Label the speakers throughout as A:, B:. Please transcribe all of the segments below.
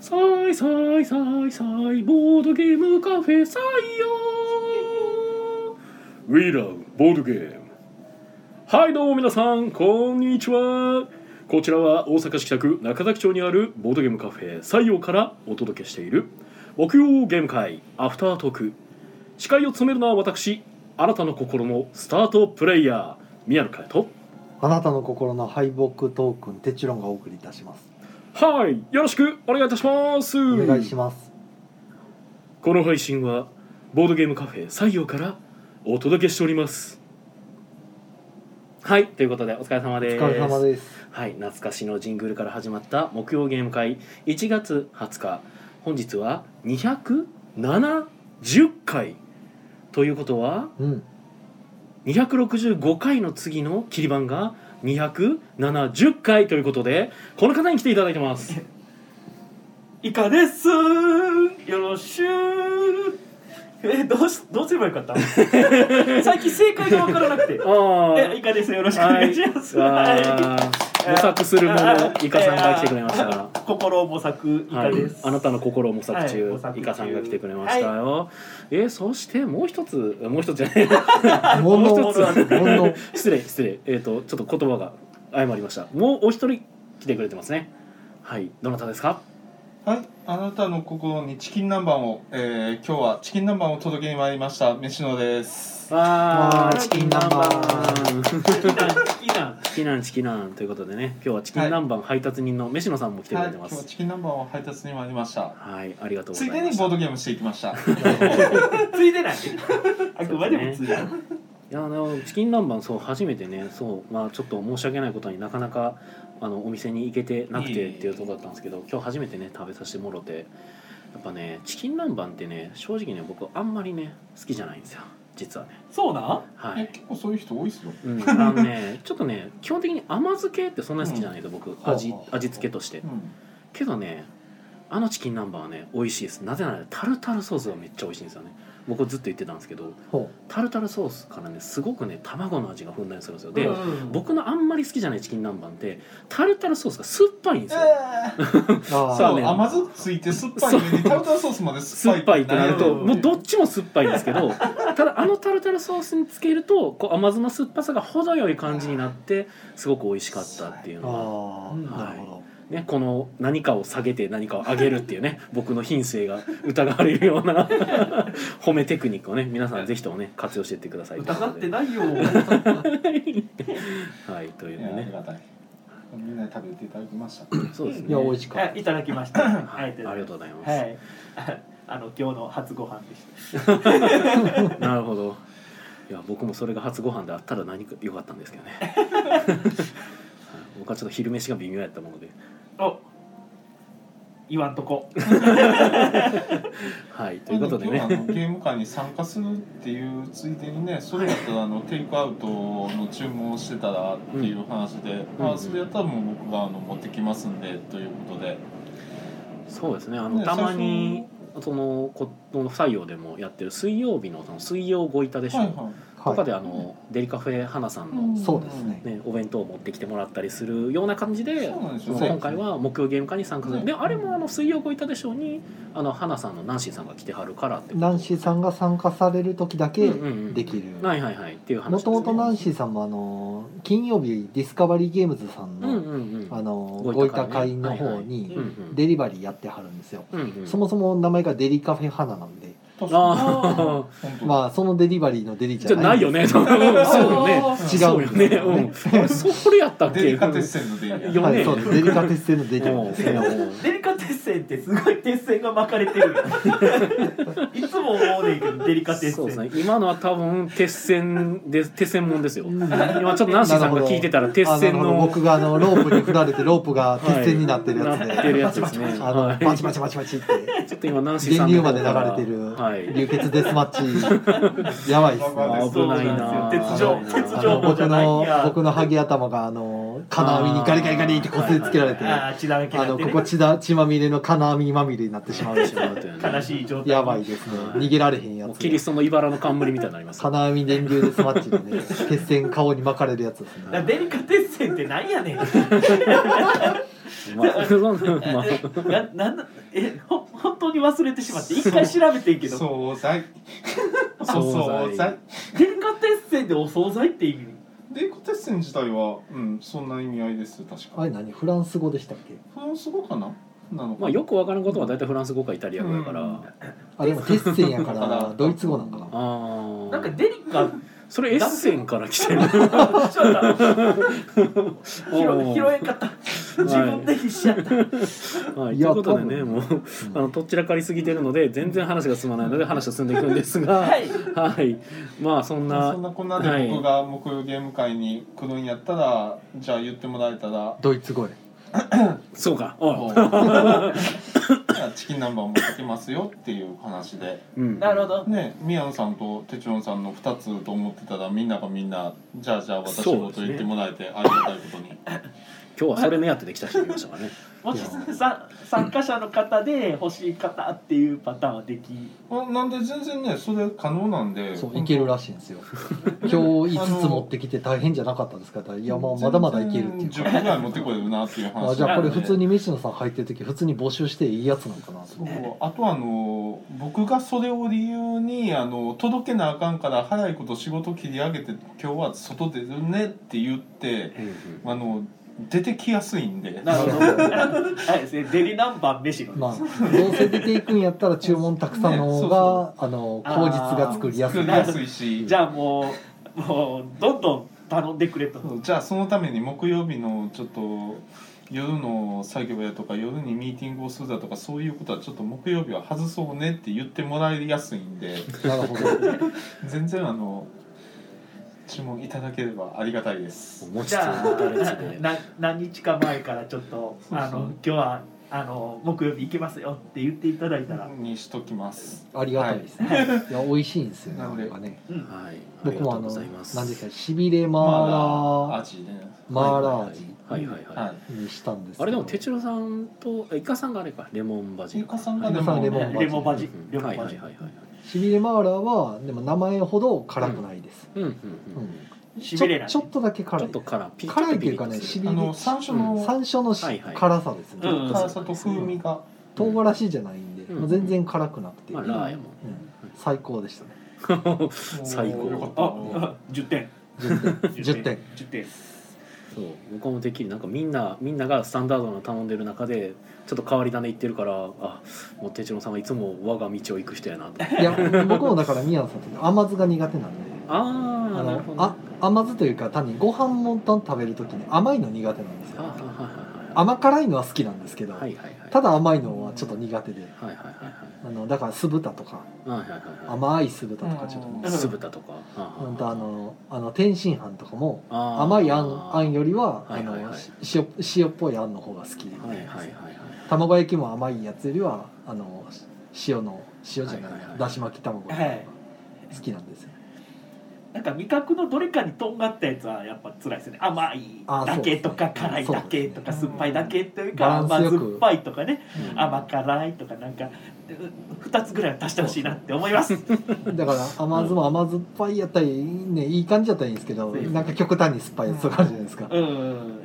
A: さいさいさいさいボードゲームカフェ採用 We love ボードゲームはいどうも皆さんこんにちはこちらは大阪市北区中崎町にあるボードゲームカフェ採用からお届けしている木曜ゲーム会アフタートーク司会を務めるのは私あなたの心のスタートプレイヤー宮野佳代と
B: あなたの心の敗北トークンテチロンがお送りいたします。
A: はいよろしくお願いいたします
B: お願いします。
A: この配信はボードゲームカフェ採用からお届けしておりますはいということでお疲れ様
B: お
A: です
B: 疲れ様です。
A: はい懐かしのジングルから始まった木曜ゲーム会1月20日本日は270回ということは
B: うん、
A: 265回の次の切り番が270回ということでこの方に来ていただいて ます
C: イカですよろしゅうえどうしどうすればよかった 最近正解が分からなくて
A: ああ
C: えイカですよろしくお願いします、
A: あー模索するものイカさんが来てくれました。
C: い心を模索イカ
A: はい
C: です、、
A: あなたの心を模索
C: はい
A: 中
C: 模、索中
A: イカさんが来てくれましたよ。えーそしてもう一つ、もう一つじゃない。
B: もの
A: もう一つある
B: もの
A: 失礼、失礼、えっ、と、ちょっと言葉が誤りました。もうお一人来てくれてますね。はい、どなたですか。
D: はい、あなたの心にチキン南蛮を、えー、今日はチキン南蛮を届けに参りました。飯野です。
A: あー
B: ー
A: チキン南蛮。 チキ
C: いいな
A: ン南、チキン南ということでね、今日はチキン南蛮配達人の飯野さんも来てく
D: は
A: れ
D: い、
A: て
D: 今
A: ま
D: 日は
A: す。
D: チキン南蛮を配達に参りました。
A: はい、ありがとうご
D: つ
A: ざい
D: い
A: ま。
D: ですにボードゲームしていきました。
C: つい でないあくまでもついでない
A: いやあのチキン南蛮そう初めてねそうまあちょっと申し訳ないことになかなかあのお店に行けてなくて
D: いえいえ
A: っていうところだったんですけど今日初めてね食べさせてもろてやっぱねチキン南蛮ってね正直ね僕あんまりね好きじゃないんですよ実はね
C: そうなん
A: は
D: え
A: い、
D: 結構そういう人多いっすよ。
A: うん、あのね ちょっとね基本的に甘漬けってそんなに好きじゃないけど、僕味
B: ほうほう
A: 味付けとして
D: うん。
A: けどねあのチキン南蛮はね美味しいですなぜならタルタルソースがめっちゃ美味しいんですよね僕ずっと言ってたんですけど
B: ほ
A: タルタルソースからねすごくね卵の味がふんだんにするんですよで、
C: うん
A: 僕のあんまり好きじゃないチキン南蛮ってタルタルソースが酸っぱいんですよ、
B: う。
D: そ
A: そう
D: う、
A: ね
D: 甘酸っついて酸っぱい上にタルタルソースまで酸
A: 酸
D: っ
A: っぱ
D: ぱい
A: いってなると
C: うん
A: もうどっちも酸っぱいんですけ どただあのタルタルソースにつけるとこう甘酢の酸っぱさが程よい感じになってすごく美味しかったっていう
B: あ
A: の
B: あ
C: うん
B: ー、なるほ
A: が、ね、この何かを下げて何かを上げるっていうね僕の品性が疑われるよう な褒めテクニックをね皆さんぜひともね活用していってくださいというこ
C: 疑
A: と
C: っ
A: で
C: てないよ
A: はいという
D: いや、あり
A: ね
D: がたい。みんなに食べていただきました。
A: そうですね
B: いや美味しかった
C: はいいただきました
A: はい、ありがとうございます、
C: はいあの今日の初ご飯でした
A: なるほどいや僕もそれが初ご飯であったら何か良かったんです けどねはい僕はちょっと昼飯が微妙やったもので
C: お言わんとこ
A: はいということで
D: 今
A: ね
D: 日はあのゲーム会に参加するっていうついでにねそれだったらあのテイクアウトの注文をしてたらっていう話で、
A: うん
D: あそれやったらもう僕があの持ってきますんでということで、
A: そうですねあの
D: ね
A: たまにそのこの採用でもやってる水曜日のその水曜ごいたでしょ、
D: はいは
A: と
B: ど。
A: かであのデリカフェ花さんの、
D: い、
B: そうですね。
A: ね、お弁当を持ってきてもらったりするような感じで
D: そうなんですよね
A: 今回は木曜ゲーム会に参加する、
D: ね
A: であれもあの水曜ごいたでしょうにあの花さんのナンシーさんが来てはるからってこと
B: ナンシーさんが参加される時だけ
A: うんうんうん
B: できる。
A: はいはいはいっていう話
B: も
A: です
B: と
A: ね
B: もとナンシーさんもあの金曜日ディスカバリーゲームズさん
A: うんうん
B: の
A: うん
B: あの
A: ご
B: ご
A: い
B: い
A: た
B: た
A: 会
B: 会
A: ね
B: の方に
A: うんうん
B: デリバリーやってはるんですよ。
A: うんうん
B: そもそも名前がデリカフェ花なんで、
D: 確
A: あ
D: かに本当
B: まあそのデリバリーのデリじ
A: じ
B: ゃ
A: ゃ
B: な
A: ないい
B: で
A: よ
B: す。
A: ね そうよね
C: あー
B: 違う
A: そうよねうんあれそれやったっけ
D: デリカテッセンのデリア
A: よ
B: は
A: ね
B: い、そうです。デリカテッセのデリ
A: も
B: なん
A: う
B: ですね。
C: デリカテッセンってすごい鉄線が巻かれてるよ いつも思うねんけどデリカテッセ
A: そう
C: ン
A: ですね今のは多分鉄線で鉄線もんですよ今ちょっとナンシーさんが聞いてたら鉄線
B: あなるほど
A: の
B: 僕があのロープに振られてロープが鉄線になってるやつで、
A: なってるやつですね
B: あの
A: はい
B: バチバチバチバチって
A: ちょっと今ナンシーさ
B: 電
A: んの
B: 流
A: 方
B: ま
A: か
B: で流
A: ら
B: れてる
A: はい
B: 流血デスマッチやばいっす
D: やばいっ
B: ね
D: す。
A: 危ないな
C: 鉄
B: 条
C: 鉄
B: あ
C: 条
B: の
C: もじ
B: 僕
C: ゃない
B: の
C: いや
B: 僕のハゲ頭があの金網にガリガリガリってこすりつけられて、
C: ああ血だらけ
B: あ
C: になっ
B: の
C: て、
B: こ
C: ね、
B: こ血だ血まみれの金網まみれになってしまうで しょ。
C: 悲しい状態
B: やばいですね。逃げられへんや
A: もう
B: つ。
A: キリストの茨の冠みたいになります
B: 金網電流デスマッチでね、血栓顔に巻かれるやつです
C: だ
B: ね。
C: からデリカテッセンってなんやねん
A: まあ、 そうまあ、
C: ななんだえほ本当に忘れてしまって一回調べてんけど
D: 惣 菜そう惣菜
C: 電化鉄線でお惣菜って意味
D: でコテッセン自体は、うん、そんな意味合いです確
B: あ
D: か
B: れ何フランス語でしたっけ
D: フランス語かななのかな
A: まあ、よくわからんことは大体フランス語かイタリア語やから、
D: うん
A: あ
B: あでもテッセンやか
D: だ からら
B: ドイツ語なんかな
A: あ
C: なんかデリ カ
A: それエッセンから来てる
C: ちょっ
A: お
C: と拾
A: ー
C: え拾えんかった自分で必死やった
A: はい、
B: い
A: とい
B: や
A: うことでね
B: 多分
A: もうあのとっちらかりすぎてるので全然話が進まないので話は進んでいくんですが
C: は
A: はい、
C: い
A: まあそん
D: そ
A: なん
D: なこんなで僕が木曜ゲーム会に来るんやったら、じゃあ言ってもらえたら
B: ドイツ語へ
A: そうかお
D: も
A: う
D: う じゃあチキン南蛮もかけますよっていう話で
A: うん
C: なるほど
D: ね宮野さんと哲郎さんの2つと思ってたらみんながみんなじゃあじゃあ私のこと言ってもらえてありがたいことに、
A: 今日はそれ目当てで来た人いましたからね
C: もしさ参加者の方で欲しい方っていうパターンはでき
D: あなんで全然ねそれ可能なんで
B: そういけるらしいん ですよ今日5つ持ってきて大変じゃなかったですからいやまあまだまだいけるっていう
D: 10個ぐらい持ってこれるなっていう話
B: あじゃあこれ
D: なんで
B: 普通に西野さん入ってる時普通に募集していいやつなんかなと
D: そうあとあの僕がそれを理由にあの届けなあかんから早いこと仕事切り上げて今日は外出るねって言って
A: うんうん
D: あの出てきやすいんで
C: なるほどはいですねデリ南蛮飯の、
B: まあどうせ出ていくんやったら注文たくさんの 方が、あの口実が作りやす
D: 作
B: い
D: りやすいし
C: じゃあもうもうどんどん頼んでくれと
D: そうじゃあそのために木曜日のちょっと夜の作業やとか夜にミーティングをするだとかそういうことはちょっと木曜日は外そうねって言ってもらいやすいんで
B: なるほど
D: 全然あの注文いただければありがたいです。
A: 持ちつ
C: じゃあ
A: 持たれつで
C: なな何日か前からちょっと
D: そうそう
C: あの今日はあの木曜日行きますよって言っていただいたら、
D: にしときます。
B: ありがたいですね、い、や美味しいんですよね
D: な
B: あ
D: んで
B: れがね
C: うん
A: はいあり
B: 僕
A: がと
B: もあ
A: うご
B: の
A: ざいます
B: 何でしたっけしびれ
D: ま
B: マー
D: だ
B: ラー
D: 味ね。
B: マーラ味
A: はいはいはい、
D: はい。
B: にしたんですけど
A: あれでも哲郎さんとあイカさんがあれかレモンバジ
D: ゆ
A: ル
D: かさんが
B: ゆかさんレモン
C: レモンバジ
A: うん
C: レモ
A: は
C: ン
A: いは
C: バ
A: い
C: ジ
A: はいはい
B: しびれマーラーはでも名前ほど辛くないです、
A: うんうん
B: う
A: うんん
C: しびれない
B: ちょちょっとだけ辛
A: ちょ
B: い
A: っと辛ピ
B: 辛いというかねしび
D: あ
B: れ
D: の山椒
B: 山
D: の
B: 椒のし
A: はいはい
B: 辛さですね、
C: うん
D: 辛さと風味が
B: 唐辛子じゃないんで、
A: うん
B: もう全然辛くなくて、
A: まあラーやも
B: うん最高でしたね
A: ん 最高
D: おーよかった。
C: あ10点
B: 10点
C: 10点
A: そう僕もてっきりなんかみんなみんながスタンダードなの頼んでる中でちょっと変わり種言ってるからあもう哲郎さんはいつも我が道を行く人やなとあ
B: いや僕もだから宮野さんと甘酢が苦手なんであ
A: あなる
B: の
A: ほど
B: あ甘酢というか単にご飯も食べる時に甘いの苦手なんです
A: あ
B: よ
A: は
B: 甘辛いのは好きなんですけど、
A: いはいはいはいはいはい
B: ただ甘いのはちょっと苦手で
A: はいはいはい
B: あのだから酢豚とか
A: はいはいはいはい
B: 甘い酢豚とかちょっと
D: うん
B: も
C: だから
A: 酢豚とか
B: うほん
A: 本
B: とあのあの天津飯とかも
A: あー
B: 甘いあんあんよりは
A: は
B: あ
A: いはいはい
B: のし塩塩っぽいあんの方が好きで
A: はいはいはいはい
B: 卵焼きも甘いやつよりはあの塩の塩
A: は
B: じゃ
A: いはいは
B: ないいだし巻き卵が
C: はい
B: 好きなんですよ
C: なんか味覚のどれかにとんがったやつはやっぱ辛いですよね甘いだけとか
B: あそう
C: 辛
B: で
C: い
B: すね
C: だけとか
D: そうで
C: 酸
D: すね
C: っぱいだけというか
B: バラ
C: 甘
B: ンスよく
C: 酸っぱいとかね
A: うん
C: 甘辛いとかなんかう2つぐらいは足してほしいなって思います
B: だから甘酢も甘酸っぱいやったらいいねいい感じやったらいいんですけど
C: そうです
B: なんか極端に酸っぱいやつとかあるじゃないですか、
C: うん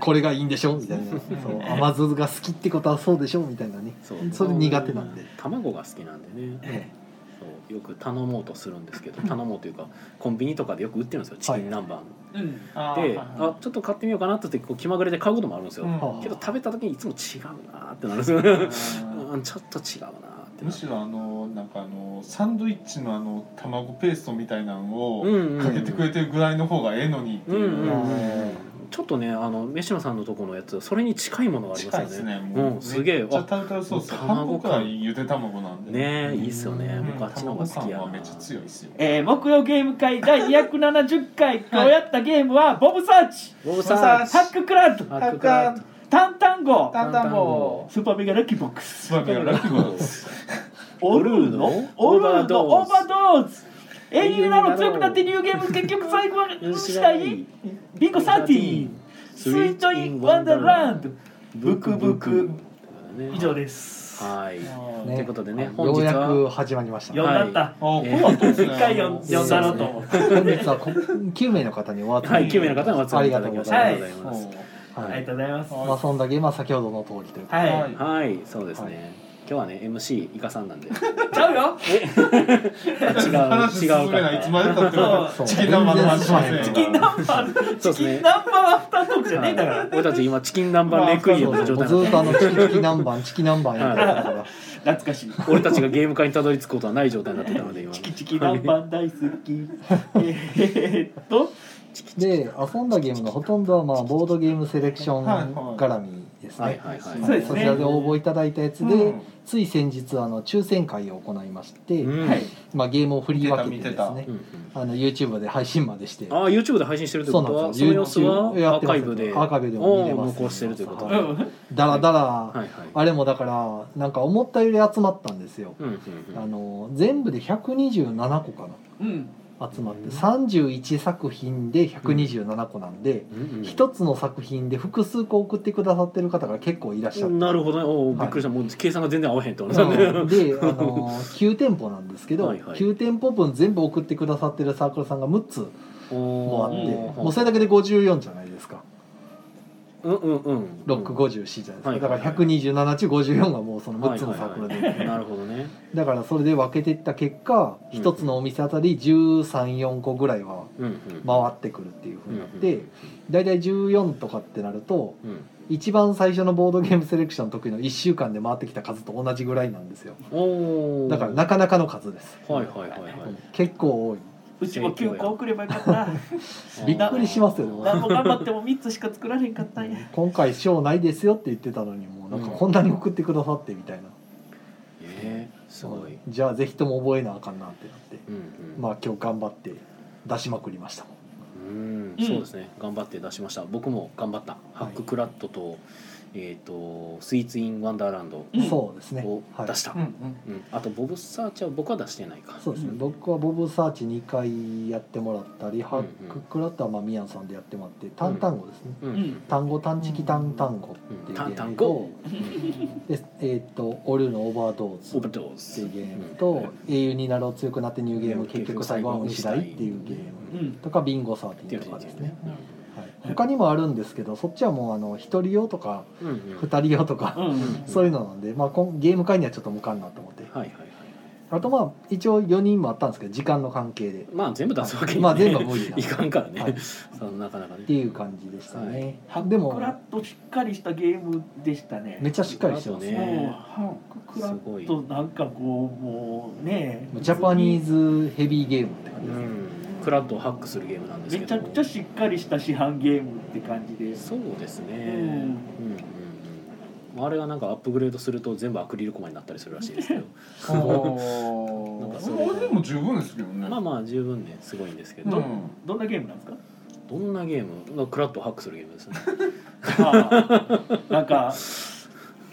B: これがいいんでしょみたいな そう甘酢が好きってことはそうでしょみたいなね
A: そう
B: それ苦手なんで
A: 卵が好きなんでね
B: え
A: そうよく頼もうとするんですけど頼もうというかコンビニとかでよく売ってるんですよチキン南蛮
C: うん
D: あーはい
A: で
D: はい
A: あちょっと買ってみようかなって時こう気まぐれで買うこともあるんですよ、
D: うん
B: はあ
A: けど食べた時にいつも違うなーってなるんですよね、
D: うん
A: うん、ちょっと違うなーってな
D: む
A: る
D: しろあのなんかあのサンドイッチのあの卵ペーストみたいなの
A: うん
D: を
A: うん
D: かけてくれてるぐらいの方がええのにって
A: うん
D: い
A: うん
D: う
A: うんうんちょっとねあの飯野さんのとこのやつそれに近いものがあります
D: 近
A: よ
D: い
A: ね
D: ですね
A: う
D: も
A: んすげえ
D: めっちゃタルタルソース
A: あ
D: 半分くらいゆで卵なんで
A: ねえいいっすよね
D: うん
A: 僕あっちの方が好きや
D: 卵感
A: な
D: はめっちゃ強いですよ
C: えー木曜ゲーム会第270回こうやったゲームはボブサーチ
A: ボブ
D: ボ
A: さ
D: ブ
A: ん
D: サ
C: ハッククラウド
A: ハッククラウド
C: タンタンゴ
D: タンタンゴ
C: スーパーメガラッキーボックス
D: スパミアラッキーです
C: オルーノオルーノオーバードーズ英雄なの強くなってニューゲーム結局最後は次第ビンゴサーティースイートインワンダーランドブクブク以上です
A: はい
B: え
A: ということでね
B: はい
A: 本日は
B: ようやく始まりました
C: 読んだった
D: あこうだったんです
C: 一
D: ね
C: 回読ん読んだろうと思う
B: 本日はこ9名の方にお集
A: は
B: ま
A: い
B: り
A: 9名の方にお集まりいただきましてあ
C: は
A: り
C: い
A: がとうございます
C: あ
D: そ
B: は
C: りが
B: い
C: とうございます。
B: まあそんだけまあ先ほどの通りというか
C: はい。
A: はいそうですね、今日はね MC イカさんなん で違う
C: ちゃうよ。
D: 話
A: 違
D: 進
A: う
D: め
A: か
D: ないいつまでたっても
B: そう
D: チキン南蛮の話しませ
B: チ
D: ん
C: チキン
D: 南
C: ナンバー、
A: そう
C: チ
A: ですね
C: キンナンバーはアフタートークじゃねえんだから。
A: 俺たち今チキン南蛮レクイエムの
B: ず
A: 状態
B: ー
A: な
B: っ
A: ん
B: とあ
A: だ
B: のチキチキ南蛮チキ南 蛮やってたから
C: 懐かしい。
A: 俺たちがゲーム化にたどり着くことはない状態になってたので今
C: チキチキ南蛮大好き。えーっと、
B: で遊んだゲームのほとんどはまあボードゲームセレクション絡みです
A: はい
B: ね
A: はいはい
C: そうですね
B: そちらで応募いただいたやつ
D: う
B: で
D: ん
B: つい先日あの抽選会を行いまして
A: うん
C: はい。
B: まあゲームを振り分けてです
D: 見て
B: ね
A: うんうん
B: あの YouTube で配信までして
A: ああ YouTube で配信してるってことはそ
B: そ
A: の
B: うな
A: 様
B: んです
A: 子
B: よ
A: はア
B: YouTube や
A: ー
B: って
A: カ
B: ます
A: イブで
B: アーカイブでも見れます
A: おー残してるということ
B: う
A: で
B: んだらだ
A: は
B: ら
A: いはい
B: あれもだからなんか思ったより集まったんですよ
A: うんうんうん
B: あの全部で127個か
C: うん。
B: な集まって31作品で127個なんで
A: うんうん
B: 一つの作品で複数個送ってくださってる方が結構いらっしゃって
A: なるほどねおおびっくりした、もう計算が全然合わへんって思 ったね、
B: うんで、あのー、9店舗なんですけど、
A: はいはい
B: 9店舗分全部送ってくださってるサークルさんが6つもあって
A: おー
B: もうそれだけで54じゃないですか
A: うんうんうん
B: 654じゃないですか、
A: はい
B: だから127中54がもうその6つのサークルで、
A: なるほどね
B: だからそれで分けていった結果
A: うん
B: 1つのお店あたり134個ぐらいは
A: うんうん
B: 回ってくるっていうふうになって、
A: うん
B: だいたい14とかってなると
A: うんうん
B: 一番最初のボードゲームセレクション得意の1週間で回ってきた数と同じぐらいなんですよ
A: おー
B: だからなかなかの数です、
A: はいはいはいは
B: うん結構多いう
C: ちも9個送ればよかった。
A: い
B: びっくりしますよね
C: 何も頑張っても3つしか作られへんかったんや。
B: 今回賞ないですよって言ってたのにもうなんかこんなに送ってくださってみたいな、
A: えーすごい
B: じゃあぜひとも覚えなあかんなってなって
A: うんうん
B: まあ今日頑張って出しまくりましたもん
A: うん
C: うん
A: そうですね頑張って出しました僕も頑張ったハッククラットとえっとスイーツインワンダーランド
C: うん
B: そうですね
A: を
B: はい
A: 出した
D: うんう
A: う
D: ん
A: んあとボブサーチは僕は出してないか
B: そうですね、
C: うん
B: 僕はボブサーチ2回やってもらったり、ハッククラッターまあミヤンさんでやってもらって単単語ですね、
A: う
C: うんん。
B: 単語単式単単語っていうゲー
A: 単
B: ムと、
A: 単語うん
B: でえっ、と「オルのオーバードーズ」
A: オ
B: っ
A: ブドーズ
B: ていうゲームと「英雄になろう強くなってニューゲーム結局最後は運次第」っていうゲーム
C: うん。
B: とかビンゴサー
A: っ
B: テ
A: てい
B: ィン
A: う
B: とか
A: 感じ
B: で
A: ですす
B: ね
A: ね。
B: はい、他にもあるんですけどそっちはもうあの一人用とか
A: うんうん
B: 二人用とか、
C: うん。
B: そういうのなんで、まあ、こんゲーム会にはちょっと向かんなと思って
A: はいはいはい
B: あとまあ一応4人もあったんですけど時間の関係で、
A: まあ全部出すわけにね
B: まあ全部は無理なんで
A: いかんからね、
B: はい
A: そのなかなかね
B: っていう感じでしたね、
C: で
B: で
C: も。
B: も
C: クラッとしっかりしたゲームでしたね。
B: めっちゃしっかりしてます
A: ゃね
C: もうハッククラッとなんかこうもうね
B: ジャパニーズヘビーゲームって
A: う
B: 感じですね、
A: んクラッドをハックするゲームなんです
C: め
A: け
C: ち
A: ど
C: ゃくちゃしっかりした市販ゲームって感じで
A: そうですね、うん
C: ん
A: うんうんあれがなんかアップグレードすると全部アクリルコマになったりするらしいですけど
D: あー
A: なんかそれ
D: それでも十分ですけどね
A: まあまあ十分ねすごいんですけど、
D: うん
C: どんなゲームなんですか
A: どんなゲームまあクラッドをハックするゲーム ですね
C: ああなんか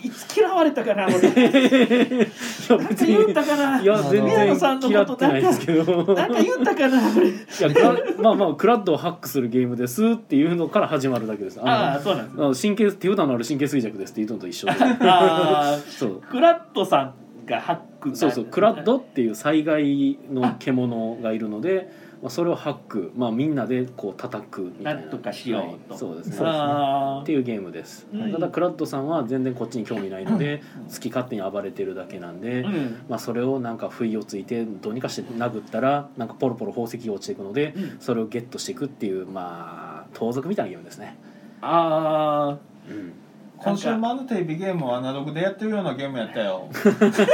C: いつ嫌われたかな
A: い
C: 俺
A: や
C: なん
A: 別
C: か言っ
A: に
C: たかない
A: や全
B: 宮
C: 野さん
A: 然
C: の
A: 嫌
C: こ
A: って
C: と
A: ないですけど
C: なんか言ったかな俺
A: いやクラまあまあクラッドをハックするゲームですっていうのから始まるだけですあの
C: ああそうなんです
A: あの神経手札のある神経衰弱ですっていうのと一 緒で
C: あ
A: そう
C: あクラッとさんがハック
A: そうそうクラッドっていう災害の獣がいるので、まあ、それをハック、まあ、みんなでこう叩くみた
C: ない
A: なん
C: とかしようと、
A: はいそうですね
C: あ
A: っていうゲームです、
C: うん
A: ただクラッドさんは全然こっちに興味ないので好き勝手に暴れてるだけなんで、
C: あうん
A: まあ、それをなんか不意をついてどうにかして殴ったらなんかポロポロ宝石が落ちていくので
C: うん
A: それをゲットしていくっていうまあ盗賊みたいなゲームですね、
C: ああ
A: うん、
D: 今週もあのテレビゲームをアナログでやってるようなゲームやった よというす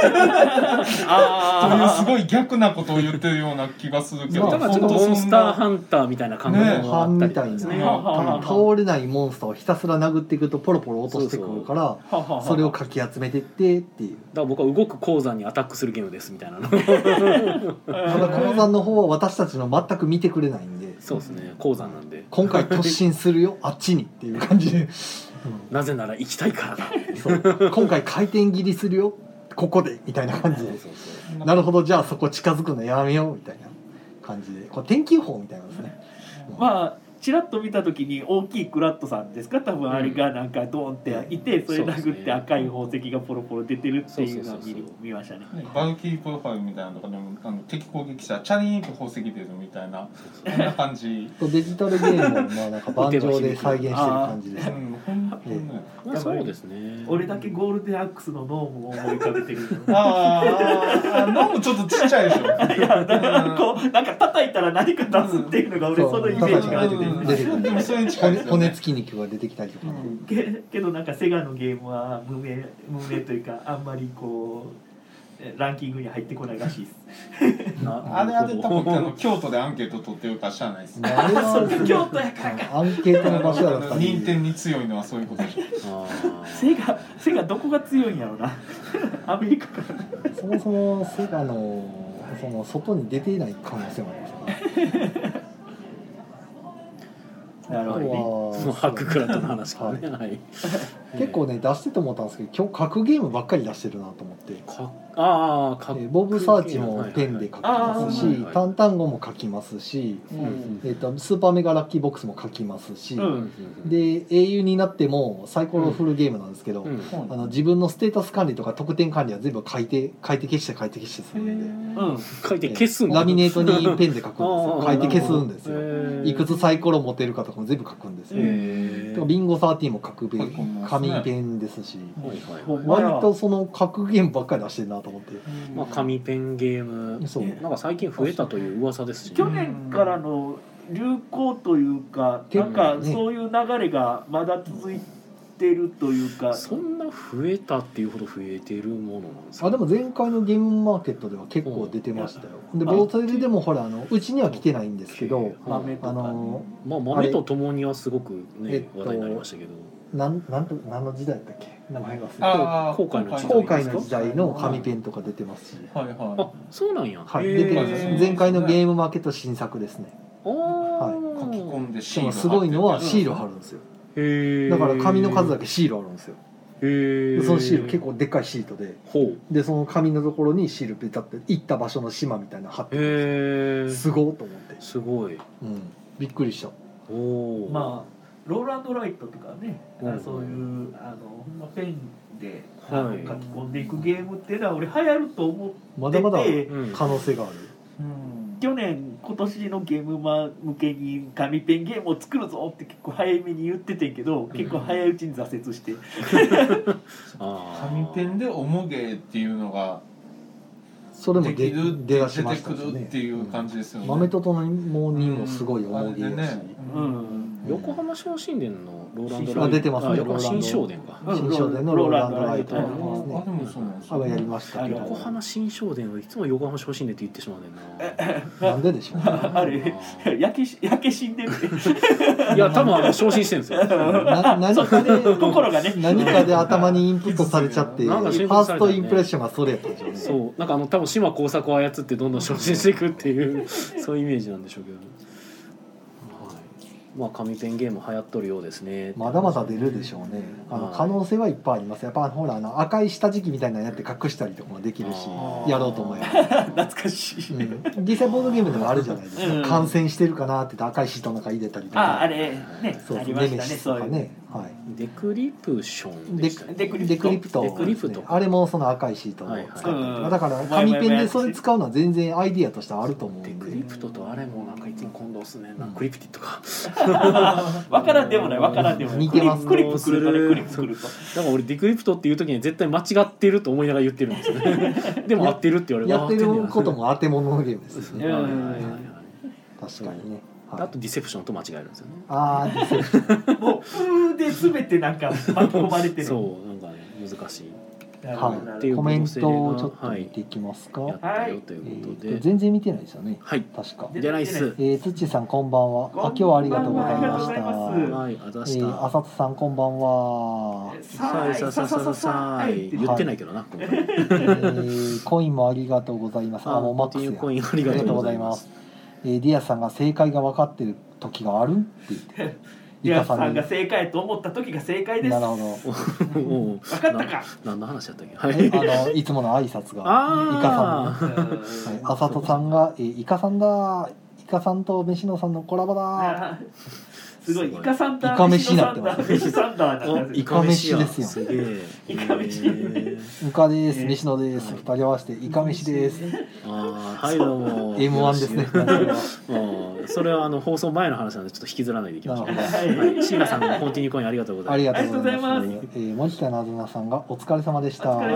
C: ああ
D: ごい逆なことを言ってるような気がするけど
B: まあ
A: だからちょっとモンスターハンターみたいな感覚もあ
B: 半
A: った
B: み
A: りと
B: たい
A: か
B: な、
A: ですね
C: ねはあはあはあ
B: 倒れないモンスターをひたすら殴っていくとポロポロ落としてくるからそ
C: ははは
B: れをかき集めてってっていう
A: だから僕は動く鉱山にアタックするゲームですみたいなの
B: ただ鉱山の方は私たちの全く見てくれないんで
A: そうですね鉱山なんで
B: 今回突進するよあっちにっていう感じで、
A: なぜなら行きたいからだ
B: う んそう今回回転切りするよここでみたいな感じでなるほどじゃあそこ近づくのやめようみたいな感じでこれ天気予報みたいなんですね、うん
C: まあチラッと見た時に大きいクラットさんですか多分あれがなんかドーンっていて、それ殴って赤い宝石がポロポロ出てるっていうのを見る見ましたね。
D: バルキープロファイルみたいなのとかでもあの敵攻撃したらチャリーンと宝石出るみたいなそんな感じ
B: とデジタルゲームのなんか盤上で再現してる感じで
D: う
B: す
D: ん。ほんほんまや
A: まあそうですね
C: 俺だけゴールデンアックスのノームを思い浮かべてる。
D: あーあーノムちょっとちっちゃいでしょ
C: いやだからこうなんか叩いたら何か出すっていうのが俺そのイメージがあって、
B: うん
D: 出てくるでもそれに近
B: 骨
D: いですよね
B: 骨付き肉が出てきたりとか
D: う
B: ね、
D: ん
C: け けどなんかセガのゲームは無名無名というかあんまりこうえランキングに入ってこないらしいです。
D: あれあれ多分あの京都でアンケート取ってるからしゃあないですね。
B: あれは
C: そうか京都やからか。
B: アンケートの場所やっ た
D: 認定に強いのはそういうことでしょ。
A: あ
C: セ
A: ー
C: ガセガどこが強いんやろな。 アメリカか。
B: そもそもセガのその外に出ていない可能性もありますよね
C: なるほどね。
A: その
B: あと
A: ハッ
B: は
A: ククラットの話からね、はい、
B: 結構ね出してて思ったんですけど今日格ゲームばっかり出してるなと思って、
A: かああかっ
B: えーボブ・サーチもペンで書きますし、
A: はいはいはいあー
B: タンタンゴも書きますし、
A: うんうん
B: えー、とスーパーメガラッキーボックスも書きますし、
C: う
A: うんん
B: で英雄になってもサイコロ振るゲームなんですけど、
A: うん
B: あの自分のステータス管理とか得点管理は全部書いて書いて消して書いて消してするんで。
C: うん。
A: 書いて消すんだ
B: ラミネートにペンで書くんですよ
A: あ
B: 書
A: ー
B: いて消すんです
A: なる
B: よ
A: ほどへー
B: いくつサイコロ持てるかとかも全部書くんですよ、
A: へー
B: とビンゴ13も書くペ
D: 書き込み
B: ン
D: ますね
B: 紙ペンですし
A: はいはい
C: ほんま
B: 割
C: や
B: とその格ゲームばっかり出してるなと思って
A: まあ、紙ペンゲーム
B: そう
A: なんか最近増えたという噂ですし、
C: 去年からの流行というか、なんかそういう流れがまだ続いてるというか。
A: そんな増えたっていうほど増えてるものなんですか
B: あでも前回のゲームマーケットでは結構出てましたよでボートレでもほらあのうちには来てないんですけど
C: 豆と
B: あ
C: かね、
B: の
A: まあ
B: あ
A: 豆
B: れ
A: と共にはすごくね、
B: えっと
A: 話題になりましたけど
B: なんなんと何の時代だったっけ名前忘れ
D: ああ
A: 後悔の
B: て
A: 時
B: 後
A: 代
B: 悔の時代の紙ペ
D: ン。
B: ンとか出てますし
D: はいは
A: あそうなんや、
B: はい
A: へー
B: 出てます
D: へー
B: 前回のゲームマーケット新作ですね
A: あー、
D: い。書き込んで
B: しかも
D: シール貼って
B: すごいのはシール貼るんですよ
A: へえ
B: だから紙の数だけシールあるんですよ
A: へえ
B: でそのシール結構でっかいシートで
A: ほう
B: でその紙のところにシールペタって行った場所の島みたいなの貼ってるん
A: へえ
B: ですよすごいと思って、
A: すごい
B: うん、びっくりした
A: おお
C: まあローランドライトとかね、
A: うん
C: そういうあのほんまペンで、あの
A: はい
C: 書き込んでいくゲームっていうのは俺流行ると思ってて
B: まだまだ
A: うん
B: 可能性がある、
D: うん
C: 去年今年のゲームマ向けに紙ペンゲームを作るぞって結構早めに言っててんけど結構早いうちに挫折 して、
A: あ
D: 紙
A: ー
D: ペンでおもげっていうのが
B: それも
D: でき
B: 出
D: るっ
B: 出
D: て出
B: だしてま
D: て
B: した
D: く
B: しね
D: るっていう感じですよね。
B: 豆とともにもすごい思い出やし、
C: うん
A: 横浜小神殿のローランド
B: あ出てますね
A: あ横浜
B: ローラ
A: 新
B: ンド
A: 商殿か
C: うん
B: 新商店のローランドライト
D: あ
B: も
D: れ
B: あ
D: で
B: り
D: ね
B: ますね
D: あでもそうなんです
B: あ
D: よ
B: れやりましたけ
C: あ
A: 横
B: ど
A: 浜新商殿はいつも横浜小神殿って言ってしまうねんな
B: なんででしょう ね
C: あれ焼けし焼け死んでるって
A: いや多分あの昇進してるんですよ
B: な何かで
C: 心がね
B: 何かで頭にインプットされちゃってフ
A: なん
B: ァ
A: か心
B: ー
A: 配さ
B: ス
A: れた
B: ト
A: よね
B: インプレッションがそれやったんでしょうね
A: そうなんかあの多分島工作を操ってどんどん昇進していくっていうそういうイメージなんでしょうけど、はい、まあ紙ペンゲーム流行っとるようですね
B: まだまだ出るでしょうね。あの可能性はいっぱいあります。やっぱほらあの赤い下敷きみたいなのやって隠したりとかもできるし
A: あ、
D: ー
B: やろうと思えば。
C: 懐かしい、
B: うん実際ボードゲームでもあるじゃないです
C: うん
B: か。感染してるかなって言って赤いシートの中入れたりと
C: ああ
B: か。
C: あれね
B: そう
C: あ
B: そ
C: り
B: う
C: ま
B: ネ
C: し
B: メ
C: たね
B: シス
C: そ
B: と
C: う
B: か
C: いう
B: ね。はい。
A: デクリプションで
B: デ
A: した
B: ク
A: ね
C: デクリプト
B: デクリプト
C: デ
A: クリプト
B: あれもその赤いシートを使ったりとか、
A: はい
C: はい
B: だから紙ペンでそれ使うのは全然アイディアとしてはあると思う
A: デ
B: ん
A: ク
B: で
A: リプトとあれもなんかいつも混同っすねなん
B: うん
A: かクリプティとか
C: わからんでもないわからんでもない
B: 似てます
C: クリップクリップ来るとねク
A: そう
C: リップ来ると
A: だから俺デクリプトっていう時には絶対間違ってると思いながら言ってるんですよねでも合ってるって言われ
B: やってるこ
A: こと
B: も当て物のゲームです
A: はい
B: ね
C: うん
A: はいはいはい
B: 確かにね、はい、
A: あとディセプションと間違えるんですよね
B: あーディセプション
C: もう風で全てなんか巻き込まれてる
A: そうなんかね難しい
C: なるほ
B: は
C: ど
B: い
C: なるほ
A: っていう
B: コメントをちょっと見ていきますか、
A: やったよとい
B: え
A: うことで、
B: ーと全然見てないですよね
A: はい
B: 確か、
C: で
A: じゃないっす
B: えー、土さんこんばんはあ今日はありがとうございました
C: こんばんはありがとう
A: はいあざ
C: ございま
B: え
A: した、
B: ー、浅田さんこんばんは、
C: ど
A: さあさあさあさあさあ
C: はい
A: 言ってないけどな、今回
B: えー、コインもありがとうございますあもうマッ
A: って
B: ク
A: い
B: ス
A: う
B: や
A: コインありがとうございます
B: えー、ディアさんが正解が分かってる時があるって言って
C: リアさん
B: に
C: が正解と思った時が正解です。
B: なる
C: 分
B: ほど
A: 分
C: かったか。
A: 何の話やったっけは
B: え
A: い
B: あのいつもの挨拶がイカさんの
A: あ
B: はい、あさとさんが、えーイカさんだイカさんと飯野さんのコラボだ
C: あーすごいイ
A: すごい
C: カサンダ
B: イカ
C: ー
B: 飯にな
C: サ
B: っ
C: ン
B: て
C: ダ
B: ま
C: ー
B: す
C: 飯サンダーなん
B: お
C: だ
B: イカ飯やイカ飯ですよ
A: すげえ
C: イカ飯
A: へえ
B: イカです
C: えー
B: 飯野です二人合わせてイカ飯です
A: ああはいどうも
B: M1 ですね
A: うんそれはあの放送前の話なんでちょっと引きずらないでいきましょう
B: なる
C: ほど
A: はい椎名さんのコンティニューコインありがとうござ
B: あ
A: い
B: り
A: ま
B: がとうございま
C: あ
B: す
C: りが
B: えー森田なずなさんがお疲れ様でし
C: お
B: た
C: 疲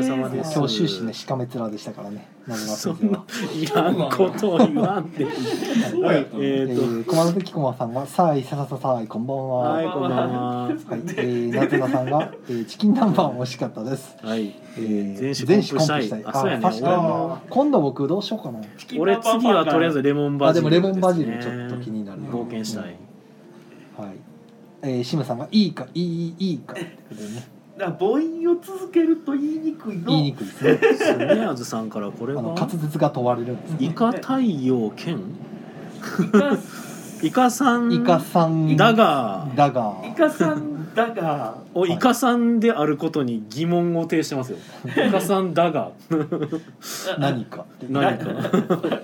A: お疲
C: 様です
A: れ様です
B: 今日終始ねしかめ面でしたからねなずな
A: す
B: 先
A: そ
B: 生
A: ん
B: は
A: な、いらんことを言わんでいい
D: そう
A: はい
D: やったの
A: え
B: え
A: ーと
B: ー、熊野関駒さんが「さあいささささあいこんばんは」
A: は
B: はいい、
A: こんばんは
B: えー、なずなさんが、えー「チキン南蛮美味しかったです」
A: はい
B: えー
A: 全種コンプしたいあ
B: あ
A: そうやね
B: 確かに今度僕どうしようかな
A: 俺次はとりあえずレモンバ
B: あ
A: ジ
B: で
A: ル
B: も
A: すね
B: レモンバジルちょっと気になる
A: 冒険したい
B: はいえー、シムさんが「いいかいいいいか」ってことでね
C: だから母音を続けると言いにくいの
B: 言いにくいですね
A: スネアーズさんからこれ
B: あの
A: は
B: 滑舌が問われるんです
A: イカ太陽兼
C: イカ
A: イカさん
B: イカさん
A: だが
B: だが
C: イカさんだが
A: おイカさんであることに疑問を呈して ますよイカさんだが
B: 何かって
A: 何か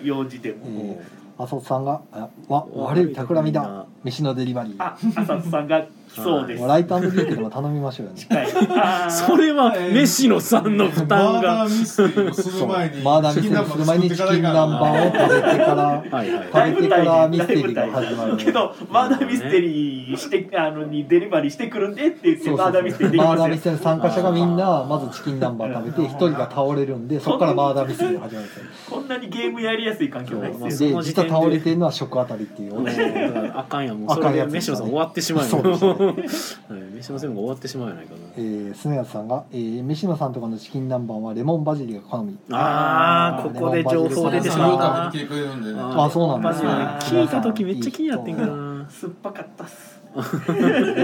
C: 用事でも
B: えー、浅尾さんが「あわ悪い企みだ飯のデリバリー
C: あ浅田さんが来そう」です
B: もうライトビートでも頼みましょうよね
C: はいあー
A: それは飯野さんの負担が
D: マーダーミステリーをする前に
B: マーダーミステリーする前にチキン南蛮を食べてから
A: はいはい
B: 食べてからミステリー
C: 大
B: が
C: 舞台
B: 始まる
C: けどマーダーミステリーしてあのにデリバリーしてくるんでって言ってマーダーミステリーでき
B: マ
C: ま
B: ーダー
C: す
B: ミ
C: よ
B: ステリーの参加者がみんなまずチキン南蛮食べて一人が倒れるんでそこからマーダーミステリーが始まるんですよ
C: こんなにゲームやりやすい環境ないですよ
B: で実は倒れてるのは食あたりっていう
A: もうだからあかんやんもうそれで飯野さん終わってしまう
B: そう
A: よ、
B: ですね
A: はい飯野さんも終わってしまうやないか
B: えー、スネヤさんが、えー「飯野さんとかのチキン南蛮はレモンバジルが好み」
A: なあーここで情報出てしまうな
D: 見てくれるんでね
B: あそうなんですね
C: あー
A: 聞いた時めっちゃ気になってんかな
C: 酸っぱかったっす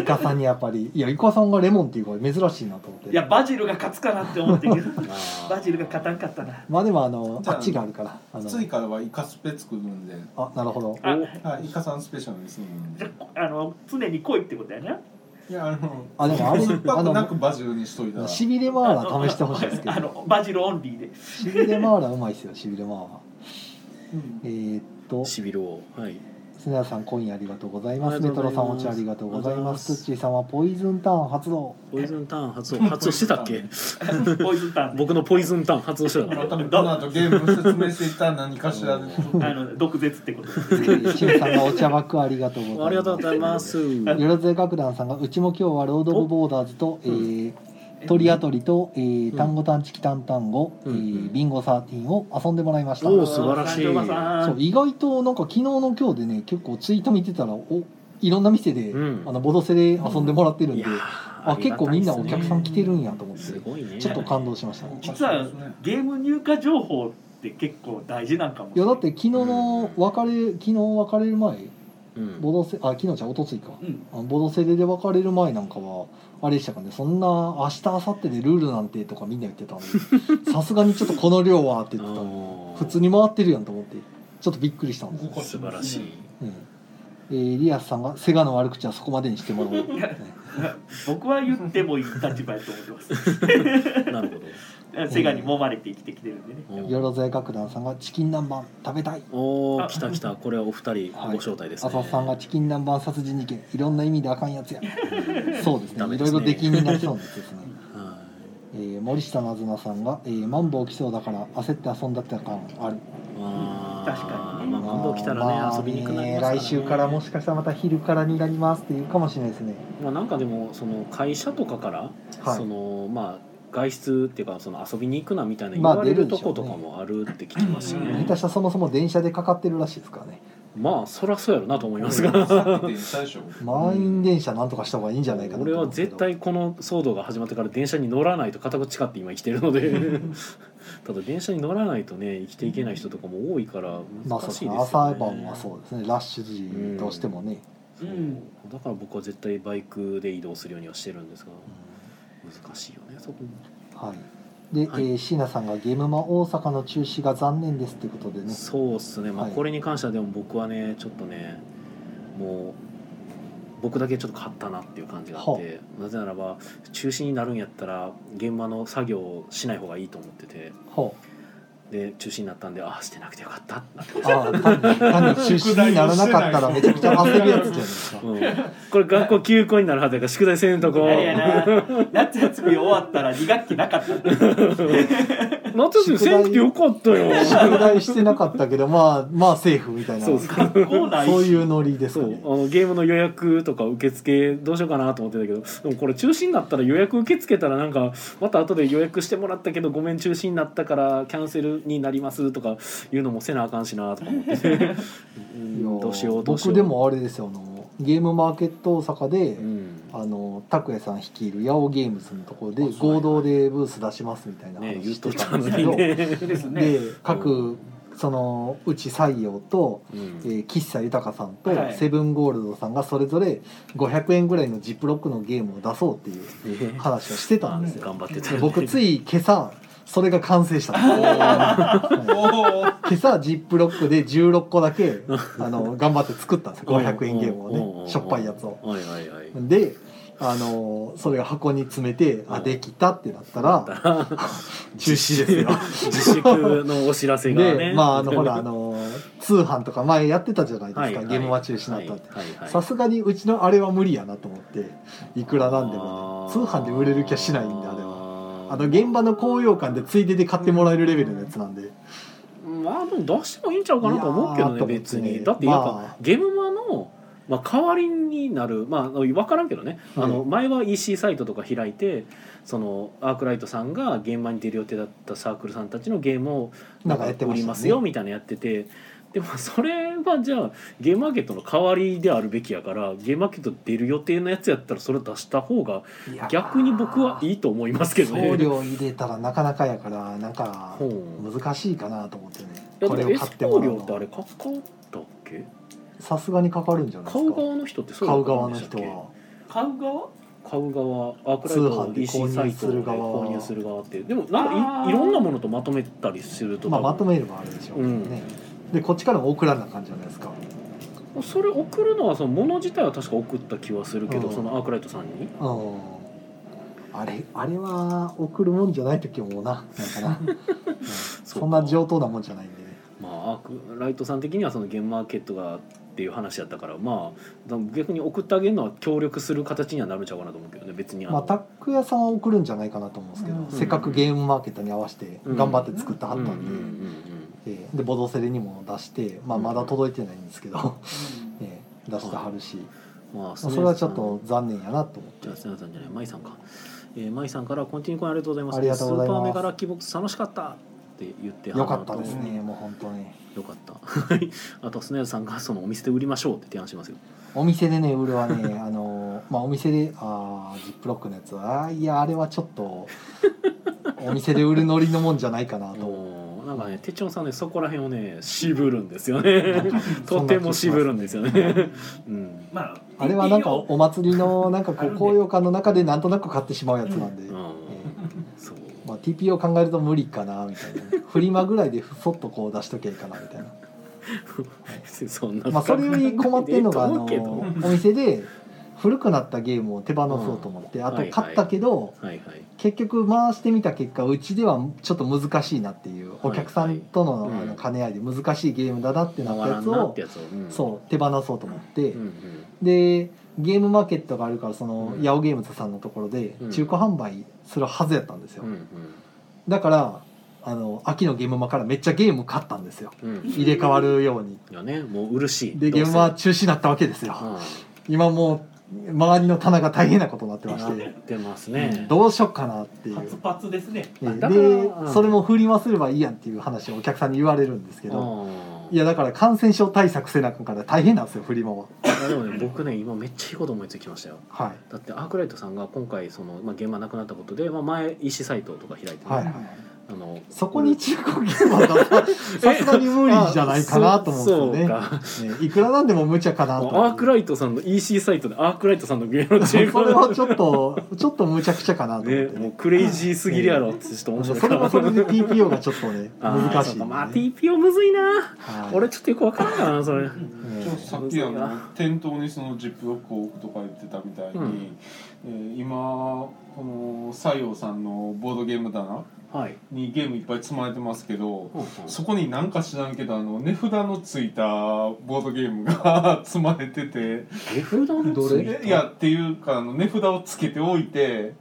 B: イカさんにやっぱりいやイカさんがレモンっていうから珍しいなと思って
C: いやバジルが勝つかなって思ってるけど
A: あー
C: バジルが勝たんかったな
B: まあでもあの
D: じ
B: あ
D: ゃあ
B: っちがあるからあの
D: ついからはイカスペ作るんで、
B: あなるほど
C: あ
D: はい、イカさんスペシャルにするん
C: じ
D: で
C: ゃあの常に来いってことやね
D: いやあの
B: あでもあれ
D: 酸っぱくなくバジルにしといたら
B: しびれマーラー試してほしいですけ
C: あ
B: ど
C: のバジルオンリーで
B: しびれマーラーうまいですよしびれマーラー
D: うん
B: えーっと
A: しびるをはい
B: スネヤさん今夜ありがとうございま
A: あ
B: す
A: り
B: メ
A: がと
B: ト
A: うご
B: ロ
A: ざいま
B: さん
A: す
B: お茶ありがとうござい
A: ありがとうございま
B: ますすツッチーさんはポイズンターン 発動
A: ポイズンターン 発音発音してたっけ
C: ポイズンターンで
A: 僕のポイズンターン発音してた
D: ま
A: の
D: たこの後ゲームの説明していったら何かしらで
C: あの毒舌ってこと
B: えーシンさんがお茶枠ありがとうございます
A: ありがとうございます
B: よろずや楽団さんがうちも今日はロード・オブ・ボーダーズと、えートリアトリと、えー、単語単チキ単単語、
A: うん
B: えービンゴサーティーンを遊んでもらいました。
A: おー素晴らしい
C: 三条馬さん
B: そう意外となんか昨日の今日でね結構ツイート見てたらおいろんな店で、
A: うん
B: あのボドセで遊んでもらってるん
A: い
B: で、
A: やー
B: あ結構みんなお客さん来てるんやと思っ
A: す
B: て、
A: ごいね
B: ちょっと感動しました、ね。
C: 実はゲーム入荷情報って結構大事なんかもし
B: い
C: れ
B: や
C: な
B: だって昨日の別れ昨日別れる前
A: うん
B: ボドセあ昨日じゃおとついか、
C: うん
B: あのボドセレで別れる前なんかはあれでしたかねそんな明日明後日でルールなんてとかみんな言ってたの でさすがにちょっとこの量はって言ってたの
A: あー
B: 普通に回ってるやんと思ってちょっとびっくりしたんです、
A: 素晴らしい
B: うんえーリアスさんが「セガの悪口はそこまでにしてもらおう」
C: いや僕は言ってもいい立場やと思っ てます
A: なるほど
C: セガに揉まれて生きてきてるんでね
A: うん
B: よろずや楽団さんが「チキン南蛮食べたい」
A: おー
C: あ
A: 来た来たこれはお二人ご招待ですね
B: 浅田さんが「チキン南蛮殺人事件いろんな意味であかんや つや」そうです
A: ダ
B: ね
A: メ
B: い
A: で
B: ろい
A: すね
B: ろ出禁になりそうなんですね
A: は
B: えー森下なずなさんが、えー「マンボウ来そうだから焦って遊んだって感ある」
A: いあー
C: 確かに
A: ま
C: ね
A: あマンボウ来たらね、
B: まあ
A: 遊びにくくなります
B: 来週からもしかしたらまた昼からになりますっていうかもしれないですね
A: まあなんかでもその会社とかから、
B: はい
A: そのまあ外出っていうかその遊びに行くなみたいな言
B: まあ
A: われる
B: 出る
A: と
B: でしょう
A: こ
B: ね
A: とかもあるって聞きました
D: う
A: ね
D: ん
B: 下手したらそもそも電車でかかってるらしいですからね
A: まあそらそうやろなと思いますが
D: さっき言ったでしょ
B: 満員電車なんとかした方がいいんじゃないかな
A: 俺
B: と思
A: は
B: うんですけ
A: 絶
B: ど
A: 対この騒動が始まってから電車に乗らないと片口買って今生きてるの でただ電車に乗らないとね生きていけない人とかも多いから
B: まあ
A: 難
B: そう
A: しいですすよ
B: でね
A: ね、
B: 朝晩はそうですねラッシュ時どうしてもね、
C: うん
A: だから僕は絶対バイクで移動するようにはしてるんですが難しいよねそこも
B: はいで、
A: はい
B: えー椎名さんが「ゲームマ大阪の中止が残念です」ということでね
A: そうっすね、まあ、
B: はい
A: これに関してはでも僕はねちょっとねもう僕だけちょっと買ったなっていう感じがあってなぜならば中止になるんやったら現場の作業をしない方がいいと思ってて
B: ほ
A: で中止になったんでああしてなくてよかったってなってます、
B: ああ単に単に出資にならなかったらめちゃくちゃ焦るやつじゃないですか
A: うん、これ学校休校になるはずやから宿題せんとこ
C: あれやな夏休み終わったら2学期なかったんだ
A: 夏休みせんくてよかったよ
B: 宿題してなかったけどまあまあセーフみたいな
A: そうそう
C: 学校ない し
B: そういうノリです
A: そ
B: か
A: う
B: ね
A: あのゲームの予約とか受付どうしようかなと思ってたけどでもこれ中止になったら予約受け付けたらなんかまた後で予約してもらったけどごめん中止になったからキャンセルになりますとかいうのもせなあかんしなとか思って うんどうしようどうしよう
B: 僕でもあれですよあのゲームマーケット大阪で、
A: うん
B: あの拓也さん率いる八尾ゲームズのところで
A: あそうなん
B: 合
A: や
B: 同でブース出しますみたいな
A: ね
B: 話
A: 言っ
B: し
A: と
B: て
A: った
B: た
A: た
B: ん
A: の
B: ですけど
A: にね、
C: ですね
B: で各そのうち採用と、
A: う
B: え
A: ん、
B: ー岸さ豊さんと
C: はい
B: セブンゴールドさんがそれぞれ500円ぐらいのジップロックのゲームを出そうっていう話をしてたんですよ。
A: 頑張ってた
B: で
A: よね
B: 僕つい今朝それが完成した んですよ
D: おー
B: 今朝ジップロックで16個 だけあの頑張って作ったんですよ500円ゲーム
A: うんうんうんう
B: を
A: ん
B: ねしょっぱいやつを。
A: はいはいはい
B: であのそれを箱に詰めてあできたってなっ たら中止ですよ。
A: 自粛のお知らせがね
B: でまああのほらあの通販とか前やってたじゃないですか、
A: はいはい
B: ゲームは中止になったって
A: はいはいはい
B: さすがにうちのあれは無理やなと思っていくらなんでも
A: あ
B: ね
A: ー
B: 通販で売れる気はしないんであれはあの現場の高揚感でついでで買ってもらえるレベルのやつなんで
A: まあでも出してもいいんちゃうかなと思うけど
B: い
A: ね
B: やー
A: 別に
B: と
A: だ
B: 思
A: っ
B: っ
A: てて
B: ね
A: やっぱ、
B: まあ
A: ゲームマの、まあ、代わりになるまあ分からんけどね、
B: はい
A: あの前は EC サイトとか開いてそのアークライトさんが現場に出る予定だったサークルさんたちのゲームを
B: なんかやってま
A: 売
B: し
A: り
B: たね
A: ますよみたいなのやってて。でもそれはじゃあゲームマーケットの代わりであるべきやからゲームマーケット出る予定のやつやったらそれを出した方が逆に僕はいいと思いますけどね。
B: 送料入れたらなかなかやからなんか
A: ほう
B: 難しいかなと思ってね
A: いや
B: こ
A: で
B: れ
A: も
B: を
A: エ
B: 買
A: ス
B: って
A: コ
B: も
A: ー
B: ら
A: 料
B: う
A: って
B: の
A: あ
B: は
A: れかかったっけ
B: さすがにかかるんじゃないで
A: 買
B: す
A: う
B: か
A: 側の人ってそうい
B: 買
A: う
B: う
A: ことな
B: 側
A: んで
B: の
A: したっ
B: 人
A: け
B: は
C: 買う側
A: 買う側アークライ
B: 通
A: ト
B: 販で
A: EC サイトで購入する側ってでもなん
C: あ
A: か
C: ー
A: いいろんなものとまとめたりすると
B: まあまと
A: め
B: めればあれでしょうけどね、でこっちからも送らなあかんじゃないですか
A: それ送るのはその物自体は確か送った気はするけど、
B: うん
A: そのアークライトさんに
B: うんあれあれは送るもんじゃない時もななんか な、うん
A: そう
B: そんな上等なもんじゃないんでね
A: まあアークライトさん的にはそのゲームマーケットがっていう話やったからまあ逆に送ってあげるのは協力する形にはなるんちゃうかなと思うけどね別にあの
B: まあタック屋さんは送るんじゃないかなと思うんですけど、
C: うん
B: せっかくゲームマーケットに合わせて頑張って作っては
A: う
B: っ
A: んう
B: た
A: んうん
B: んで、
A: うん
B: えーでボドセレにも出して、まあ、まだ届いてないんですけど、 えー出してはるし、
A: まあ
B: まあそれはちょっと残念やなと思って
A: じゃあ、すなさんじゃない、まいさんか。えー、まいさんから、コンティニューコインありがとうございます。
B: ありがとうございます
A: スーパーメガラッキーボックス楽しかった。って言ってはる
B: よ
A: のと
B: かったですね、もう本当に
A: よかったはいあとスネアさんがそのお店で売りましょうって提案しますよ
B: お店でね売るはね あのまあお店であージップロックのやつはあーいやあれはちょっとお店で売るノリのもんじゃないかな
A: あ
B: と
A: のなんかねてっちょんさんねそこら辺をね渋るんですよねとても渋るんですよねうん、
C: まあ
B: あれはなんか
C: いいよ
B: お祭りのなんかこ
C: ある
B: う
C: ね
B: 高揚感の中でなんとなく買ってしまうやつなんで、
A: うんそう
B: まあ、TP を考えると無理かなみたいなフリマぐらいでそっとこう出しとけばいいかなみたいな、
A: 別にそんな
B: まあ、それより困ってるのがあの
A: ええと思う け
B: お店で古くなったゲームを手放そうと思って、
A: ん
B: あ
A: は
B: と
A: いはい
B: 買ったけど、
A: どはいはい
B: 結局回してみた結果うちではちょっと難しいなっていうお客さんとの,、
A: はいはい
B: あ
A: う
B: の
A: ん
B: 兼ね合いで難しいゲームだなってな
A: 回
B: った
A: ら
B: やつ
A: んなっ
B: を
A: てやつを、うん、
B: そう手放そうと思って、
A: うんうん、
B: でゲームマーケットがあるからその、
A: うん
B: ヤオゲームズさんのところで
A: うん
B: 中古販売するはずやったんですよ、
A: うん
B: だからあの秋のゲームマからめっちゃゲーム買ったんですよ
A: うんうん
B: 入れ替わるように
A: いやねもう嬉しい
B: で
A: ど
B: ゲ
A: う
B: ー
A: せ
B: ムは中止になったわけですよ、
A: う
B: 今もう周りの棚が大変なことになってまし
A: ん、や
B: て
A: ってますね
B: どうしよっかなっていう
C: パツパツですね
B: え
A: だからう
B: で
A: ん
B: それも振りますればいいやんっていう話をお客さんに言われるんですけど
A: あー
B: いやだから感染症対策せなあかんから大変なんですよフリマは。
A: いやでもね僕ね今めっちゃいいこと思いつきましたよ
B: は
A: だってアークライトさんが今回その、まあ、現場なくなったことで、まあ、前 EC サイトとか開いてね、
B: い、はいはい、
A: あの
B: そこに中古ゲームはさすがに無理じゃないかなと思うんですよね。
A: あ
B: ねいくらなんでも無茶かな
A: そう
B: と
A: かアーク
B: イ
A: ライトさんの EC サイトでアークライトさんのゲームのチー
B: それ
A: ム
B: はちょっとちょっと無茶苦茶かなと思って
A: ね
B: ね
A: もうクレイジーすぎるやろってちょっと面白い
B: それはそれで
A: で
B: TPO がちょっとね難しいんでね、
A: まあ TPO むずいな
B: はい
A: 俺ちょっとよくわからんかなそれ
C: うん
B: ね
D: ちょもさっきあの店頭にそのジップロックを置くとか言ってたみたいに、
A: うん
D: えー今この西洋さんのボードゲーム棚
A: はい
D: にゲームいっぱい積まれてますけど、
A: ほうほう
D: そこになんか知らんけどあの値札のついたボードゲームが積まれてて
A: 手札の
B: どれ
A: つい
D: いやっていうかあの値札をつけておいて。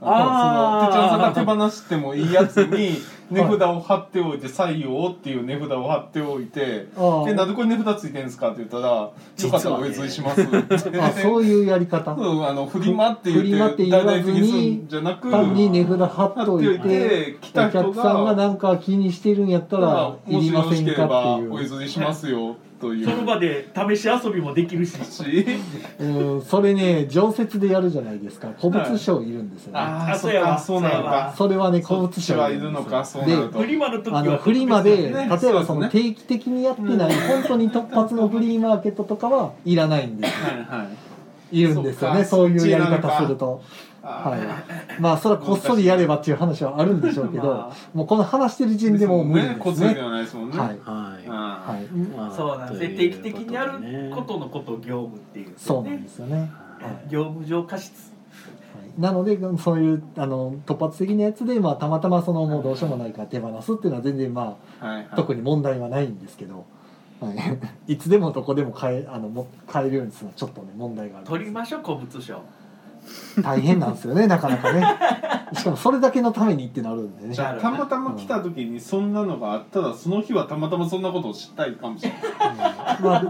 D: あ
C: あー
D: のそのてっちゃんさんが手放してもいいやつ に値札を貼っておいて「採用」っていう値札を貼っておいて
B: あ
D: で、なんでこれ値札ついてんですかって言ったら、よかったらお譲りしますって。
B: ああ そういうやり方
D: うんあの、フリマって言
B: フリマっ
D: ってて、
B: 言わ
D: 大
B: ずに
D: 々的にするんじゃなく、
B: 単に値札貼っとい
D: 貼っとい
B: て
D: て
B: お
D: 来た人が
B: 客さんがなんか気にしてるんやったら
D: も
B: いり
D: しよ
B: ま
D: ろ
B: せ
D: し
B: ん
D: ければ
B: かって
D: お
B: いう、
D: 譲りしますよ、という。
C: その場で試し遊びもできるし
D: し
B: うん、それね常設でやるじゃないですか古物商いるんですよね、
D: あ
C: あそうやわ
D: そうなの
C: そうやわ
D: か。
B: それはね古
D: そっ
B: 物
D: ち
B: 商
D: はいるのか、そうな
B: で
D: ると
C: フ。リマの時は
B: あのフリマで、
D: ね
B: 例えばそ
D: そう
B: の
D: ですね
B: 定期的にやってない、本当に突発のフリーマーケットとかはいらないんですよ
D: はいはい。
B: いるんですよね
D: そ
B: そう
D: うか
B: いうやり方すると。
D: あ
B: はい、まあそれはこっそりやればっていう話はあるんでしょうけど、
C: ま
B: もうこの話してる時点でもう無理
D: こ
B: で
D: つ
B: す
D: い
B: ね
D: ではないですもんね。
B: はい、
A: はい、
D: あ
B: は
D: ー
B: い、
A: まあ
C: そうなんですね定期的にやることのことを業務っていう、ね、
B: そうなんですよね、はいは
C: 業務上過失
B: い、なのでそういうあの突発的なやつで、まあ、たまたまそのもうどうしようもないから手放すっていうのは全然ま
D: はいはい
B: あ特に問題はないんですけど、 はい、いつでもどこでも買えあのも買えるようにするのはちょっとね問題があるんです
C: 取りましょう古物商
B: 大変なんですよねなかなかねしかもそれだけのためにってなるんでね
D: じゃあたまたま来た時にそんなのがあったらその日はたまたまそんなことを知ったいかもしれない。
B: うん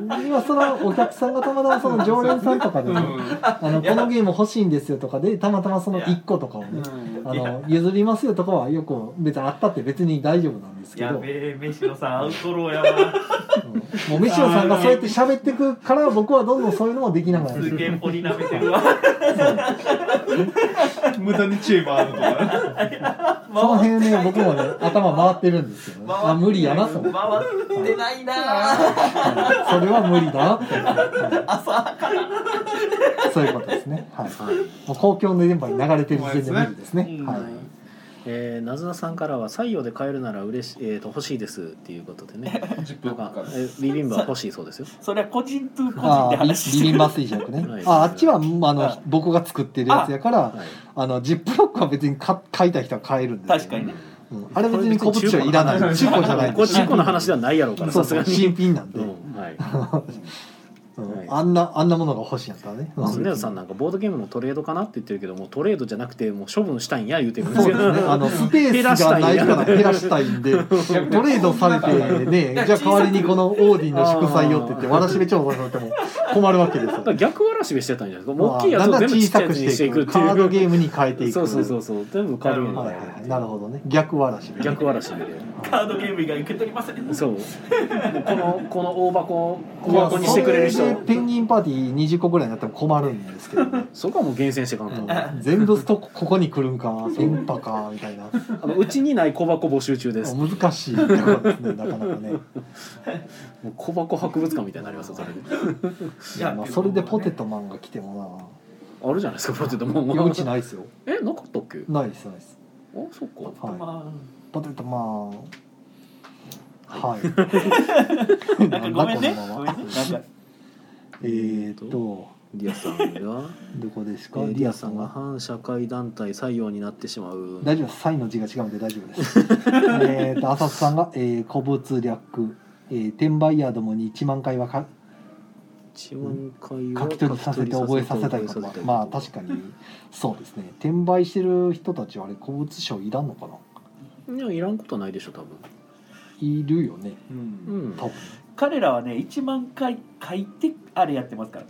B: まあ、今そのお客さんがたまたまその常連さんとかで
D: うん
B: ね、あのこのゲーム欲しいんですよとかでたまたまその1個とかをね
D: うん
B: あの譲りますよとかはよく別にあったって別に大丈夫なんですけ
C: や
B: ど、うん
C: べえ飯野さんアウトロー やわ
B: もう飯野さんがそうやって喋ってくから僕はどんどんそういうのもできなくな
C: すげ
B: る。
C: えポリ舐めてるわ
D: 無駄にチェーバーとか
B: その辺ね僕もね頭回ってるんですよ、ね、あ無理やなと思って、はい
C: 回ってないな
B: それは無理だなって朝からそういうことですねはい
A: はい
B: もう公共の電波に流れてる時点で無理ですね
C: うん
B: はい
A: えー、なずなさんからは採用で買えるなら嬉し、えー、と欲しいですっていうことでね
D: ジップ
A: な
D: ロ
A: ん
D: ッ
A: か
D: クか、
A: えービビンバは欲しいそうですよ
C: それは個人と個人
B: あ
C: で
B: あビ
C: 話して
B: ビビンバ衰弱ね、
A: はい
B: ああっちはまああの、
C: はい
B: 僕が作ってるやつやからあ
A: はい
B: のジップロックは別にか買いたい人は買えるんですよ
C: 確かにね
B: うんあれ別に古物商いら ない
A: これ
B: 中古じゃない
A: これ中古の
B: 話
A: 話ではないやろうから
B: そう
A: さす
B: そ
A: が
B: う
A: に、
B: 新品なんで、
A: うんはい
B: うん
A: はい
B: あんなあんなものが欲しいんやったらね、うん
A: スネアさんなんかボードゲームのトレードかなって言ってるけどもうトレードじゃなくてもう処分したいんや言うてるんで
B: そ
A: す
B: う
A: よ
B: ですねあのスペースがないから減らしたいんでトレードされてねじゃあ代わりにこのオーディンの祝祭よって言ってわらしべ調査されても困るわけですよ
A: だから逆荒らしべしてたんじゃないですか 大きいやつを全部ちっちゃいやつにしていくっていう
B: カードゲームに変えていく
A: そうそうそうそう全部カードゲーム
B: はい
A: だ
B: はいはい
A: よ
B: なるほどね逆わらしべ
A: 逆荒らしべで。
C: カードゲーム以外受け取りません
A: そう。もうこの、この大箱、小箱にしてくれる
B: いや
A: 人
B: そ。でペンギンパーティー20個ぐらいになっても困るんですけどね、
A: そこはもう厳選してかん と。
B: うん全部ストックここに来る んかペンパかみたいな
A: あの、うちにない小箱募集中です。も
B: 難しいところですねなかな かね
A: う小箱博物館みたいになりますよ、それで。
C: い
B: まあそれでポテトマンが来ても
A: あるじゃ ないですか、ポテト
B: ないう
A: も。
B: ちないですよ
A: え、なかったっけ。あ、
B: ないですないです
A: そっ か。
B: はい
C: ま
B: ポテトマンはい
C: あなんかごめんね
B: なんだこ
C: ご
B: のま
C: めん
B: ま
C: ねなんか
B: えーっと
A: ディアさんが。
B: どこですか
A: えーデ
B: リ
A: ィ
B: ア
A: ア
B: さ
A: さ
B: ん
A: んが
B: は
A: 反社会団体採用になってしまう。
B: 大丈夫です。サイの字が違うんで大丈夫 です。えっと、浅津さんが、えー、古物略、えー、転売ヤーどもに1万回はか
A: 一万回は
B: 書き取りさせて覚えさせたいこと
A: 覚えさせた
B: まあ確かにそうですね。転売してる人たちはあれ古物商いらんのかな。
A: いや、いらんことないでしょ、多分。
B: いるよね。
D: う、
A: うんん。
B: 多分。
C: 彼らはね1万回書いてあれやってますから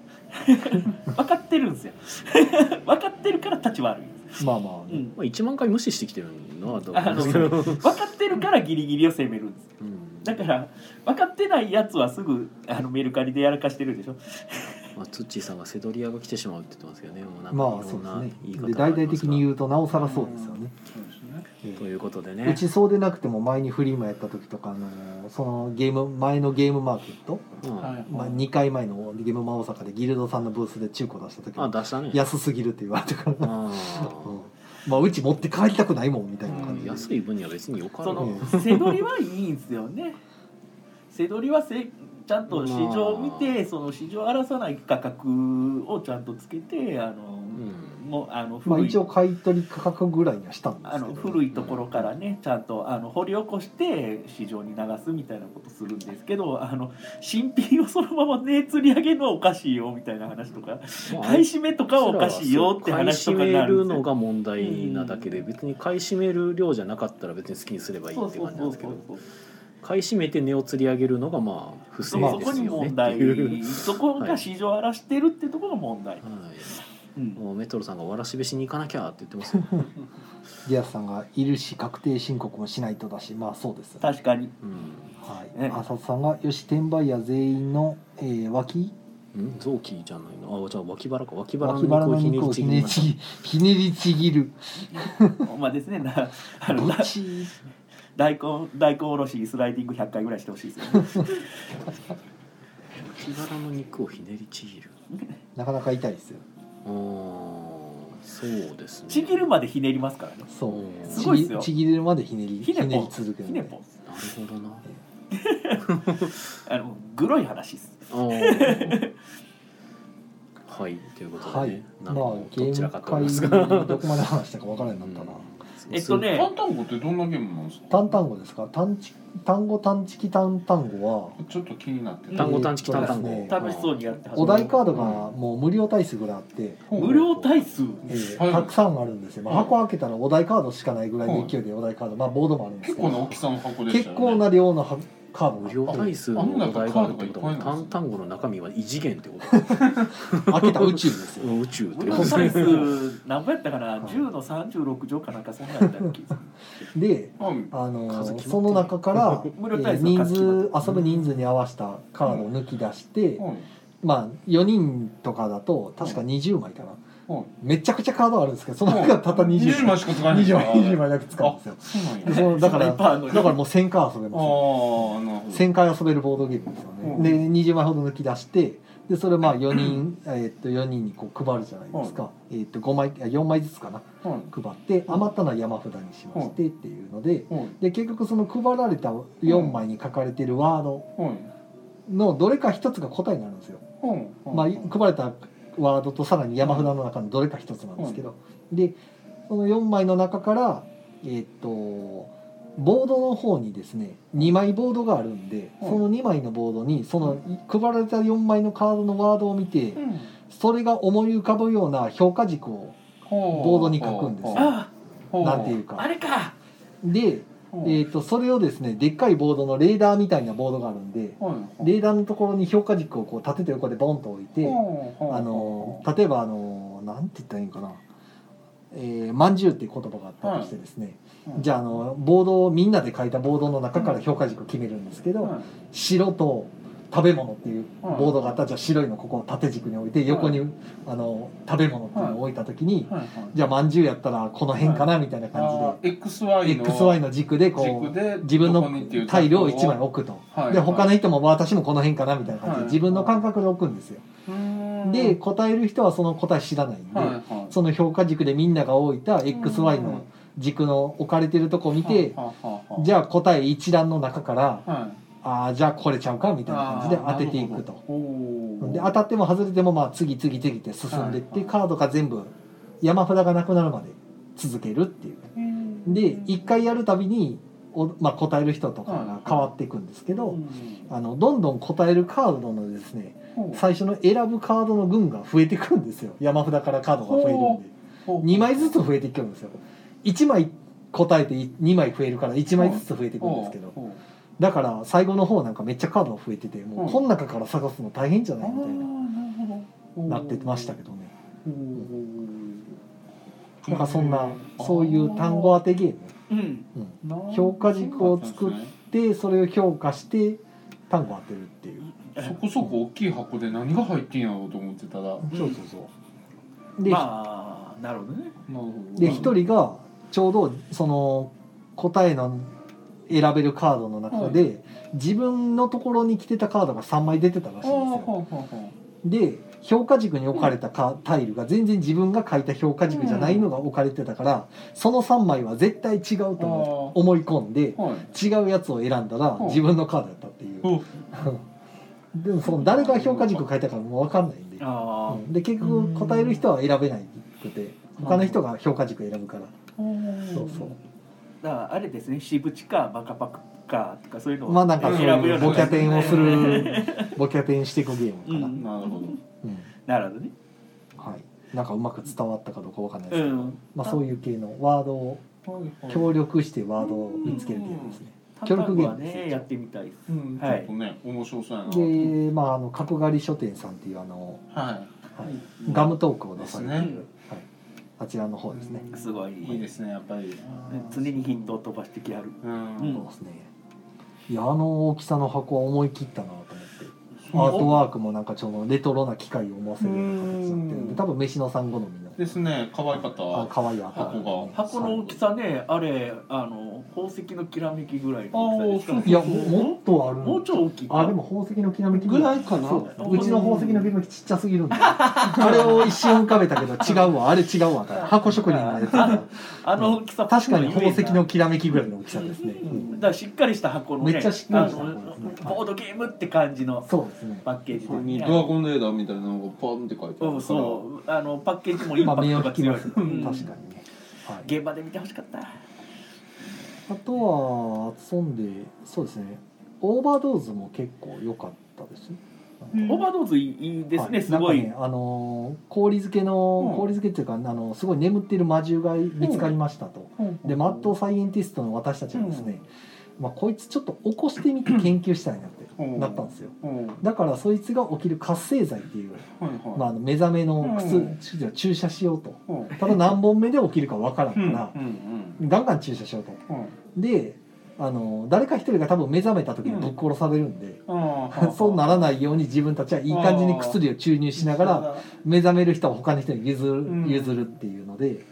C: 分かってるんですよ 分かってるから立ち悪いんです
B: まあまあ、
C: う
B: ね
C: ん
A: まあ、一万回無視してきてるのはどう
C: あの
A: です
C: 分
A: けど。
C: かってるからギリギリを攻めるんです
A: うん
C: だから分かってないやつはすぐあのメルカリでやらかしてるでしょ
A: まあ、ツッチーさんがセドリアが来てしまうって言ってますけどね。もうなんか
B: ま
A: い
B: あ
A: ろ
B: そうんで
A: な
B: すね。
A: 言い
B: で
A: 方があ
B: 大
A: ります
B: 々的
A: が
B: に言うとなおさらそうですよね。
D: そうですね
B: え
A: と
B: ー
A: いうことで
B: う
A: ね。
B: ちそうでなくても前にフリーマやった時とか、あのーそのゲーム前のゲームマーケット、
A: うん
D: はい
B: まあ、2回前のゲームマ大阪でギルドさんのブースで中古出した時も
A: あ、出したね。
B: 安すぎるって言われたから、うん
A: あー
B: まあうち持って帰りたくないもんみたいな感じで、
A: 安い分には別によか
C: そ
A: ろう。
C: の背取りはいいんですよねせどりはせちゃんと市場を見て、その市場を荒らさない価格をちゃんとつけてあの、もうあ
B: ま
C: の
B: あ
C: 古い
B: 一応買い取り価格ぐらいにはしたんです
C: あ
B: けど、
C: の古いところからねちゃんとあの掘り起こして市場に流すみたいなことするんですけどあの新品をそのままね釣り上げるのはおかしいよみたいな話とか買い占めとかはおかしいよって話とか
A: 買い
C: にな
A: 占め
C: る
A: る
C: んです
A: の
C: よ
A: が問題なだけで別に買い占める量じゃなかったら別に好きにすればいい
C: そう
A: って
C: そう
A: 感じな
C: そ
A: ん
C: う
A: ですけ
C: そ
A: ど
C: うそう
A: 買い占めて値を釣り上げるのがまあ不正
C: そ
A: で
B: まあ
C: こ
A: す
C: に
A: よねっ
C: 問
A: て
C: 題
A: いう。
C: そこが市場を荒らしてるってところが問題、
A: はい
C: うん
A: もうメトロさんがわらしべしに行かなきゃって言ってますよ。
B: ディアスさんがいるし確定申告もしないとだしまあそうです、はい
C: 確かに
A: うん。
C: ね
B: 浅田さんがよし転売屋全員の、えー、脇
A: ん臓器じゃないの。あ、じゃあ脇腹か。脇腹の
B: 脇腹の
A: 肉
B: 肉
A: を
B: を
A: ひ
B: ひ
A: ね
B: ね
A: り
B: り
A: ち
B: ち
A: ぎ
B: ぎひねりちぎる
C: まあですねなあの
B: ど
C: だ
B: っち
C: 大根大根おろしスライディング100回ぐらいしてほしいですよね
A: る。脇腹の肉をひねりちぎる。
B: なかなか痛いですよ
A: あーそうですね。
C: ちぎるまでひねりますからね
B: そう
A: うん
C: すごいっすよ
B: ちぎちぎれるまでひねり
C: ひねぽ
B: り続ける
C: ひねぽ
A: なるほどな。
C: あのグロい話です
A: あーはい、ということで、ね。
B: はいま
A: な
B: あ
A: んかもう
B: ゲ
A: どち
B: ー
A: ら
B: ム
A: かと思いますが。
B: 会どこまで話したか分からんようになったな、
C: えっとね
D: タンタンゴってどんなゲームなんですか
B: 単単語ですか単ち単語単チキ単単語は
D: ちょっと気になって
A: 単
D: た
A: 語単式単単
B: え
A: 語
B: ーと
C: 楽しそうにやってはず
B: お題カードがもう無料対数ぐらいあって、
C: 無料対数
B: えー
D: はい
B: たくさんあるんですよ、まあ、
D: はい
B: 箱開けたらお題カードしかないぐらいの勢いでお題カード、まあ、ボードもあるんですけ
D: 結構な
B: ど
D: 大きさの箱でし
B: 結
D: たよね
B: 構な量のはカー
A: 無
B: ド
A: 料
B: が
A: 対数のお題があるってことは単単語の中身は異次元ってこと
B: 開けた宇宙ですよ
A: うん宇宙ってこ
C: 無
A: と
C: 料
A: です
C: 対
A: ね
C: 数何ぼやったかな
B: はい
C: 10の36乗かなんかそんなんやったっけ
B: で
D: うん
B: あの
A: 数決まって
B: ー
A: る
B: その中から、え
C: 無料対
B: ー
C: 数
B: 人
C: 数決
B: 数遊ぶ人数に合わせたカードを抜き出して、
D: はい
B: まあ4人とかだと確か20枚かな、
D: はい
B: めちゃくちゃカードあるんですけどその中がたった20
D: 20
B: 枚
D: 枚しか使えない
B: 20枚20
D: あ
B: 枚だけ使うんですよ
D: そうなんや
B: でそのだか
C: そ
B: らだか
C: んないっぱいあるのに
B: らもう1000回遊べ
D: あ
B: ますよ
D: あなるほど
B: 1000回遊べるボードゲームですよね、
D: うん
B: で20枚ほど抜き出してでそれをまあ4人、えーっと4人にこう配るじゃないですか、えーっと5枚あ4枚ずつかな
D: はい
B: 配って余ったのは山札にしましてっていうので
D: はい
B: で結局その配られた4枚に書かれてるワード
D: はい
B: のどれか一つが答えになるんですよ、
D: はい
B: まあ、
D: はい
B: 配られたワードとさらに山札の中のどれか一つなんですけど、でその4枚の中からえーっとボードの方にですね2枚ボードがあるんで、
D: うん
B: その2枚のボードにその配られた4枚のカードのワードを見てそれが思い浮かぶような評価軸を
D: ボ
B: ードに書くんですよ
C: あ
B: なんていう
C: ああ
B: か
C: れか
B: で、えーっとそれをですねでっかいボードのレーダーみたいなボードがあるんでレーダーのところに評価軸をこう縦と横でボンと置いて。あの例えばあのなんて言ったらいいんかな「えー、まんじゅう」っていう言葉があったとしてですね、じ
D: ゃ
B: ゃああのボードをみんなで書いたボードの中から評価軸を決めるんですけど、白と食べ物っていうボードがあったらじゃあ白いのここを縦軸に置いて横に、あの食べ物っていうのを置いた時に、じゃあまんじゅうやったらこの辺かなみたいな感
D: じで XY
B: じで、
D: の
B: XY の軸でこ
D: 軸
B: う
D: で
B: 自分
D: ど
B: の
D: こにっていう
B: タイルを1枚置くと。
D: はい
B: で他の人も私もこの辺かなみたいな感じ
D: は
B: で
D: い
B: 自分の感覚で置くんですよ。
D: うん
B: で答える人はその答え知らないんで、
D: はいはい
B: その評価軸でみんなが置いた XY
D: うん
B: の軸の置かれてるとこを見て、
D: はあはあはあ
B: じゃあ答え一覧の中から
D: はい
B: ああじゃあこれちゃうかみたいな感じで当てていくと。で当
D: た
B: たっても外れてもまあ次々次って進んでって、
D: はい
B: カードが全部山札がなくなるまで続けるっていう。で1回やるたびにお、まあ、答える人とかが変わっていくんですけど、あのどんどん答えるカードのですね最初の選ぶカードの群が増えてくるんですよ山札からカードが増えるんで。2枚ずつ増えていくんですよ1枚答えて2枚増えるから1枚ずつ増えていくんですけどだから最後の方なんかめっちゃカードが増えててもうこの中から探すの大変じゃないみたいななってましたけどねなんかそんなそういう単語当てゲーム
C: うん
B: 評価軸を作っでそれを評価して単語当てるっていう
D: そこそこ大きい箱で何が入ってんやろうと思ってたらなる
B: そうそうそうで,、
C: まあなるほどね
D: ほど
B: で1人がちょうどその答えの選べるカードの中で、自分のところに来てたカードが3枚出てたらしいんですよ
D: はあはあはあはあ
B: で1評価軸に置かれたかタイルが全然自分が書いた評価軸じゃないのが置かれてたからその3枚は絶対違うと思う思い込んで
D: はい
B: 違うやつを選んだら
D: うん
B: 自分のカードやったっていう
D: お
B: でもその誰が評価軸書いたかも分かんないんで
C: あ
B: うんで結局答える人は選べないくて他の人が評価軸選ぶから
C: あ
B: そうそう
C: だからあれですねしぶちかバカパクかとかそういうのを
B: まあなんか
D: うん
B: そう
C: 選ぶ
B: い
C: よ
B: う
C: うな
B: ボキャテンをす
C: うん
B: るボキャテンしていくゲームかな、
C: うん
D: なるほど
B: うん
C: なるほどね
B: はい、なんかうまく伝わったかどうかわかんないです
C: う
B: けど、
C: ん
B: まあ、そういう系のワードを協力してワードを見つけるゲームですね。
C: タ
B: 協
C: ンタ
B: 力
C: ン
B: ゲ
C: ゴ
B: ー
C: は
B: ムです
C: ねやってみたいです
D: うん、ちょ
C: はい
D: っとね、面白そうやな。
B: でまああの角刈り書店さんっていうあの、
D: は
B: はい
D: い。
B: ガムトークを出
D: です
B: される、
D: ね。
B: はい、あちらの方ですね。
C: すごい
D: いいですね、やっぱり。
C: 常にヒントを飛ばしてきはる
D: うん。
C: うん
B: そうですね。いやあの大きさの箱は思い切ったなと思って。
D: そう
B: アートワークもなんかちょっとレトロな機械を思わせるような形になってるん
D: う
B: で
D: ん
B: 多分飯野さん好みの
D: ですね、可愛かった
B: あ
D: わ。
B: 可愛いアートワーク
D: 箱が
C: 箱の大きさねあれあの宝石のきらめきぐらいの大きさですからね
B: いやももっとある
C: もうちょい大きいか
B: あでも宝石のきらめき
E: ぐらいかな
B: そううちの宝石のきらめきちっちゃすぎるんで あれを一瞬浮かべたけど違うわあれ違うわ箱職人のやつだ
C: あの大きさ
B: 確かに宝石の
C: だか
B: きらめきぐらいの大きさですね、うん
C: らしっかりした箱のね
B: めっちゃしっかりした箱
C: あ
B: ですね
C: のボードゲームって感じの
B: そうですね
C: パッケージ
D: これに
C: ね
D: ドラゴンレーダーみたいなのがパンって書いてあるから。
C: うんそうあのパッケージもイン
B: ま
C: パ
B: あ
C: ク
B: 目
C: ト
B: を
C: が
B: 引き
C: 強
B: ま
C: い
B: すね
C: うん
B: 確かにね、はい、
C: 現場で見てほしかった
B: あとは遊んでそうですねオーバードーズも結構良かったですね
C: オーバードーズいいですね
B: はい
C: すごい
B: なんかね、あのー氷漬けの、
D: うん
B: 氷漬けっていうかあのすごい眠ってる魔獣が見つかりましたと、でマッドサイエンティストの私たちはですね、まあ、こいつちょっと起こしてみて研究したいなって、
D: うん
B: なったんですよ
D: うん。はい
B: だからそいつが起きる活性剤っていう、
D: はい。
B: まあ、あの目覚めの
D: う
B: 薬、注射しようと
D: うん。
B: ただ何本目で起きるかわからんから
D: う、ん。
B: ガンガン注射しようと
D: うん。うん。
B: であの誰か一人が多分目覚めた時にぶっ殺されるんで、
D: あ
B: そうなら
D: い
B: ないように自分たちはいい感じに薬を注入しながら目覚める人は他の人に譲る,、
D: ん
B: 譲るっていうので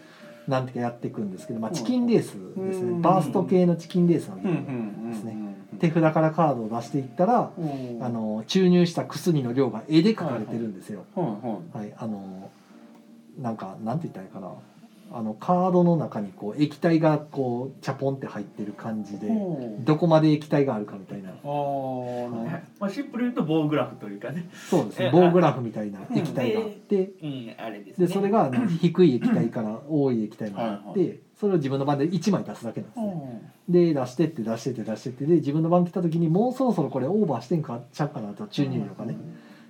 B: なんてかやっていくんですけど、まあ、
D: うん
B: チキンレースですね、
D: うん
B: バースト系のチキンレースのゲ
D: うんう
B: ー
D: ん
B: ム、
D: うん
B: ですね
D: うん
B: 手札からカードを出していったら、
D: うん
B: あの注入した薬の量が絵で書かれてるんですよ。
D: はいは
B: はいあのなんかなんて言ったらいいかなあのカードの中にこう液体がこうチャポンって入ってる感じで
D: いうん
B: どこまで液体があるかみたいな
D: あーなる
C: まあシンプルに言うと棒グラフというかね
B: そうです
C: え
B: ね
C: あ
B: 棒グラフみたいな液体があって
C: うんあれですね
B: でそれがあの低い液体から多い液体になっ
D: は
B: てそれを自分の番で1枚出すだけなんです
D: ほ
B: ね
D: ど
B: で出してって出してって出してってで自分の番来た時にもうそろそろこれオーバーしてんかちゃうかなと注入量がね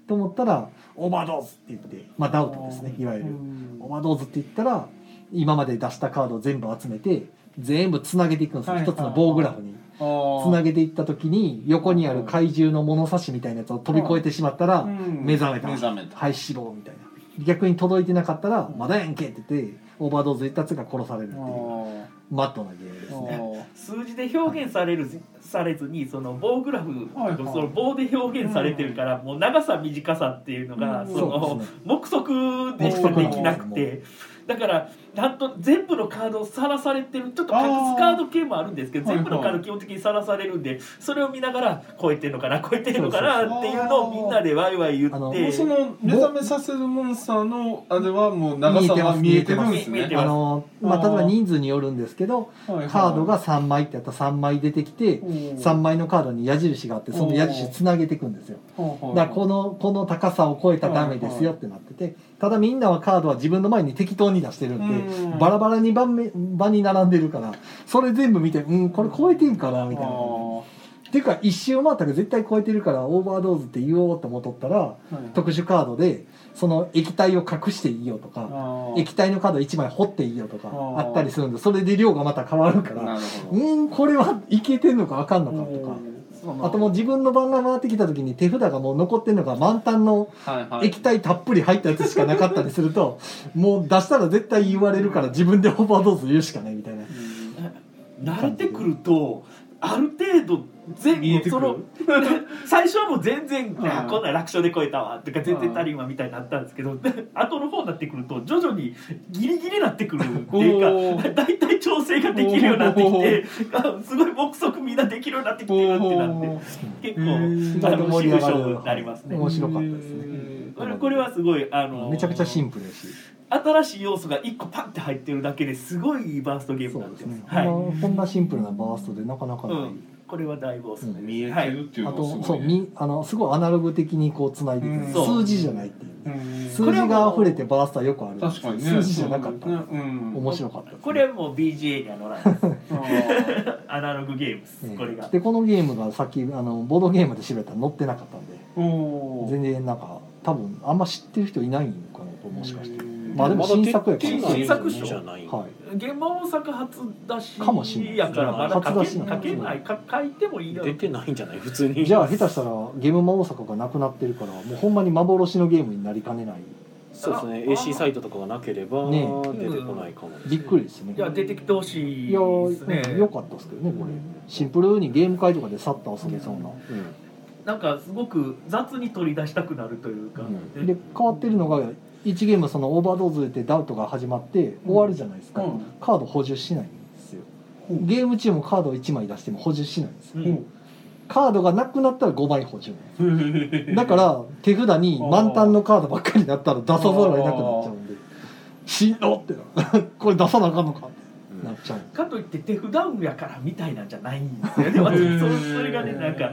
B: と思ったらオーバードーズって言ってまあダウトですねいわゆ
D: う
B: る
D: ん
B: オーバードーズって言ったら今まで出したカードを全部集めて全部つなげていくんですよ
D: はい
B: 一つの棒グラフに
D: あー
B: つなげていった時に横にある怪獣の物差しみたいなやつを飛び越えてしまったら
D: うん
B: 目覚めた
D: 目覚めた
B: はい死亡みたいな逆に届いてなかったら「まだやんけ!」って言ってオーバードーズいったやつが殺されるって
D: あ
B: いう
D: ー
B: マットなゲームですね
D: あ
C: 数字で表現されるされずにその棒グラフ
D: はいはい
C: その棒で表現されてるからもう長さ短さっていうのが
D: うん
C: その
B: そうですね
C: 目測でしかできなくてだからなんと全部のカードをさらされてるちょっと隠すカード系もあるんですけど
D: あー
C: 全部のカード基本的にさらされるんでそれを見ながら超えてんのかな超えてんのかなっていうのをみんなでワイワイ言
B: あの
C: っ
D: もう
C: て
D: その目覚めさせるモンスターのあれはもう長さは見
B: 見
D: え
B: え
D: て
B: て
D: るん
B: ます
D: です
C: 見えて
D: ね
C: ま
B: あのまあ、例えば人数によるんですけど
D: はいはい
B: カードが3枚ってやったら3枚出てきて
D: うん
B: 3枚のカードに矢印があってその矢印つなげていくんですよ
D: ほうほ
B: だ
D: う
B: からこのこの高さを超えたらダメですよってなっててただみんなはカードは自分の前に適当に出してるんで
D: うん
B: バラバラに番目場に並んでるからそれ全部見てうんこれ超えてんかなみたいな
D: あー
B: っていうか一周回ったら絶対超えてるからオーバードーズって言おうと思っとったら特殊カードでその液体を隠していいよとか
D: あー
B: 液体のカード1枚掘っていいよとか
D: あー
B: あったりするんでそれで量がまた変わるから
D: なる
B: う
D: ほ
B: ーんこれはいけてんのかあかんの
D: ど
B: かとか
C: その
B: あともう自分の番が回ってきた時に手札がもう残ってんのが満タンの
D: はいはい
B: 液体たっぷり入ったやつしかなかったりするともう出したら絶対言われるから自分でオーバードーズ言うしかないみたい な
D: うん
C: 慣れてくるとある程度全
D: 見えて
C: 部そ
D: くる
C: の 最初はもう全然「
D: ん
C: あこんなん楽勝で超えたわ」とか「全然足りんわ」みたいになったんですけど 後の方になってくると徐々にギリギリになってくるっていう
D: お
C: か
D: ー
C: 大体調整ができるようになってきて あすごい目測みんなできるようになってきてるってなって
D: ほうほう
C: 結
D: へー
C: 構あの真打勝負になりますね。
B: 面白かったですね
D: うん
C: これこれはすごいあの
B: めちゃくちゃシンプルやし
C: 新しい要素が一個パンって入ってるだけですごいバーストゲームに
B: そ
C: なっ
B: うで
C: て
B: す
C: ます
B: ね、
C: はい、
B: こんなこんなシンプルなバーストでなかなかない、
C: うん、これはだいぶおすすめです、
D: 見え
C: は
D: て
C: い
D: るっていう
B: あ
D: の
B: と
D: はす
B: そ
D: ご
B: う
D: い、
B: みあのすごいアナログ的にこうつないでいく、
D: うん
C: そう
B: 数字じゃないっていう
D: う
B: ね
D: ん
C: う
B: 数字が溢れてバーストはよくあるんですけ
D: 確
B: ど
D: かにね
B: 数字じゃなかった、
D: そうだねうん
B: 面白かったですね、
C: これはもう BGA には乗らないです
D: あ
C: アナログゲームです、
B: ね
C: これが
B: でこのゲームがさっきあのボードゲームで調べたら載ってなかったんで
D: ーおー
B: 全然なんか多分あんま知ってる人いないのかなともしかして
D: うん
B: まあでも新作やから
A: 新作
C: 新作
A: じゃない
B: はい
C: 現場大阪初出し
B: かもしれない
C: やからまだ
B: 初出し
C: 書
B: な
C: け
B: のかな
C: 書けないか書いてもいいだろ
A: 出
C: う
A: てないんじゃない普通に
B: じゃあ下手したらゲームマ大阪がなくなってるからもうほんまに幻のゲームになりかねない
A: そうですね AC サイトとかがなければ
B: ね
A: 出てこないかも
B: びっくりですね
C: いや出てきてほしい
B: いや
C: ですね
B: ーよかったですけどねこれシンプルにゲーム会とかでさっと遊べそうな、
C: なんかすごく雑に取り出したくなるというか、
B: うんで変わってるのが1ゲームそのオーバードーズでダウトが始まって終わるじゃないですか、
D: うん
B: カード補充しないんですよゲーム中もカード1枚出しても補充しないんですよ
C: うん
B: カードがなくなったら5枚補充だから手札に満タンのカードばっかりだったら出さざるを得なくなっちゃうんでしんどってな これ出さなあかんのかってなっちゃう
C: かといって手札やからみたいなんじゃないんですよね私そそれがねなんか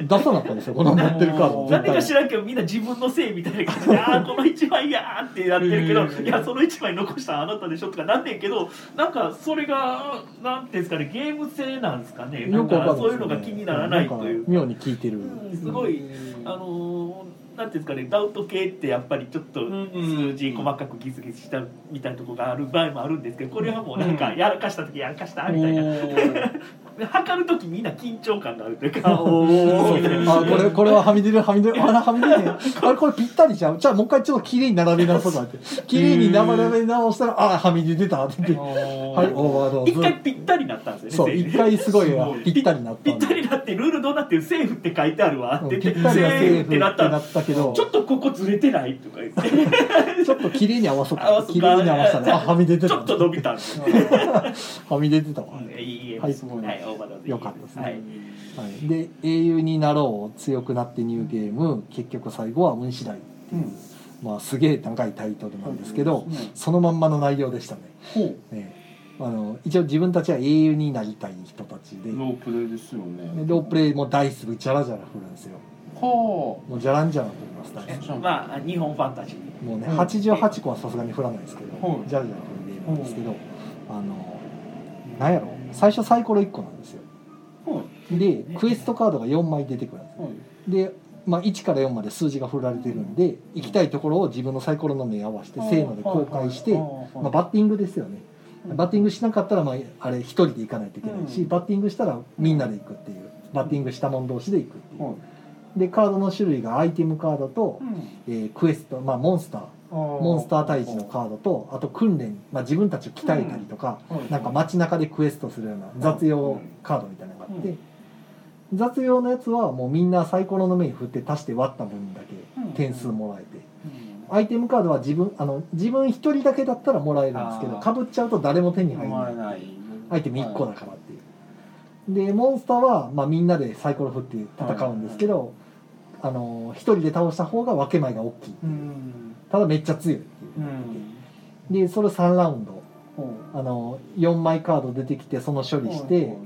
B: 出さなあかんですよこの持ってるカード
C: 何か知らんけどみんな自分のせいみたいな感じ で「ああこの1枚や!」ってなってるけど「いやその1枚残したのあなたでしょ」とかなんねんけどなんかそれがなんていうんですかねゲーム性なんですかねなん
B: よくわかんな
C: か
B: い
C: そう
B: ですよね
C: いうのが気にならないとい
B: なんか
C: う
B: 妙に効いてる、
C: うんすごいあのーなんていうんですかねダウト系ってやっぱりちょっと数字細かくギスギスしたみたいなとこがある場合もあるんですけどこれはもうなんか
D: うん
C: やらかした時やらかしたみたいなで測る時みんな緊張感があるというか
B: そうあこれこれははみ出るはみ出るあらはみ出るねあれこれぴったりじゃんじゃあもう一回ちょっと綺麗に並べ直そうかって綺麗に並べ直したらあはみ出てたって言ってはいオーバード
C: 一
B: ー
C: 回ぴったりなったんで
B: ズ
C: すよ
B: そう
C: ね
B: 一回すごい
D: すごい
B: ぴったりなった
C: ぴ
B: ん
C: っ
B: で
C: たりなってルールどうなってるセーフって書いてあるわ
B: う
C: っ
B: ん
C: て
B: ぴ
C: 言
B: っ
C: って
B: たり
C: セ
B: はセー
C: ーフっ
B: フって
C: てなった
B: なったけど
C: ちょっとここずれてないとか言って
B: ちょっと綺麗に合わそう
C: 合
B: か
C: わそうか
B: 綺麗に合わせたらあはみ出て
C: ち
B: た
C: ょっと伸びたんですよ
B: はみ出てたわ、
C: うんいいえ
B: はい
C: すごいはいオーバードーズ
B: よかったですね
C: はい
B: はい、で英雄になろう強くなってニューゲーム結局最後は運次第っていう、まあすげえ長いタイトルなんですけど、そのまんまの内容でしたね
D: ほ
B: ねあの一応自分たちは英雄になりたい人たちで
D: うロープレイですよね
B: でロープレイもダイスジャラジャラ振るんですよ
D: ほ
B: もうジャランジャラ振りますダイス
D: う
C: まあ日本ファンタジー
B: もうね、
D: うん
B: 88個はさすがに振らないですけど、
D: うん
B: ジャラジャラ振るゲームなんですけど、あのなんやろ最初サイコロ1個なんですよ
D: ほう
B: でクエストカードが4枚出てくるんですよ
D: ほう
B: で、まあ、1から4まで数字が振られてるんで行きたいところを自分のサイコロの目合わせてせーので公開して、まあ、バッティングですよねバッティングしなかったら、まあ、あれ一人で行かないといけないし、
D: うん
B: バッティングしたらみんなで行くっていうバッティングした者同士で行くっていう、
D: ほ
B: でカードの種類がアイテムカードと、
D: う
B: えークエスト、まあ、モンスターモンスター退治のカードとあと訓練、まあ、自分たちを鍛えたりとか、
D: うん
B: なんか街中でクエストするような雑用カードみたいなのがあって、雑用のやつはもうみんなサイコロの目に振って足して割った分だけ点数もらえて、アイテムカードは自分あの自分一人だけだったらもらえるんですけど
D: あー
B: かぶっちゃうと誰も手に入らないアイテム1個だからっていう、でモンスターは、まあ、みんなでサイコロ振って戦うんですけど、あの一人で倒した方が分け前が大きい
D: うん
B: ただめっちゃ強いっていう
D: う、ん
B: でそれ3ラウンド
D: ほ
B: あの4枚カード出てきてその処
D: う
B: 理して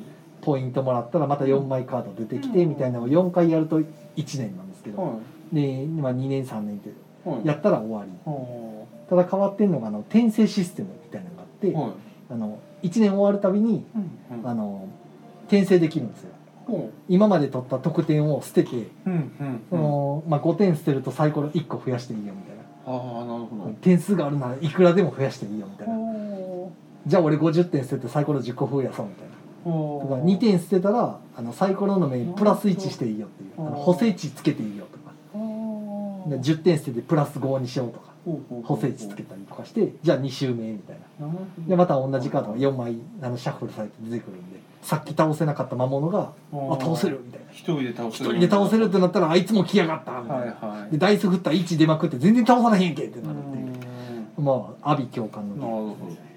B: ポイントもらったらまた4枚カード出てきて
D: うん
B: みたいなのを4回やると1年なんですけど
D: ほ
B: で、まあ、2年3年って
D: うほう
B: やったら終わり
D: ほ
B: ただ変わってんのがあの転生システムみたいなのがあって
D: うほう
B: あの1年終わるたびに
D: うん
B: あの転生できるんですよ
D: ほ
B: 今まで取った得点を捨てて
D: ううんうん
B: その、まあ、5点捨てるとサイコロ1個増やしていいよみたいな
D: ああなるほど
B: 点数があるならいくらでも増やしていいよみたいなじゃあ俺50点捨ててサイコロ10個増やそうみたいなとか2点捨てたらあのサイコロの目にプラス1していいよっていうあの補正値つけていいよとかで10点捨ててプラス5にしようとか補正値つけたりとかしてじゃあ2周目みたいなでまた同じカードが4枚あのシャッフルされて出てくるんでさっき倒せなかった魔物があ倒せるみたいな
D: 一人で倒
B: 一
D: せる
B: 人で倒せるってなったらあいつも来やがったみたいな
D: はい
B: でダイス振ったら1出まくって全然倒されへんけってなる
D: なる
B: っていうまあ阿鼻教官のゲームですね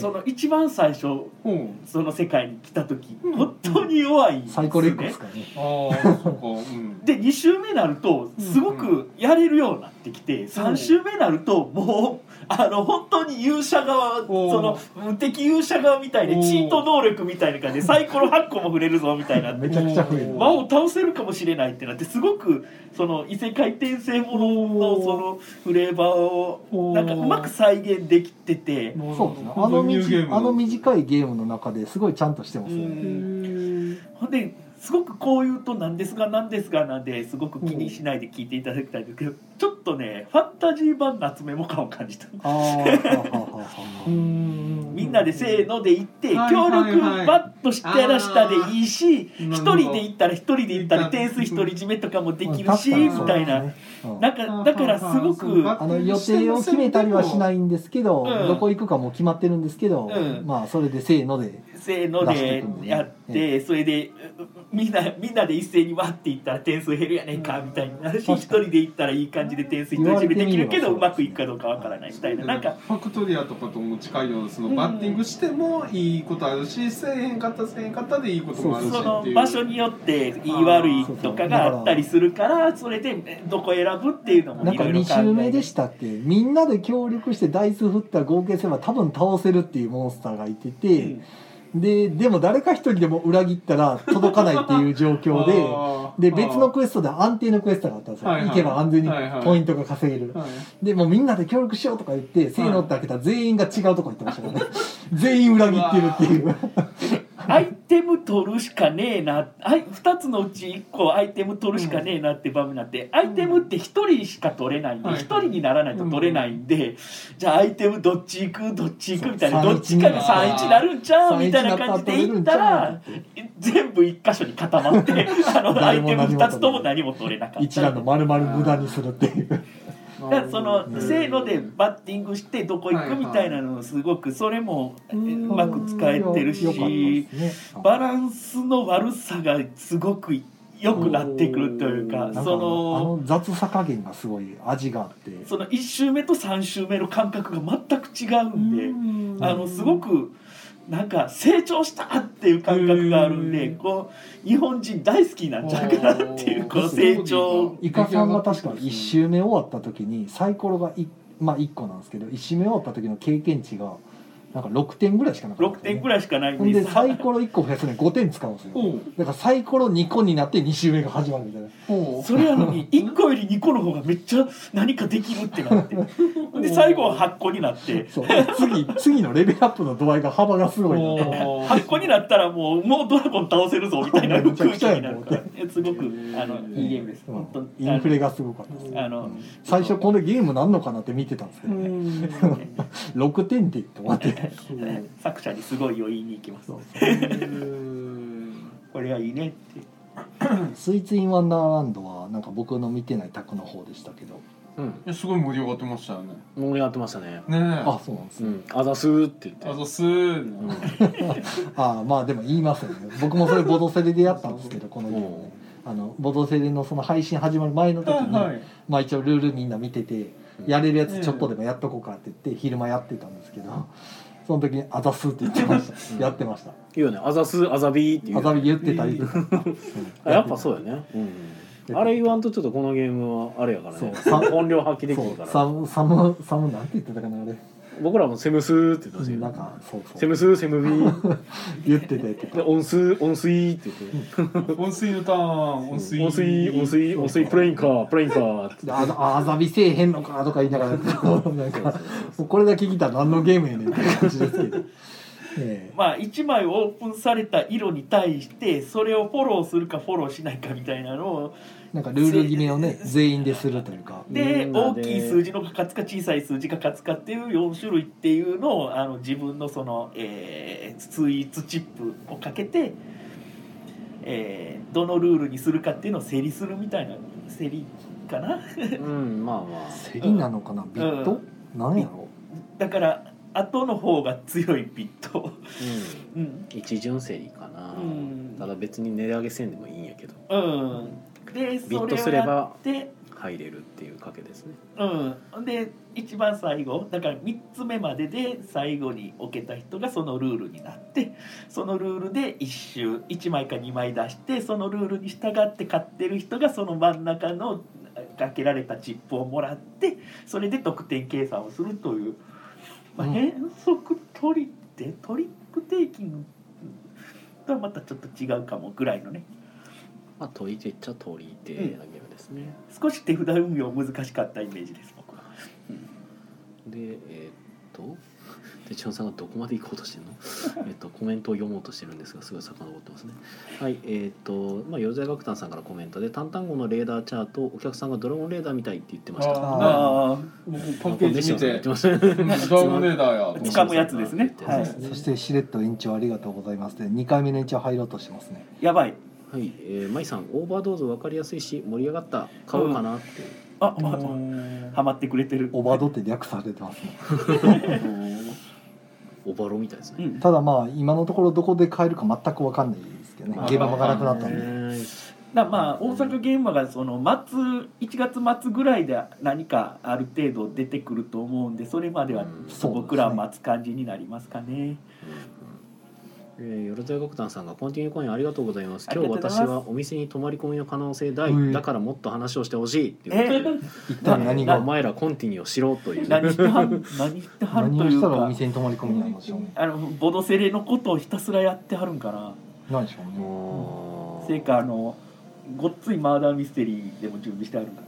C: その一番最初
D: うん
C: その世界に来た時、
D: うん
C: 本当に弱いんですね
B: サイコレックスかね
D: ああそうかうん
C: で2週目になるとすごくやれるようになってきて、3週目になるともう あの本当に勇者側そ
D: お
C: の無敵勇者側みたいで
D: お
C: チート能力みたいな感じでサイコロ8個も振れるぞみたいな
B: めちゃくちゃ増える
D: うん
C: 魔を倒せるかもしれないってなってすごくその異世界転生ものの
D: おー
C: そのフレーバーをなんかうまく再現できてて
B: そうですねあ
D: あ
B: の
D: のニューゲー
B: み
D: ム
B: あの短いゲームの中ですごいちゃんとしてますよ
C: う
B: ね
D: うん
C: ほんですごくこういうとなんですがなんですがなんですごく気にしないで聞いていただきたいんですけどちょっとねファンタジー版夏メモ感を感じた。
B: あーはははは
D: うん
C: みんなでせーので行って
D: はい
C: 協力
D: はいはい
C: バッとしたらしたでいいし
D: あー
C: 一人で行ったら一人で行った
D: う
C: ら
D: ん
C: 点数独り占めとかもできるし
B: うん確かに
C: み
B: そう
C: た
B: で
C: い
B: す
C: な
B: ねうん
C: なんかだからすごく
B: あの予定を決めたりはしないいんですけど、
C: うん
B: どこ行くかも決まってるんですけど、
C: うん
B: まあそれでせーので
C: せーの
B: 出して
C: で
B: くんでね
C: やってそれでうみんなみんなで一斉にわっていったら点数減るやねんかみたいになるし一
B: 確かに
C: 人で行ったらいい感じで点数独り占めできるけどうまくいくかどうかわからないみたいななんか
D: ファクトリアとかとも近いようなそのバッティングしてもいいことあるし、せえへんかったせえへんかったでいいこともあるし
C: そ
D: っ
C: の
D: ていう
C: 場所によっていい悪いとかがあったりするからそれでどこ選ぶっていうのも
B: なん
C: い
B: か
C: ろいろ
B: 2
C: 考え
B: 周目
C: て
B: でしたっけみんなで協力してダイス振ったら合計すれば多分倒せるっていうモンスターがいてて、ででも誰か一人でも裏切ったら届かないっていう状況で。で別のクエストで安定のクエストがあったんですよ、
D: はいはい
B: 行けば安全に
D: はいはい
B: ポイントが稼げる、
D: はい
B: でもうみんなで協力しようとか言って、せーのって開けたら全員が違うとこ行ってましたからね全員裏切ってるっていう
C: アイテム取るしかねえなあい2つのうち1個アイテム取るしかねえなって場面になって、アイテムって1人しか取れないんで、
D: はい
C: 1人にならないと取れないんで、じゃあアイテムどっち行くどっち行くみたいな
B: そう
C: どっちかが
D: 3-1
C: 31になるんちゃう
B: 3-1
C: みたいな感じでいったら全部1箇所に固まって あのア
B: 誰
C: イ
B: も
C: テム
B: 何も取れない
C: 2つとも何も取れなかった。
B: 一覧の丸々無駄にするっていう
C: だからそのせーのでバッティングしてどこ行くみたいなのすごくそれもえうまく使えてる
B: よかったで
C: し
B: すね
C: バランスの悪さがすごく良くなってくるというか
D: お
B: なん
C: そ
D: ー
B: かあ
C: の
B: の雑さ加減がすごい味があって
C: その1周目と3周目の感覚が全く違うんで
D: ん
C: あのすごくなんか成長したっていう感覚があるん
D: う
C: で
D: ん
C: こう日本人大好きになっちゃうかなっていうこの成長
B: イカさんが確か1周目終わった時にサイコロが 1,、まあ、1個なんですけど1周目終わった時の経験値がなんか6点ぐらいしかなかっ
C: 6
B: た、
C: 点ぐらいしかない
B: ほ
C: ん
B: ん
C: で
B: でサイコロ1個増やすのに5点使うんですよ
D: おう
B: だからサイコロ2個になって2周目が始まるみたいな
D: おう
C: それやのに1個より2個の方がめっちゃ何かできるってなってで最後は8個になって
B: そう次次のレベルアップの度合いが幅がすごいな
D: おう
C: 8個になったらもうもうドラゴン倒せるぞみたいな空気になるからすごくあのいいゲームです
B: うん
C: 本当
B: インフレがすごかったです
C: あの
B: 最初このゲームなんのかなって見てたんですけ
D: う
B: どね
D: ん
B: 6点でって思って
C: 作者にすごいよ言いに行きます
B: そう
C: これはいいねって
B: スイーツ・イン・ワンダーランドはなんか僕の見てない卓の方でしたけど
A: うん
D: いやすごい盛り上がってましたよね
A: 盛り上がってましたね
D: ねえ
B: あそうなんです
A: う
B: ね
A: んあざすーって言って
D: あざっすー
A: うん
B: ああまあでも言いますよね僕もそれボドセレでやったんですけどこのゲームねあのボドセレのその配信始まる前の時に、
D: はい
B: まあ一応ルールみんな見てて
A: うん
B: やれるやつちょっとでもやっとこうかって言って昼間やってたんですけどその時に「あざす」って言ってました、
A: うん
B: やってました
A: いいよねあざすあざびーってい
B: あざ
A: う
B: み言ってたりとか、
A: あやっぱそうだよねうんあれ言わんとちょっとこのゲームはあれやからね
B: そう
A: 音量発揮でき
B: そ
A: る
B: う
A: から
B: サムサムサムなんて言ってたかなあれ
A: 僕らもセムスーって言ってましたけ
B: なん
A: ど
B: かそうそ
A: セ
B: う
A: ムスーセムビー
B: 言ってたりとか
A: で音数音水って言って
D: 温水のターン温水
A: 音水音水音水プレインかープレインかーって
B: であああざみせえへんのかとか言いな がらなんかもうこれだけ聞いたら何のゲームやねんって感じですけど、 ええ
C: まあ1枚オープンされた色に対してそれをフォローするかフォローしないかみたいなのを
B: なんかルール決めをね全員でするというか
C: で
A: みんな
C: 大
A: で
C: きい数字の価値か小さい数字が価値かっていう4種類っていうのをあの自分のその、えースイーツチップをかけて、えーどのルールにするかっていうのを整理するみたいな整理かな
A: うんまあまあ
B: 競りなのかなビット、なんやろ
C: だから後の方が強いビット、うん
A: うん一巡整理かな
C: うん
A: ただ別に値上げせんでもいいんやけど
C: うん、で
A: ビッ
C: そ
A: ト
C: れ
A: す
C: を
A: れ
C: や
A: ば
C: って
A: 入れるっていう賭けですね
C: うんで一番最後だから3つ目までで最後に置けた人がそのルールになってそのルールで1周1枚か2枚出してそのルールに従って買ってる人がその真ん中のかけられたチップをもらってそれで得点計算をするという、まあ、
B: うん
C: 変則トリってトリックテイキングとはまたちょっと違うかもぐらいのね
A: まあ取り手っちゃ取り手なゲームですね、
C: 少し手札運用難しかったイメージです僕は。
A: でえーっと で千代さんがどこまで行こうとしてるの えーっとコメントを読もうとしてるんですがすごい遡ってますねはいえーっとまあよろずや楽団さんからコメントで「淡々号のレーダーチャートお客さんがドラゴンレーダーみたい」って言ってました
B: あ
C: あ
D: 僕パッケージ見
A: これ
D: て
A: メッシュさんが言ってました
D: ドラゴンレーダーや
C: つかむやつですね
A: メッシュさんが言ってたやつですね
B: そしてしれっと延長ありがとうございますで2回目の延長入ろうとしてますね
C: やばい
A: はい、えー、マイさんオーバードーズ分かりやすいし盛り上がった買おうかなって、
C: あ
D: と思
C: は
D: う
C: まってくれてる
B: オーバードって略されてますね
A: オーバロみたいです
C: う
A: ね、
C: ん
B: ただまあ今のところどこで買えるか全く分かんないですけどね
D: まあ
B: 現場がなくなった
A: え
B: んで
A: ー
C: だからまあ大阪ゲームがその末1月末ぐらいで何かある程度出てくると思うんでそれまでは
A: うん
B: そうですね
C: 僕らは待つ感じになりますかね。
A: えー、よろずや楽団さんがコンティニューコインありがとうございます
C: あり
A: 今
C: が
A: 日
C: とうございます
A: 私はお店に泊まり込みの可能性大、
B: うん
A: だからもっと話をしてほしいっていうこと
C: え
A: で
B: 一体何が
A: お前らコンティニューをしろという
C: 何してはん何してはる
B: 何
C: と
B: を
C: いう
B: したらお
C: か
B: 店に泊まり込みなんでしょうね
C: あのボドセレのことをひたすらやってはるんかな。
B: 何でしょうね
A: もう
C: せいかあのごっついマーダーミステリーでも準備してあるんだ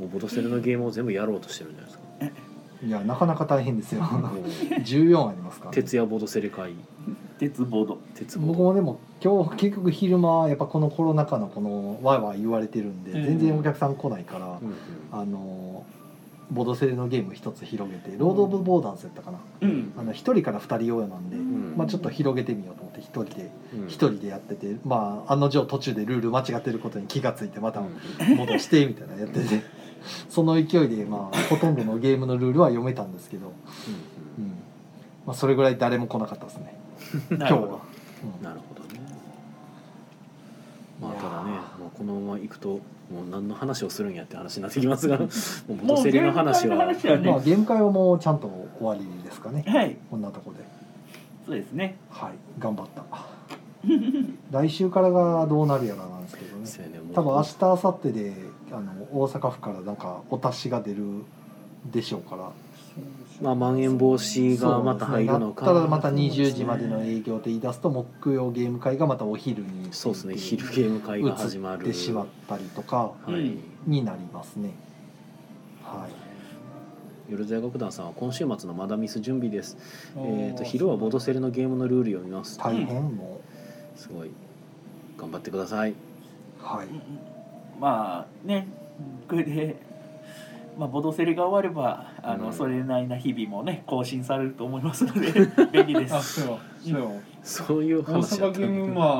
A: もうボドセルのゲームを全部やろうとしてるんじゃないですか
B: いやなかなか大変ですよ
A: もう
B: 14ありますから、ね、
A: 徹夜ボドセレ会
C: 鉄ボード。
A: 鉄ボ
B: 僕
A: ド
B: もでも今日結局昼間やっぱこのコロナ禍のこのワイワイ言われてるんで
D: うん
B: 全然お客さん来ないから
A: うんうん
B: あのボドセレのゲーム一つ広げてロード・オブ・ボーダーズやったかな
C: うん
B: あの1人から2人用なんで
A: ん
B: まあちょっと広げてみようと思って1人で
A: うん
B: 一人でやっててまあ案の定途中でルール間違ってることに気がついてまた
A: う
B: 戻してみたいなのやってて その勢いでまあほとんどのゲームのルールは読めたんですけど、うんんまあ、それぐらい誰も来なかったですね
C: 今
B: 今日は。
A: うんなるほどねまあ
B: いやー
A: ただねもうこのまま行くともう何の話をするんやって話になってきます がもうボドセレの話は
C: もうゲー
B: う
C: ム
B: ん
C: 会の
B: まあ、ゲーム会はもうちゃんと終わりですかね
C: はい
B: こんなとこで
C: そうですね。
B: はい頑張った 来週からがどうなるやらなんですけどね
A: そうやねもう
B: 多分明日明後日であの大阪府からなんかお達しが出るでしょうから
A: まあまん延防止がまた入るのか
B: そうですねだったらまた20時までの営業で言い出すと木曜ゲーム会がまたお昼に
A: そうですね昼ゲーム会が始ま
B: 移
A: る
B: ってしまったりとか
A: は
C: う
A: い
C: ん
B: になりますねはい
A: よろずや楽団さんは今週末のマダミス準備ですえー、と昼はボドセルのゲームのルール読みます
B: 大変も
A: すごい頑張ってくださいう
B: はい
C: まあねこれで、まあ、ボドセレが終わればあの、
A: うん
C: それなりな日々もね更新されると思いますの で便利で
D: あ
C: す。
D: そうよそうよ
A: そういう
D: 大
A: 話だ
D: 阪
A: った
D: ゲームマ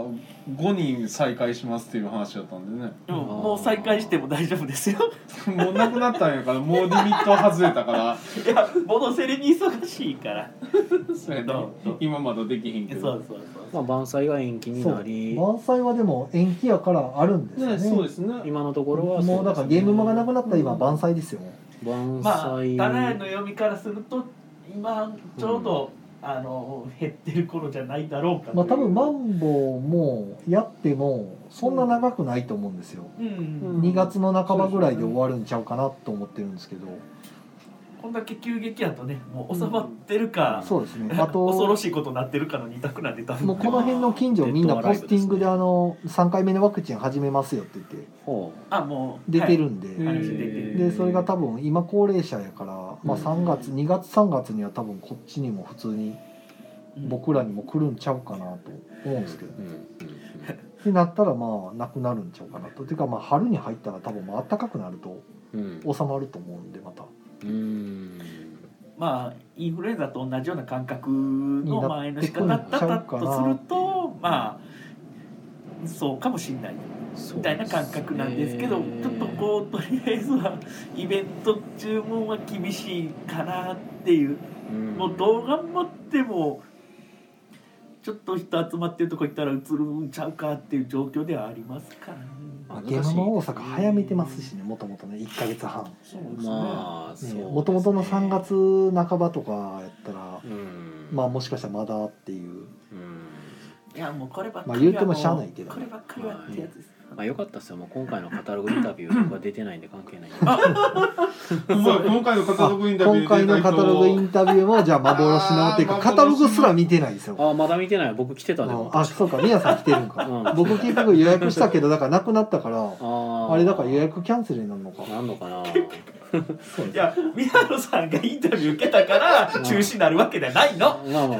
D: ー5人再開しますっていう話だったんでね
C: でももう再開しても大丈夫ですよ。
D: もうなくなったんやからもうリミット外れたから
C: いやボドセレに忙しいから。
D: そうやね
C: どうどう
D: 今まだできへんけ
C: そうそ
D: ど
C: うそ
A: まあ
C: う。
A: 万歳が延期に
B: そう
A: なり
B: 満載はでも延期やからあるんですよね
D: ねそうですね
A: 今のところは
B: もうだからゲームマがなくなったら今
D: うん
B: 満載ですよね
A: 万
C: まあ
A: 歳、
C: ただの読みからすると今ちょうど、あの減ってる頃じゃないだろうかという。
B: まあ多分マンボウもやってもそんな長くないと思うんですよ
C: うん、
D: うん
B: 2月の半ばぐらいで終わるんちゃうかなと思ってるんですけど
C: こんだけ急激やとねもう収まってるか、
B: そうですねあと
C: 恐ろしいことになってるかの二択なんで多分。
B: もうこの辺の近所みんなポスティングであの3回目のワクチン始めますよって言って
A: ほ
C: あもう
B: 出てる
C: は
B: んで、
C: い、
D: はい
C: 話出てる
A: うん
B: でそれが多分今高齢者やから、まあ、3月2月3月には多分こっちにも普通に僕らにも来るんちゃうかなと思うんですけど
A: う、う
B: ね
A: んうん
B: ってなったらまあなくなるんちゃうかなとていうかまあ春に入ったら多分まあ暖かくなると
A: うん
B: 収まると思うんでまた
A: うんうん
C: まあインフルエンザと同じような感覚の前の仕方だったとするとまあそうかもしれないみたいな感覚なんですけどちょっとこうとりあえずはイベント注文は厳しいかなっていう
A: う、ん
C: もうどう頑張ってもちょっと人集まってるとこ行ったら映るんちゃうかっていう状況ではありますからね。
B: まあ、ゲームも大阪早めてますしねもともとね1か月半
C: そうですね、
A: まあそうですね
B: もともとの3月半ばとかやったら
A: う、ん
B: まあもしかしたらまだっていう
A: うん
C: いやもうこればっか
B: まあ
C: り
B: 言うてもしゃあないけど
C: こればっかりはってやつです、
A: まあ良かったっすよもう今回のカタログインタビュー僕は出てないんで関係ないんで
D: そう今回のカタログインタビュー
B: 今回のカタログインタビューもじゃあ幻のっていうか
D: あー
B: カタログすら見てないんですよ
A: ああまだ見てない僕来てたでも
B: ああそうか宮さん来てるん
A: う
B: か
A: ん
B: 僕結局予約したけどだからなくなったから
A: あー
B: あれだから予約キャンセルになるのか
A: なんのかな
B: そう
C: いや宮野さんがインタビュー受けたから中止になるわけじゃないの
A: まあまあ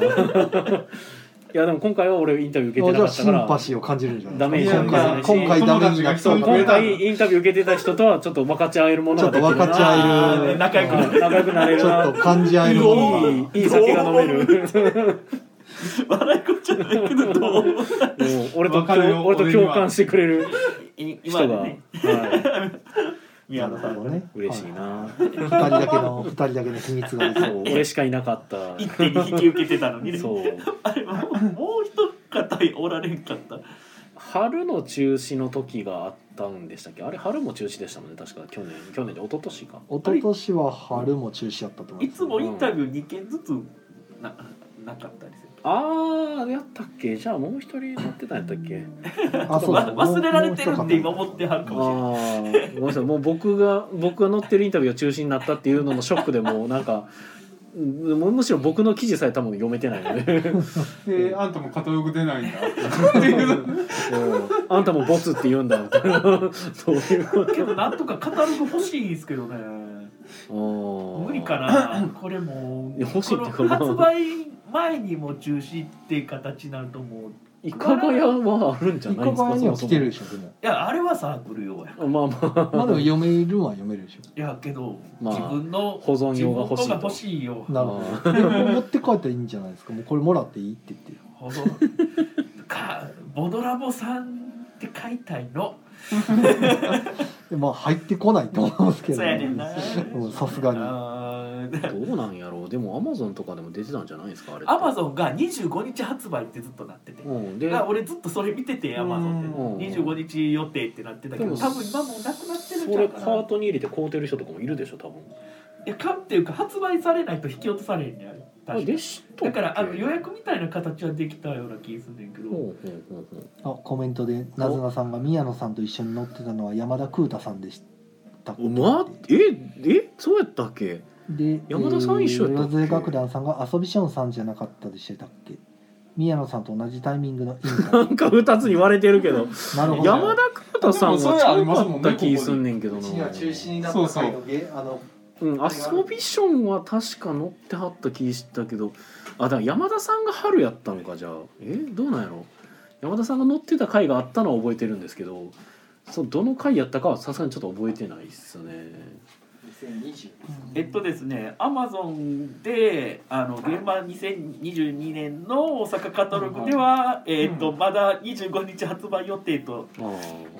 A: いやでも今回は俺インタビュー受けて
B: あ
A: な
B: じゃ
A: かった
B: あシ
A: か
B: ン
A: ら
B: パシーを感じるんじゃ
A: ダ
B: な
A: メ
B: い
A: ー
B: で
A: ジ
B: す
A: を
B: か
A: 受
B: 今
A: けてないし
B: 回今回ダメージが来そうか
D: 友
A: 今
D: 達が
A: 回インタビュー受けてた人とはちょっと分かち合えるものができるな
B: ちょっと分かち合
C: える仲良くな
A: る仲良くなれる
B: ち
A: な
B: ょっと感じ合えるものが
A: いいいい酒が飲める
C: 笑いこっちゃないけどど
A: う
C: う
A: ん俺と
D: わかるよ
A: 俺と
D: 俺に
A: 共
D: は
A: 感してくれる
C: い今
A: 人が、
C: までね
A: は
C: 宮野
B: な
C: さん
B: る
C: の
B: ほどね
A: 嬉しいな
B: は二人だけの二人だけの秘密が
A: い、そう俺しかいなか った
C: 一手に引き受けてたのにね
A: そう
C: あれはもう一方おられんかった
A: 春の中止の時があったんでしたっけあれ春も中止でしたもんね確か去年去年で一昨年か
B: 一昨年は春も中止やったと思い
C: い
B: ます
C: つもインタビュー2件ずつななかったりする
A: ああやったっけじゃあもう一人乗ってたんやったっけ
B: あそう
C: わ
B: だ
C: 忘れられてるって今思ってはる
A: ああ
C: かもしれない
A: ーごめんなさいもう僕が僕が乗ってるインタビューが中止になったっていうののショックでもうなんかうんむむしろ僕の記事さえ多分読めてないので
D: であんたもカタログ出ないんだっていう
A: そうあんたもボツって言うんだみたいなそういうこ
C: けどなんとかカタログ欲しいんですけどね
A: と
C: 無理かなこれも
A: いや欲しいって
C: この発売前にも中止っていう形になるともうい
A: いかがやはあるんじゃ
B: 一
A: ないで
B: 個
A: すか
B: 前には来てるで
A: そ
B: しょでも
C: やあれはサークル用や
A: もそもまあま
B: まあでも読めるは読めるでしょ
C: いやけど、
A: まあ
C: 自分
A: あ
C: の
A: 保存
C: 自
A: 用
C: 分
A: が
C: の
A: 欲しい
C: が
A: と
C: 欲しいよ
B: なるほどでも持って帰ったらいいんじゃないですかもうこれもらっていいって言って
C: 保存かボドラボさんって書いたいの
B: でまあ入ってこないと思うんですけど
C: そうやねんな
B: うんさすがに
C: に
A: どうなんやろうでもアマゾンとかでも出てたんじゃないですかあれ
C: アマゾンが25日発売ってずっとなってて、
A: うん
C: だ
A: で
C: から俺ずっとそれ見ててアマゾ
A: うん
C: ンで25日予定ってなってたけ
A: で
C: ど
A: も
C: 多分今もうなくなってるん
A: そ
C: じゃな
A: れ
C: い
A: カ
C: かな
A: ートに入れて買うてる人とかもいるでしょ多分
C: いや買うっていうか発売されないと引き落とされんねんあれ
A: あ
C: 確か
A: でした
C: だ
A: っけ
C: からあの予約みたいな形はできたような気すんねんけど、
A: ほうほうほうほう
B: あコメントでなずなさんが宮野さんと一緒に乗ってたのは山田空太さんでした
A: おまええそうやったっけ
B: で
A: 山田さん一緒やったっけ
B: えー、楽団さんが遊びションさんじゃなかったでしたっけ宮野さんと同じタイミングのインタビ
A: な
B: ュ
A: んか二つに割れてるけど
B: ーなるほど
A: 山田久太さんはちゃうかった気すんねんけど
B: う
A: な
B: ちには中止になっ
D: そ
B: た
D: うそう
B: 回のゲあの
A: うん遊びションは確か乗ってはった気したけどあだから山田さんが春やったのかじゃあえどうなんやろ山田さんが乗ってた回があったのは覚えてるんですけどそうどの回やったかはさすがにちょっと覚えてないっすね
B: 2020
C: えっとですね、アマゾンであの現場2022年の大阪カタログでは、えっと
D: うん
C: まだ25日発売予定と
A: ああ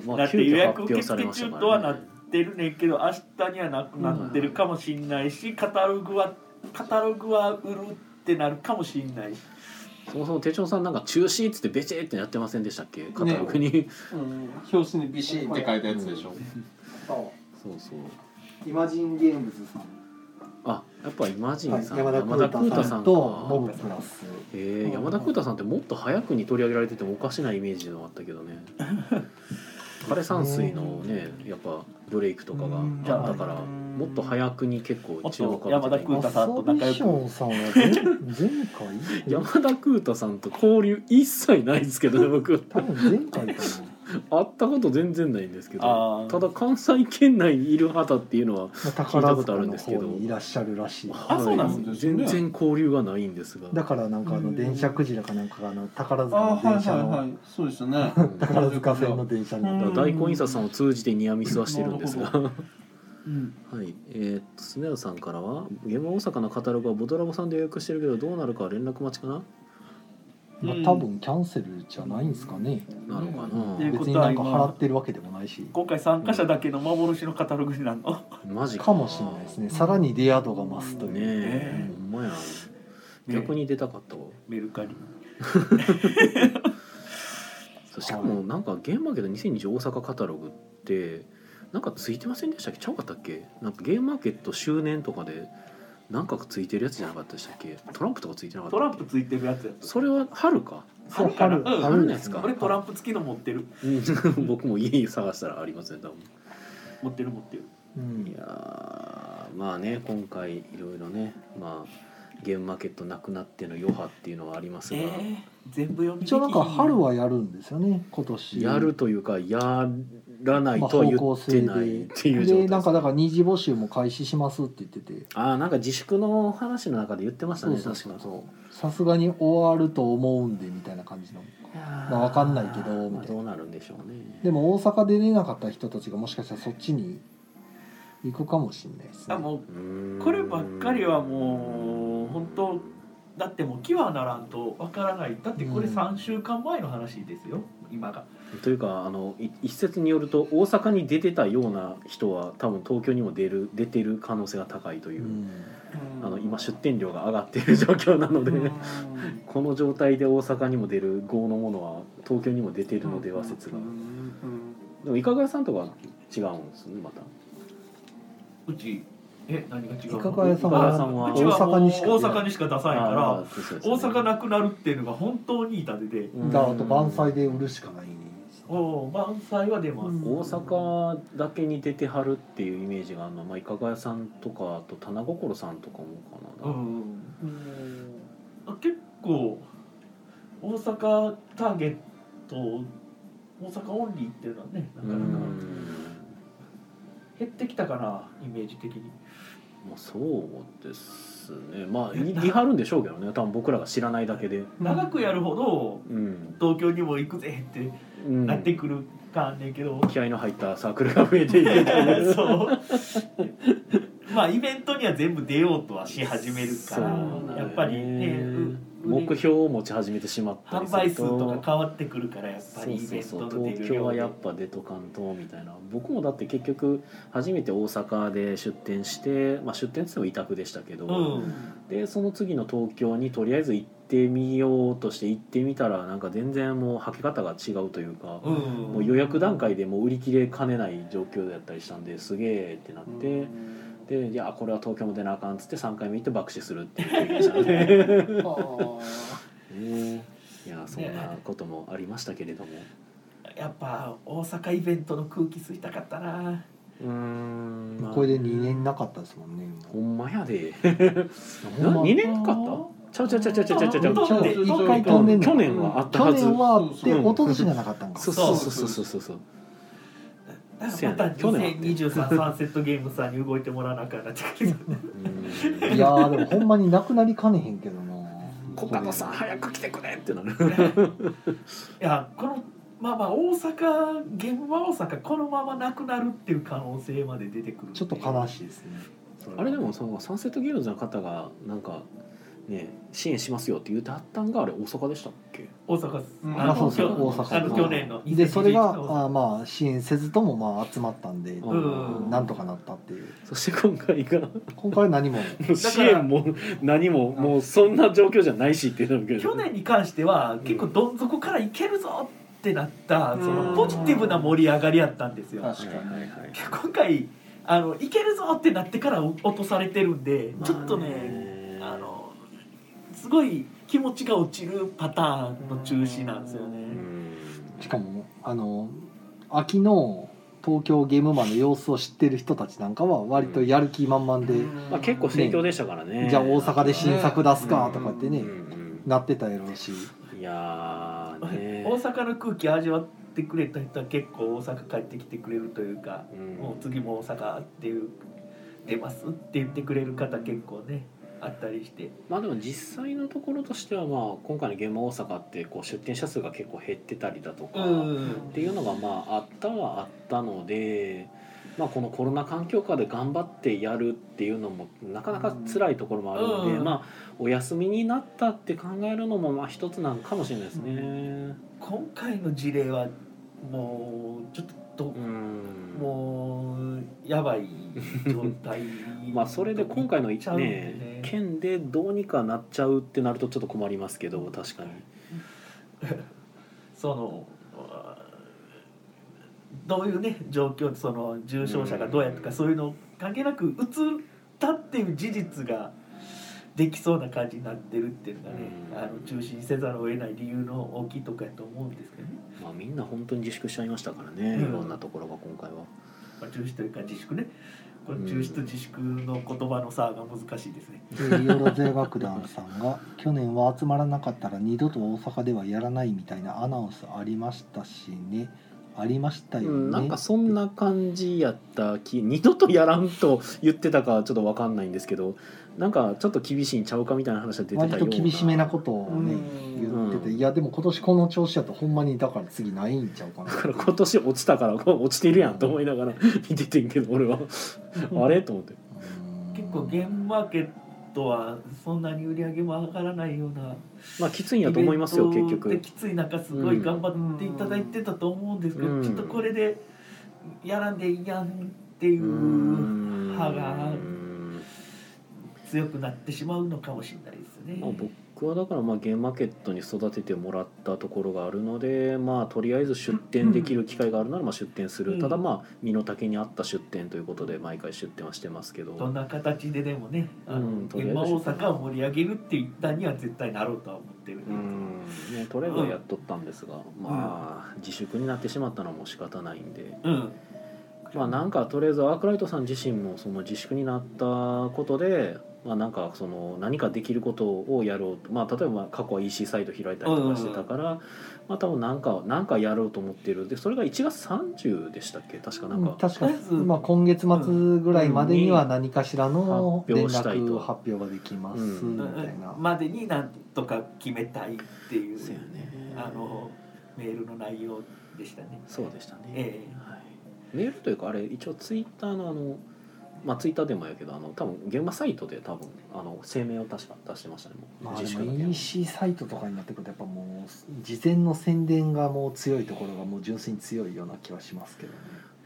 A: ま
C: だ
A: あ
C: って
A: 急
C: 予
A: 遽
C: 約
A: 発表
C: 受付
A: されました
C: 中
A: か
C: とはな
A: ら、
C: っ
A: ね、
C: てるねんけど明日にはなくなってるかもしんないし、カタログはカタログは売るってなるかもしんないし
A: そもそも手帳さんなんか中止っつってベチーってやってませんでしたっけカタログに、
D: 表紙にビシーって書いたやつでしょ、
A: そうそう
B: イマジンゲームズさん、
A: あやっぱイマジンさん、
B: 山田
A: 山田空
B: 空
A: 太
B: 太
A: さ
B: さ
A: ん
B: ん
A: か
B: とモブプラス
A: えー、山田空太さんってもっと早くに取り上げられててもおかしなイメージのあったけどね枯山水のねやっぱブレイクとかがあったから
D: うん
A: もっと早くに結構注目
C: もっと山田
A: て
C: 空太さんと仲良く
B: 遊びションさんは前前回
A: 山田空太さんと交流一切ないですけどね僕
B: 多分前回かな
A: 会ったこと全然ないんですけ
C: あ
A: ど
C: ー
A: ただ関西圏内にいる方っていうのは
B: まあ
A: 聞いた
B: 宝
A: こと
B: 塚
A: あるん
B: の
A: ですけど
B: 方にいらっしゃるらしい
C: あそうなん
D: ですね
A: 全然交流がないんですが
B: だからなんかあ
D: う
B: の
D: ん
B: 電車クジラかなんかがあの宝塚
D: あ
B: の
D: ーは
B: 電
D: いはい
B: 車
D: は
B: の
D: いそうですね
A: うんだか
B: 宝塚線の電車に乗った
A: ら大根印刷さんを通じてニアミスはしてるんです
D: な
A: が
D: る
A: はい、えー、っとスネアさんからは「ゲーム大阪のカタログはボドラボさんで予約してるけどどうなるかは連絡待ちかな?
B: まあ多分キャンセルじゃないんですかね」
A: なのかな、
C: うん
B: 別になんか払ってるわけでもないし
C: 今回参加者だけの幻のカタログになるの、
A: マジ
B: かもしれないですねさらにレア度が増すと
A: ね
B: いう
A: え
C: ね
A: ほんまや逆に出たかったわ、
C: メルカリ
A: そしかもなんかゲームマーケット2020大阪カタログってなんかついてませんでしたっけちゃうかったっけなんかゲームマーケット周年とかでなんかついてるやつじゃなかったでしたっけトランプとかついてなかった
C: ト
A: っけ
C: ランプついてるやつや
A: それは春か
B: そう
C: あるかな
B: 春
A: 春のやつか
C: 俺トランプ付きの持ってる
A: うん 僕も家に探したらありません多分
C: 持ってる持ってる
B: うん
A: いやーまあね今回いろいろねまあゲームマーケットなくなっての余波っていうのはあります
C: え
A: が、
C: ー、全部読みでき
B: 一応なんか春はやるんですよね今年
A: やるというかやらないとは言ってないっていう状態
B: でなんかだから二次募集も開始しますって言ってて
A: ああなんか自粛の話の中で言ってましたね
B: そうそうそう
A: 確か
B: さすがに終わると思うんでみたいな感じのまあわかんないけどみ
A: まあ
B: たいな
A: どうなるんでしょうね
B: でも大阪で出なかった人たちがもしかしたらそっちに行くかもしれないですね
C: あも
A: うー
C: うんこればっかりはもう本当だってもう気はならんとわからないだってこれ
B: うん
C: 3週間前の話ですよ今が
A: というかあのい一説によると大阪に出てたような人は多分東京にも出る出てる可能性が高いというう、
B: ん
A: あの今出店料が上がっている状況なので、この状態で大阪にも出る豪のものは東京にも出てるのでは説が、でもいかがやさんとか違うんですねまた
C: うちえ何が違うの
B: いかがやさんは
C: あ
A: いかがやさんは
B: 大阪
C: うちはもう大
B: にしか出ない
C: 阪にしか出さないから大阪
A: な
C: なくなるっていうのが本当に痛手で
B: だからあと万歳で売るしかないね
C: おー満載は出ます、
B: うん
A: 大阪だけに出てはるっていうイメージがあるのは、まあ、いかがやさんとかあと棚心さんとかもか
C: う
A: な、
C: ん、あ結構大阪ターゲット大阪オンリーっていうのはねなか
A: う
C: なか
A: ん
C: 減ってきたかなイメージ的に
A: まあ、そうですねまあい出はるんでしょうけどね多分僕らが知らないだけで、
C: 長くやるほど
A: うん
C: 東京にも行くぜって
A: うん
C: なってくるかんねん けど、
A: 気合いの入ったサークルが増えていくという
C: そうまあイベントには全部出ようとはし始めるか
A: そうだ
C: ら
A: ね
C: やっぱりねう
A: 目標を持ち始めてしまったり
C: 販
A: する
C: 売数
A: と
C: とか変わってくるからやっぱ
A: そ
C: り
A: う
C: イ
A: そ
C: ベ
A: う
C: ント
A: そう
C: の出
A: 東
C: る
A: 京
C: 量
A: は
C: で
A: やっぱ出とかんとみたいな僕もだって結局初めて大阪で出店して、まあ、出店って言っても委託でしたけど、
C: うん
A: でその次の東京にとりあえず行ってみようとして行ってみたらなんか全然もう履き方が違うというか、
C: うん
A: もう予約段階でもう売り切れかねない状況だったりしたんですげえってなって。でいやこれは東京も出なあかんっつって3回目行って爆死するっていう経験したんでね いやそんなこともありましたけれども、
C: やっぱ大阪イベントの空気吸いたかったな
A: うーんまあ
B: これで2年なかったですもんね
A: ほんまやで。
B: ほん
A: な
B: ま
A: 二年なかった？ちゃうちゃうちゃうちゃうちゃうちゃうちゃう。
C: 飛んで
B: 一回飛んでんの
A: 去年はあった
B: 去
A: はず。
B: 年はあって
A: うん
B: 一昨年がなかったんか
A: そうそうそうそうそうそう。
C: だ
A: せ
C: か
A: や
C: らま
A: ね
C: た
A: 去年はね
C: 2023サンセットゲームさんに動いてもらわなきゃなってくる
B: いやーでもほんまになくなりかねへんけどな
A: コカドさん早く来てくれってなる。
C: いやこのまあまあ大阪現場大阪このままなくなるっていう可能性まで出てくる
B: ちょっと悲しいですね
A: あれでもそのサンセットゲームズの方がなんかね支援しますよって言うてはったんがあれ大阪でしたっけ？
C: 大阪
D: うん
B: あそうそう
C: きょ
B: 大阪
C: あの去年の
B: でそれが
C: 2021の
B: あーまあ支援せずともまあ集まったんで
C: うん
B: なんとかなったっていう
A: そして今回が
B: 今回は何も
A: 支援も何ももうそんな状況じゃないしってなるけど。
C: 去年に関しては結構どん底からいけるぞってなった、
D: うん
C: そのポジティブな盛り上がりやったんですよ、
D: 確
A: はいはいはい。
C: 今回あのいけるぞってなってから落とされてるんで、ちょっとねあのすごい気持ちが落ちるパターンの中止なんですよね、
A: うん
B: しかもあの秋の東京ゲームマンの様子を知ってる人たちなんかは割とやる気満々で、
A: まあ結構盛況でしたからね。
B: じゃあ大阪で新作出すかとかってね、
A: うんうん
B: なってたやろうし
A: いやーね
C: 大阪の空気味わってくれた人は結構大阪帰ってきてくれるというか、
A: うん
C: もう次も大阪っていう出ますって言ってくれる方結構ねあったりして
A: まあでも実際のところとしてはまあ今回の現場大阪ってこう出店者数が結構減ってたりだとかっ
C: ん
A: ていうのがまああったはあったので。まあ、このコロナ環境下で頑張ってやるっていうのもなかなか辛いところもあるので、
C: うん
A: まあ、お休みになったって考えるのもまあ一つなのかもしれないですね。
C: 今回の事例はもうちょっと、
A: うん
C: もうやばい状態
A: まあそれで今回の
C: いっちゃうんで
A: ね県でどうにかなっちゃうってなるとちょっと困りますけど確かに。
C: そのどういうね状況その重症者がどうやとかそういうの関係なく移ったっていう事実ができそうな感じになってるっていうのがね、
A: うん
C: あの中止せざるを得ない理由の大きいとこやと思うんですけどね、
A: まあみんな本当に自粛しちゃいましたからね、
C: うん
A: いろんなところが今回は。
C: まあ、中止というか自粛ねこの中止と自粛の言葉の差が難しいですね、
B: でリオロゼ楽団さんが「去年は集まらなかったら二度と大阪ではやらない」みたいなアナウンスありましたしねありましたよね、
A: うん、なんかそんな感じやったき二度とやらんと言ってたかちょっと分かんないんですけどなんかちょっと厳しいんちゃうかみたいな話は出てたよう
B: 割
A: な
B: と厳しめなことをね
A: うん
B: 言ってていやでも今年この調子やとほんまにだから次ないんちゃうかな
A: だから今年落ちたからこう落ちてるやんと思いながら見ててんけど俺はあれと思って
B: うん
C: 結構ゲームマーケットはそんなに売り上げも上がらないような
A: まあきついんやと思いますよ結
C: イベントで
A: 局
C: きつい中すごい頑張っていただいてたと思うんですけど、
A: うん
C: ちょっとこれでやらんでいいやんっていううん歯が強くなってしまうのかもしれないですね。
A: まあ、僕はだからまあゲームマーケットに育ててもらったところがあるのでまあとりあえず出店できる機会があるならまあ出店する、
C: うん
A: ただまあ身の丈に合った出店ということで毎回出店はしてますけど、
C: どんな形ででもね、あの
A: うんとりあえ
C: 現
A: ず
C: 場大阪を盛り上げるっていったには絶対なろうとは思ってるんで、
A: うんね、とりあえずはやっとったんですが、まあ自粛になってしまったのはもう仕方ないんで、
C: うん、
A: まあ、なんかとりあえずアークライトさん自身もその自粛になったことで、まあ、なんかその何かできることをやろうと、まあ、例えば過去は EC サイト開いたりとかしてたから、まあ、多分なんかなんかやろうと思ってるでそれが1月30でしたっけ確かなんか
B: 確か
C: とりあえず
B: まあ、今月末ぐらいまでには何かしらの
A: うん
B: 連
A: 発表したいと
B: 絡発表ができます
A: うん
B: み
C: うん
B: たいな、
C: までになんとか決めたいっていう
A: そうやね
C: あのメールの内容でしたね。
A: そうでしたね、
C: ええ
A: はい、メールというかあれ一応ツイッターのあのまあツイッターでもやけどあの多分現場サイトで多分あの声明を確か出してましたねも
B: ま
A: う
B: あ、
A: 自
B: で
A: 粛の
B: も
A: 件は
B: EC サイトとかになってくるとやっぱもう事前の宣伝がもう強いところがもう純粋に強いような気はしますけどね。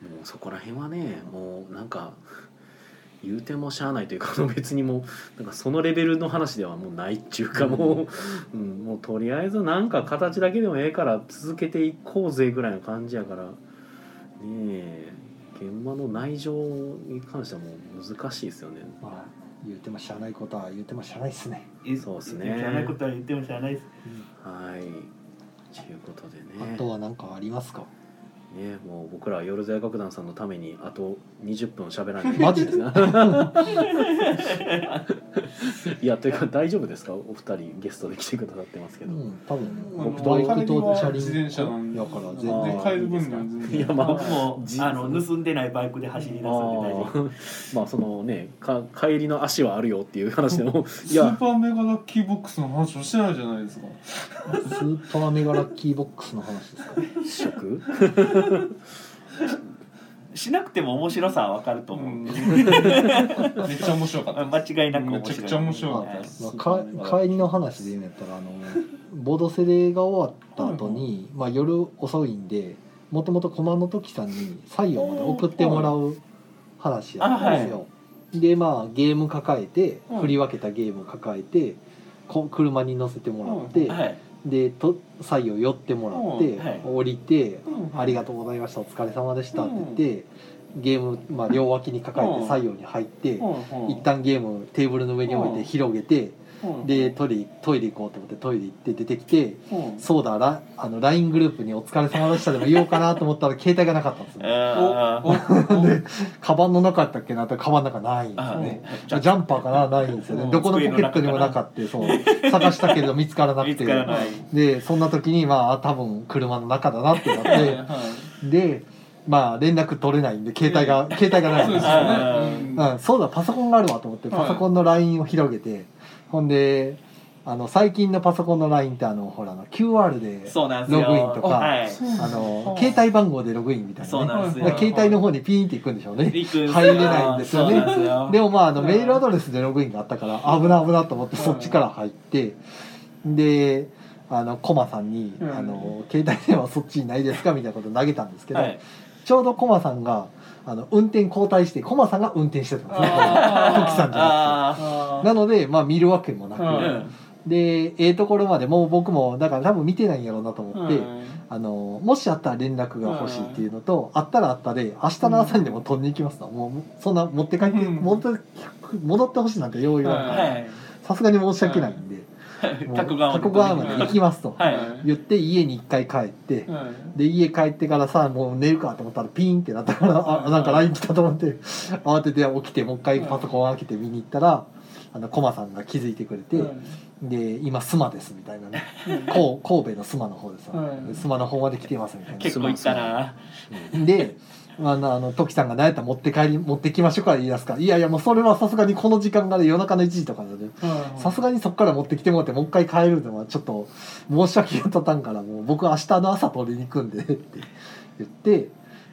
A: もうそこら辺はねもうなんか言うてもしゃあないというか別にもうなんかそのレベルの話ではもうないっていうかもう,、うん、もうとりあえずなんか形だけでもええから続けていこうぜぐらいの感じやからねえ現場の内情に関してはもう難しいですよね。
B: まあ言うてもしゃあないことは言うてもしゃあないですね。
A: そうっすね
C: 言っても知らないことは言っても知らないです。
A: はいということでね
B: あとは何かありますか。
A: ねもう僕ら夜勢楽団さんのためにあと20分喋らない と
B: マジで
A: いけないですねいやというか大丈夫ですかお二人ゲストで来てくださってますけ
B: う
A: ど、
B: ん、多分
D: あの
B: 僕とバイクと車輪
D: 自転車なんで
B: やから全
A: あ
B: 然
A: ー
D: で帰る分
A: いいですか
D: には全
A: い
D: 然
A: やまあ
C: もう
A: じ
C: あの盗んでないバイクで走り出すんで
A: あ
C: 大丈夫。
A: ーまあそのねか帰りの足はあるよっていう話でもい
D: スー
A: や
D: パーメガラッキーボックスの話をしてないじゃないですか
B: スーパーメガラッキーボックスの話ですか。
A: 食
C: しなくても面白さはわかると
D: う
C: 思うん
D: ん
C: で、
D: めっちゃ面白かったです
C: 間違いなく面白い。
D: めちゃくちゃ面白
B: まあ
D: かったです、
B: まあか帰りの話で言うんやったらあのボードセレが終わった後に、まあ夜遅いんで、もともと駒の時さんにサインをまで送ってもらう話やったんですよ。でまあゲーム抱えて
D: うん
B: 振り分けたゲーム抱えて、こ車に乗せてもらって、
C: はい。
B: でとサインを寄ってもらって、
D: うん
C: はい
B: 降りて
D: うん
B: ありがとうございましたお疲れ様でした」って言って、ゲーム、まあ、両脇に抱え
D: う
B: て
D: ん
B: 作業に入って、
D: はいはい
B: 一旦ゲームテーブルの上に置いて
D: うん
B: 広げて、
D: はい
B: でトイレトイレ行こうと思ってトイレ行って出てきて
D: うん
B: そうだラあの LINE グループに「お疲れ様でした」でも言おうかなと思ったら携帯がなかったんですよ、
C: あ
D: おおお
B: でカバンの中やったっけなってカバンの中ないんです
C: あ
B: よね、
C: ー
B: じゃあジャンパーかなないんですよね、
D: うん
B: どこのポケットにもなかったそう探したけど見つからなく
C: 見
B: て
C: つからない。
B: でそんな時にまあ多分車の中だなってなっ
D: はい
B: て
D: はい
B: でまあ連絡取れないんで携帯が携帯がないん
D: そう
B: で
D: ですす
B: よ
D: よ
B: ね
D: ねうん。
B: うん、そうだパソコンがあるわと思って
D: はい
B: パソコンの LINE を広げて、ほんであの最近のパソコンの LINE ってあのほらあの QR で
C: そうなんですよ。
B: ログインとか
C: はい。
B: あの携帯番号でログインみたい
C: そう
B: なね
C: なんです
B: だか
C: よ。
B: ら携帯の方にピーンっていくんでしょうね
C: リクん
B: 入れないんですよね
C: そうなんですよ。
B: でもまああのメールアドレスでログインがあったから危な危なと思ってそっちから入ってであのコマさんに、
D: うん
B: あの「携帯電話そっちにないですか?」みたいなこと投げたんですけど、
C: はい。
B: ちょうどコマさんがあの運転交代してコマさんが運転してたんですね
D: あー
B: トキさんじゃなくて。
C: あ
D: あ
B: なので、まあ、見るわけもなく、
D: うん
C: あ。うん。
B: でええところまでもう僕もだから多分見てないんやろうなと思って、あのもしあったら連絡が欲しいっていうのと、あったらあったで明日の朝にでも取りに行きますと、もうそんな持って帰って、
D: うん
B: 戻って戻ってほしいなんて用意はない
D: はい
B: さすがに申し訳ないんで、もう
C: タコ川まで
B: タコ川まで行きますと
C: はい
B: 言って家に一回帰って、で家帰ってからさもう寝るかと思ったらピンってなったからあなんか LINE 来たと思って慌てて起きてもう一回パソコン開けて見に行ったらあのコマさんが気づいてくれて「で今須磨です」みたいなねこう神戸の須磨の方でさ
C: うん
B: 須磨の方まで来てますみたい
C: 結構行ったな
B: な。であのあの時さんが何やったら持って帰り持ってきましょうから言い出すから「いやいやもうそれはさすがにこの時間から夜中の1時とかなんでさすがにそこから持ってきてもらってもう一回帰るのはちょっと申し訳が立たんからもう僕明日の朝取りに行くんでって言って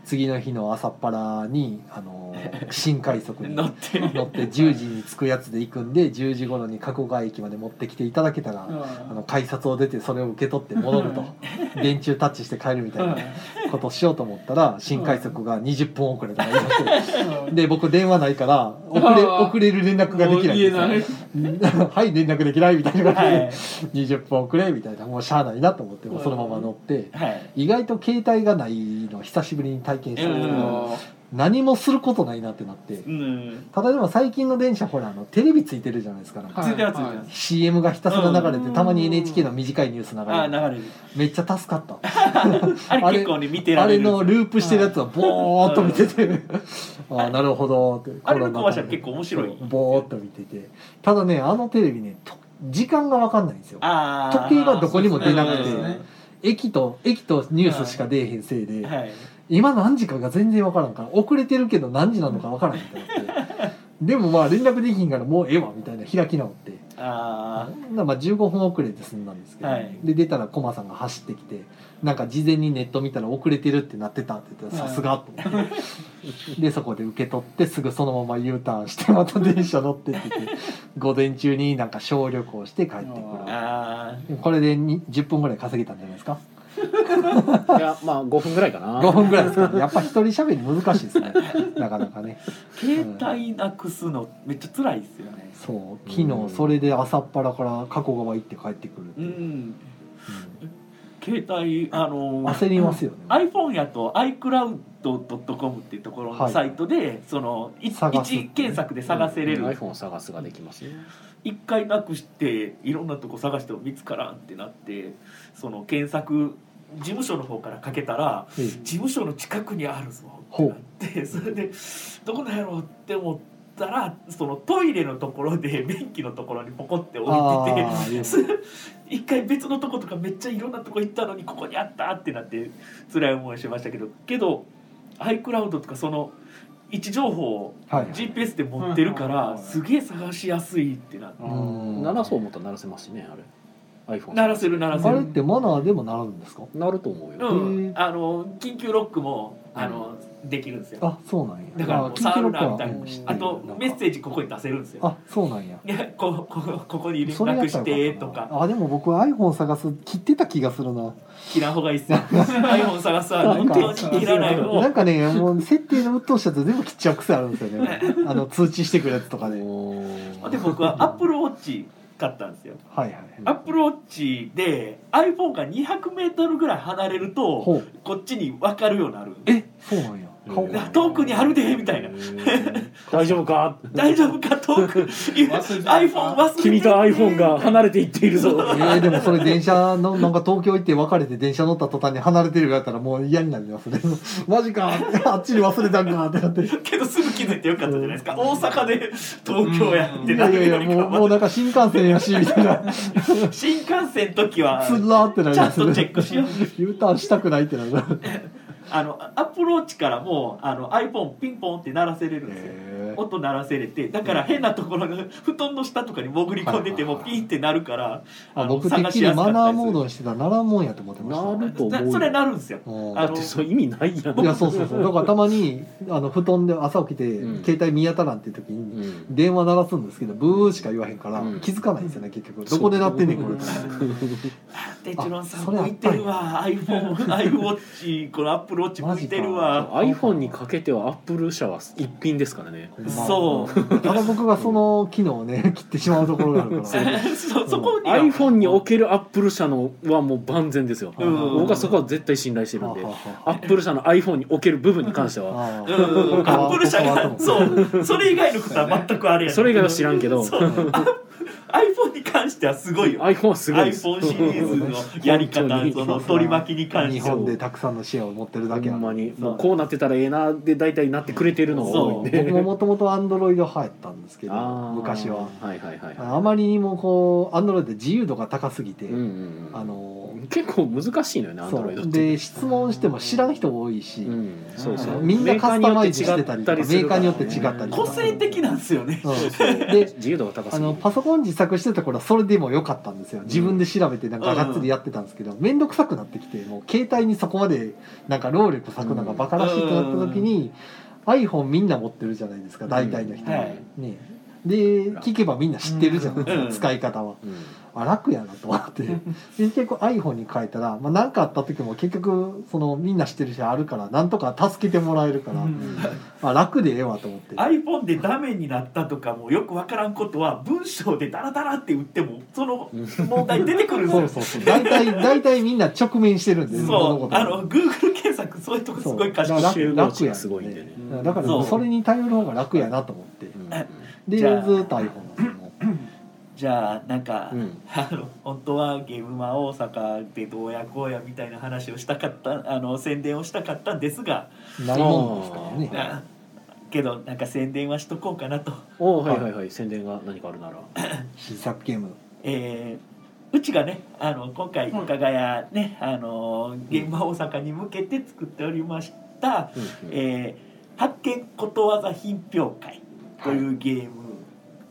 B: 次の日の朝っぱらにあのー新快速に
C: 乗って
B: 乗って10時に着くやつで行くんで10時頃に加古川駅まで持ってきていただけたら。あの改札を出てそれを受け取って戻ると 電柱タッチして帰るみたいなことをしようと思ったら新快速が20分遅れとか言いまして で僕電話ないから遅れ
D: あー
B: 遅れる連絡ができないんですよ
D: もう言えない
B: はい連絡できないみたいな感じで
C: は、い
B: 20分遅れみたいなもうしゃあないなと思ってもうそのまま乗って
C: はい
B: 意外と携帯がないのを久しぶりに体験したんですけど何もすることないなってなって
C: うん
B: ただでも最近の電車ほらあのテレビついてるじゃないですかなんか
C: ついてますついてます
B: CM がひたすら流れて
D: うん
B: たまに NHK の短いニュース流
C: ああ
B: れて
C: 流れる
B: めっちゃ助かった
C: あれ
B: あれ
C: 結構ね見てら
B: あ
C: れ
B: れ
C: る
B: のループしてるやつはボーっと見てて ああなるほどって
C: あれのコマーシャル結構面白い
B: そうボーっと見ててただねあのテレビねと時間が分かんないんですよ
C: ああ
B: 時計がどこにも出な
D: そう
B: く
D: で
B: て、
D: すね
B: 駅と駅とニュースしか出えへんせいで、
C: はい
B: 今何時かが全然分からんから遅れてるけど何時なのか分からんってなって でもまあ連絡できひんからもうええわみたいな開き直って
C: あ
B: なまあ15分遅れで済んだんですけど、
C: はい
B: で出たらコマさんが走ってきてなんか事前にネット見たら遅れてるってなってたって言って
D: は
B: さ
D: い
B: すがと思って でそこで受け取ってすぐそのまま U ターンして また電車乗ってって言って午前中になんか小旅行して帰ってく
C: あ
B: る
C: あ
B: これでに10分ぐらい稼げたんじゃないですか
E: いやまあ5分ぐらいかな
B: 5分ぐらいですかね やっぱ一人喋り難しいです ねなかなかね
C: あ携帯なくすのめっちゃ辛いですよね
B: そう昨日それで朝っぱらから加古川行って帰ってくるって
C: う
B: いう、
C: ん携帯あの
B: うん焦りますよね
C: iPhone やと iCloud.com っていうところ
B: は
C: の
B: い
C: サイトでそのい一
B: 探す
C: 検索で探せれ
E: うん
C: る
E: iPhone を探すができますね
C: 一回なくしていろんなとこ探しても見つからんってなってその検索事務所の方からかけたら
B: ええ
C: 事務所の近くにあるぞってなってそれでどこなんやろうって思ったらそのトイレのところで便器のところにポコって置いてて。
B: あーいいです
C: す 一回別のとことかめっちゃいろんなとこ行ったのにここにあったってなって辛い思いをしましたけどけど iCloud とかその位置情報を
B: はいはい
C: GPS で持ってるか
D: う
C: ら
D: ん
C: すげえ探しやすいってなって
B: うん
E: 鳴らそう思ったら鳴らせますしねあれ iPhone
C: 鳴らせる鳴らせ
B: あ
C: る
B: れってマナーでもなるんですか
E: 鳴ると思うよ、
C: うん
B: へえ
C: あの緊急ロックもあのできるんですよ
B: あそうなんや
C: だからもう
B: あ
C: 触る
B: 緊
C: な
B: 急
C: み
B: 録
C: た
B: 画は
C: いな
B: うん
C: あとメッセージここに出せるんですよ
B: あそうなんや
C: いやこここここに連
B: それや
C: 絡
B: った
C: し
B: らよ
C: て
B: か
C: と
B: ったな
C: か
B: あでも僕 iPhone 探す切ってた気がするな
C: 切らん方がいいっすよ iPhone 探すは
B: なん
C: 本
B: か
C: 当に切らないのを
B: なんかねもう設定の鬱陶しいやつ全部切っちゃう癖あるんですよ ねあの通知してくるやつとかではい
E: うん
C: で僕は Apple Watch 買ったんですよ
B: はい
C: Apple Watch で iPhone が 200m ぐらい離れると
B: ほう
C: こっちに分かるようになる
B: えそうなんや顔
C: な遠くにあるでみたいな
E: へー大丈夫か
C: 大丈夫か遠く iPhone 忘れて
E: 君と iPhone が離れていっている
B: え
E: ぞ
B: ー、でもそれ電車のなんか東京行って別れて電車乗った途端に離れてるやったらもう嫌になりますね マジかあっちに忘れたんかってなって
C: けどすぐ気づいてよかったじゃないですか大阪で東京やっ
B: い
C: てな
B: やいや
C: る
B: い
C: よ
B: や
C: り
B: も
C: か
B: うもう
C: は
B: なんか新幹線やしみたいな
C: 新幹線の時は
B: つらーってなり
C: ちゃ
B: ま
C: ん
B: すね
C: とチェックしよう
B: U ターンしたくないってなる
C: あの Apple Watch からもうあの iPhone ピンポンって鳴らせれるんですよ
B: へ
C: 音鳴らせれてだから変なところの布団の下とかに潜り込んでてもピンってなるから
B: あ僕てっ
C: 探
B: き
C: しや
B: りマ
C: すかった
B: ナー
C: りす
B: モー
C: る
B: ドにしてたらならんもんやと思ってま
E: な
B: し
E: ると思う
C: だ
E: よ
C: それなるんですよ
B: たうん
C: あ
E: だってそう意味ないやん
B: いやそうそうそうだからたまにあの布団で朝起きて
E: うん
B: 携帯見当たらんっていう時に
E: うん
B: 電話鳴らすんですけどブーしか言わへんから
E: うん
B: 気づかないんですよね結局
E: そう
B: どこで鳴ってんねんこ
C: う
B: れ
C: んテチロンさん
B: それあ
C: 向
B: った
C: いてるわ iPhone、iWatch、この Apple プルウォッチ向いてるわ
A: iPhone にかけてはアップル社は一品ですからね
C: そう
B: ただ僕がその機能をね切ってしまうところがあるから
C: そそこには
A: iPhone におけるアップル社のはもう万全ですよ
C: うん
A: 僕はそこは絶対信頼してるんで
B: は
A: アップル社の iPhone における部分に関して
B: あ
A: は
B: はあ
C: うん
B: 僕は
C: アップル社が
B: 僕は
C: そうそれ以外のことは全くあれやね
A: それ以外は知らんけど
C: そう iPhone に関してはすごいよ
A: iPhone はすごいです
C: iPhone シリーズのやり
A: 本当
C: 方
A: に
C: その取り巻きに関
B: 日
C: して
B: 本でたくさんのシェアを持ってる
A: ほ
B: だけあ
A: んま
B: る
A: にもうこうなってたらええなで大体なってくれてるのが多いんで
B: 僕ももともとアンドロイド派やったんですけど
A: あー
B: 昔は
A: はいはいはい
B: あまりにもこうアンドロイド自由度が高すぎて、
A: うんうんうん
B: あの
A: 結構難しいのよねアンド
B: そ
A: ロイドっ
B: う
A: て
B: で質問しても知らん人多いし、
A: うんそうそう
B: みんなカスタマイズしてたりとかメ
A: する
B: ーカ
A: ら
B: ーによって違ったりと
C: 個
B: か
C: 性的なんですよね
B: うん
A: で
B: で
A: 自由度が高す
B: あ
A: ぎる
B: のパソコン自作してた頃はそれでも良かったんですよ自分で調べてなんかがっつりやってたんですけど面倒くさくなってきてもう携帯にそこまでなんか労力割くのがバカらしいとなった時に iPhone みんな持ってるじゃないですか大体の人、
C: うんはい
B: ねで聞けばみんな知ってるじゃないですか、
C: うん
B: 使い方は。
A: うん
B: あ楽やなと思ってで結構 iPhone に変えたら何、まあ、なんかあった時も結局そのみんな知ってる人あるからなんとか助けてもらえるから、
C: うん
B: あ楽でええわと思って、
C: iPhone でダメになったとかもよくわからんことは文章でダラダラって打ってもその問題出てくるんです
B: そ
C: よ
B: うそうそう大体大体みんな直面してるんで
C: そう
B: に
C: あの Google 検索そういうとこすごい賢
B: そうだか
C: い
B: ら
A: 集合値がすごいんでね
B: うんだから
C: そう
B: それに頼る方が楽やなと思ってでず
C: じゃ
B: ー
C: あ
B: っと iPhone なんですよもう
C: じゃあなんか、
A: うんうん
C: あの本当はゲームマ大阪でどうやこうやみたいな話をしたかったあの宣伝をしたかったんですが、
B: ないもんですからね
C: あけどなんか宣伝はしとこうかなと、
A: おーはいはいはい宣伝が何かあるなら
B: 新作ゲーム
C: えーうちがねあの今回
D: うん
C: 加賀屋ね、あのゲームマ大阪に向けて作っておりました、
A: うんうん
C: えー発見ことわざ品評会というゲーム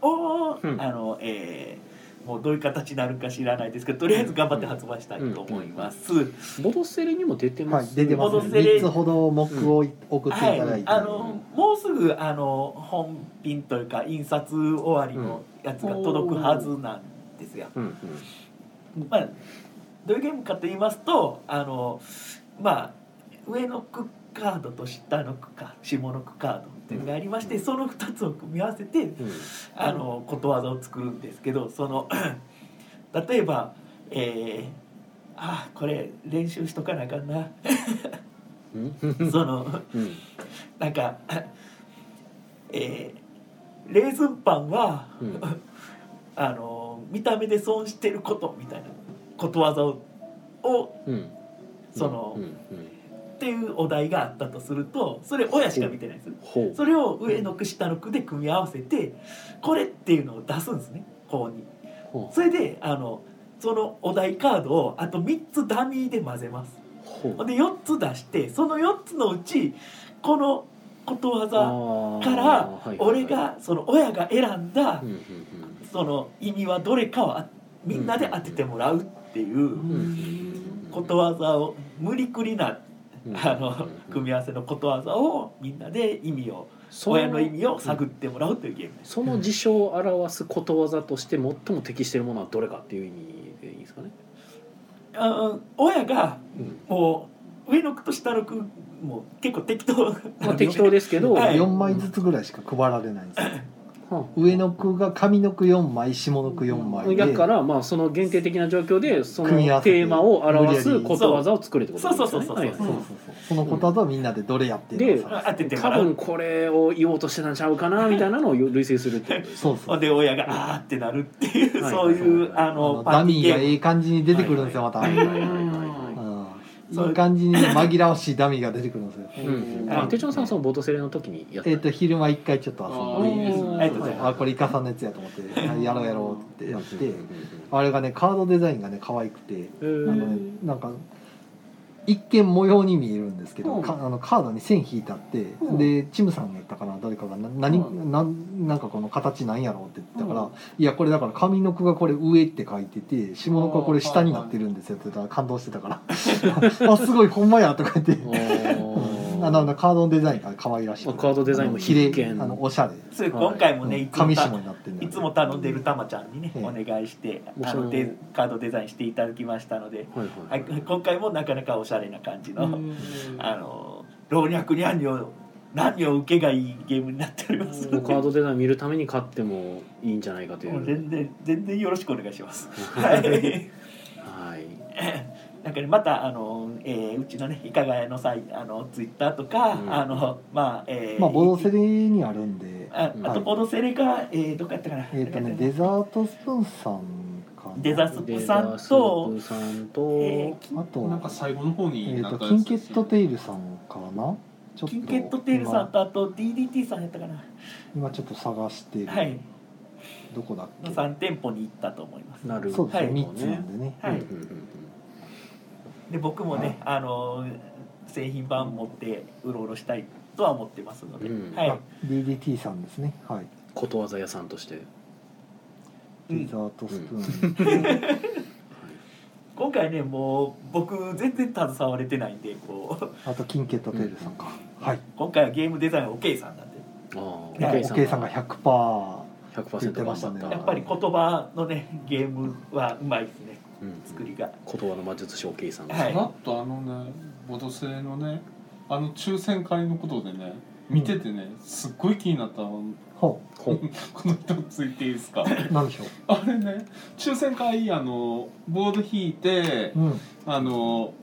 C: を、
A: うん
C: あのえーもうどういう形になるか知らないですけどとりあえず頑張って発売したいと思います。
A: ボドセレにも出て
B: は
A: ま
B: い
A: す
B: 出てま
C: 戻
B: す
C: せれ
B: 3つほど目を送ってい
C: はい
B: ただいて、
C: あのもうすぐあの本品というか印刷終わりのやつが届くはずなんですよ。
A: うんうん
C: まあ、どういうゲームかと言いますとあの、まあ、上の区カードと下の区か下の区カードっていうのがありまして、その2つを組み合わせて
A: うん
C: あのことわざを作るんですけどその 例えば、えーあーこれ練習しとかなあかんな
A: うん
C: その。
A: うん
C: なんか、えーレーズンパンは、
A: うん
C: あの見た目で損してることみたいなことわざをを
A: うん
C: その、
A: うんうん
C: っていうお題があったとするとそれ親しか見てないんですよ
A: ほう
C: それを上の句下の句で組み合わせてこれっていうのを出すんですねこうに。
A: ほう
C: それであのそのお題カードをあと3つダミーで混ぜます。
A: ほう
C: ほんで4つ出してその4つのうちこのことわざ
A: あー
C: から
A: はいはいはい
C: 俺がその親が選んだ
A: うんうん
C: その意味はどれかをあみんなで当ててもらうっていう
A: うんうんうん
C: ことわざを無理くりな
A: うん
C: あの組み合わせのことわざをみんなで意味を親の意味を探ってもらうというゲームです。
A: その事象を表すことわざとして最も適しているものはどれかっていう意味でいいですかね。
C: あ親が
A: うん
C: もう上の句と下の句も結構適当
A: まあ、適当ですけど、
C: はい
B: 4枚ずつぐらいしか配られないんですよ
A: はあ
B: 上の句が上の句4枚下の句4枚
A: だ
B: で
A: からまあその限定的な状況でその
B: 組み合わせて
A: テーマを表すことわざを作るってことですね。
C: そうそうそうそ
A: は
C: う
A: い
B: そうそうそうそのことはみんなでどれやってるのか
C: 当てても
A: 多
C: らう
A: 分。これを言おうとしてたんちゃうかなみたいなのを類推するってことです。
B: そうそ
C: ほん
B: う
C: で親があーってなるっていう、
A: はい
C: そういう
A: はい
C: あ
B: あの
C: のパ
B: ダ
C: ーティー
B: ミー
C: ゲ
B: がえ
C: ー
B: え感じに出てくるんですよまた、
A: はいはいはいはいは
B: うん、いい感じに紛らわしいダミーが出てくるんですよ
A: い。うん。あ、手帳さんはそのボートセレの時にやった。
B: えっ、と昼間一回ちょっと
D: あ
B: 遊
D: ー
B: ん
D: いい
B: で
D: です
C: ム
D: ね
C: ありがとうございます
B: あこれイカさんのやつやと思ってあやろうやろうってやって
A: うん
B: あれがねカードデザインがね可愛くて
A: う
B: あ
A: んう
B: の
A: ん。
B: ねなんか一見模様に見えるんですけど、
D: うん
B: かあのカードに線引いてあって、
D: うん
B: でチムさんやったかな誰かがな何、なんなんかこの形なんやろうって言ったから、
D: うん
B: いやこれだから上の句がこれ上って書いてて下の句はこれ下になってるんですよって言ったら感動してたから 「あすごいほんまや」とか言ってあのあのカードのデザインが可愛らしい
A: カードデザインも
B: 綺
A: 必
B: 麗あ
A: 見。
B: のおしゃれ
C: そう今回もね、
B: うん
C: いつも
B: 上
C: た
B: 下になってるんだ
C: い
B: よ
C: つも頼んでるたまちゃんにね、
B: うん
C: お願いして
E: も
C: あ
E: ちろん
C: のデカードデザインしていただきましたので、
E: はい
C: は
E: はいい、
C: 今回もなかなかおしゃれな感じの、あ
D: あ
C: の老若にゃんにょ何を受けがいいゲームになっております
E: もうカードデザイン見るために買ってもいいんじゃないかとい
C: もう
E: う。
C: 全然全然よろしくお願いし ます。はい
E: はい。
C: なんかね、またあの、えーうちのねいかがやのさいあのツイッターとか、
E: うん
C: あのまあ、えー
B: まあボドセレにあるんで
C: ああ
E: は
C: と
E: い
C: ボドセレが、えーどこやったかな、
B: えっ、とねデザートスプーンさんかな
C: デザス
E: で
C: さんと
E: ダースープさん
C: え
E: と
C: ー、き
B: あ
D: なん
B: と
D: か最後の方
B: えっ、
D: になん
B: と
D: か
B: キンケットテイルさんかなちょっと
C: キンケットテールさんとあと DDT さんやったかな、
B: 今今ちょっと探してる、
C: はい、
B: どこだっ
C: の
B: け
C: 3店舗に行ったと思います。
E: なる
B: そう
E: ほ
B: ですね、
C: は
B: 三
C: い
B: 3つなんでね、
C: はい
E: うんうんうん
C: で僕もね、あの製品版持ってうろうろしたいとは思ってますので、
E: うん
C: はい
B: あ、DDT さんですねはい
E: ことわざ屋さんとして。
C: う
B: デ
C: ん
B: ザートスプーン、
C: 今回ねもう僕全然携われてないんでこう
B: あとキンケットテイルさんか、はい
C: 今回はゲームデザインは OK さんなんで
E: ああ、
B: おけいさんが
E: 100%
B: 100%言って
E: 頑
B: ました
E: 張
B: ね
E: った。
C: やっぱり言葉のねゲームはうまいですね
E: うんうん
C: 作りが。
E: 言葉の魔術師おけいさんです。
C: は
D: さ
C: い
D: らっとあのねボドセのねあの抽選会のことでね見ててね、すっごい気になったの
B: ほ
E: ほん
D: この人ついていいで すか
B: うなんでしょ
D: あれね抽選会あのボード引いて
B: う、うん、
D: あの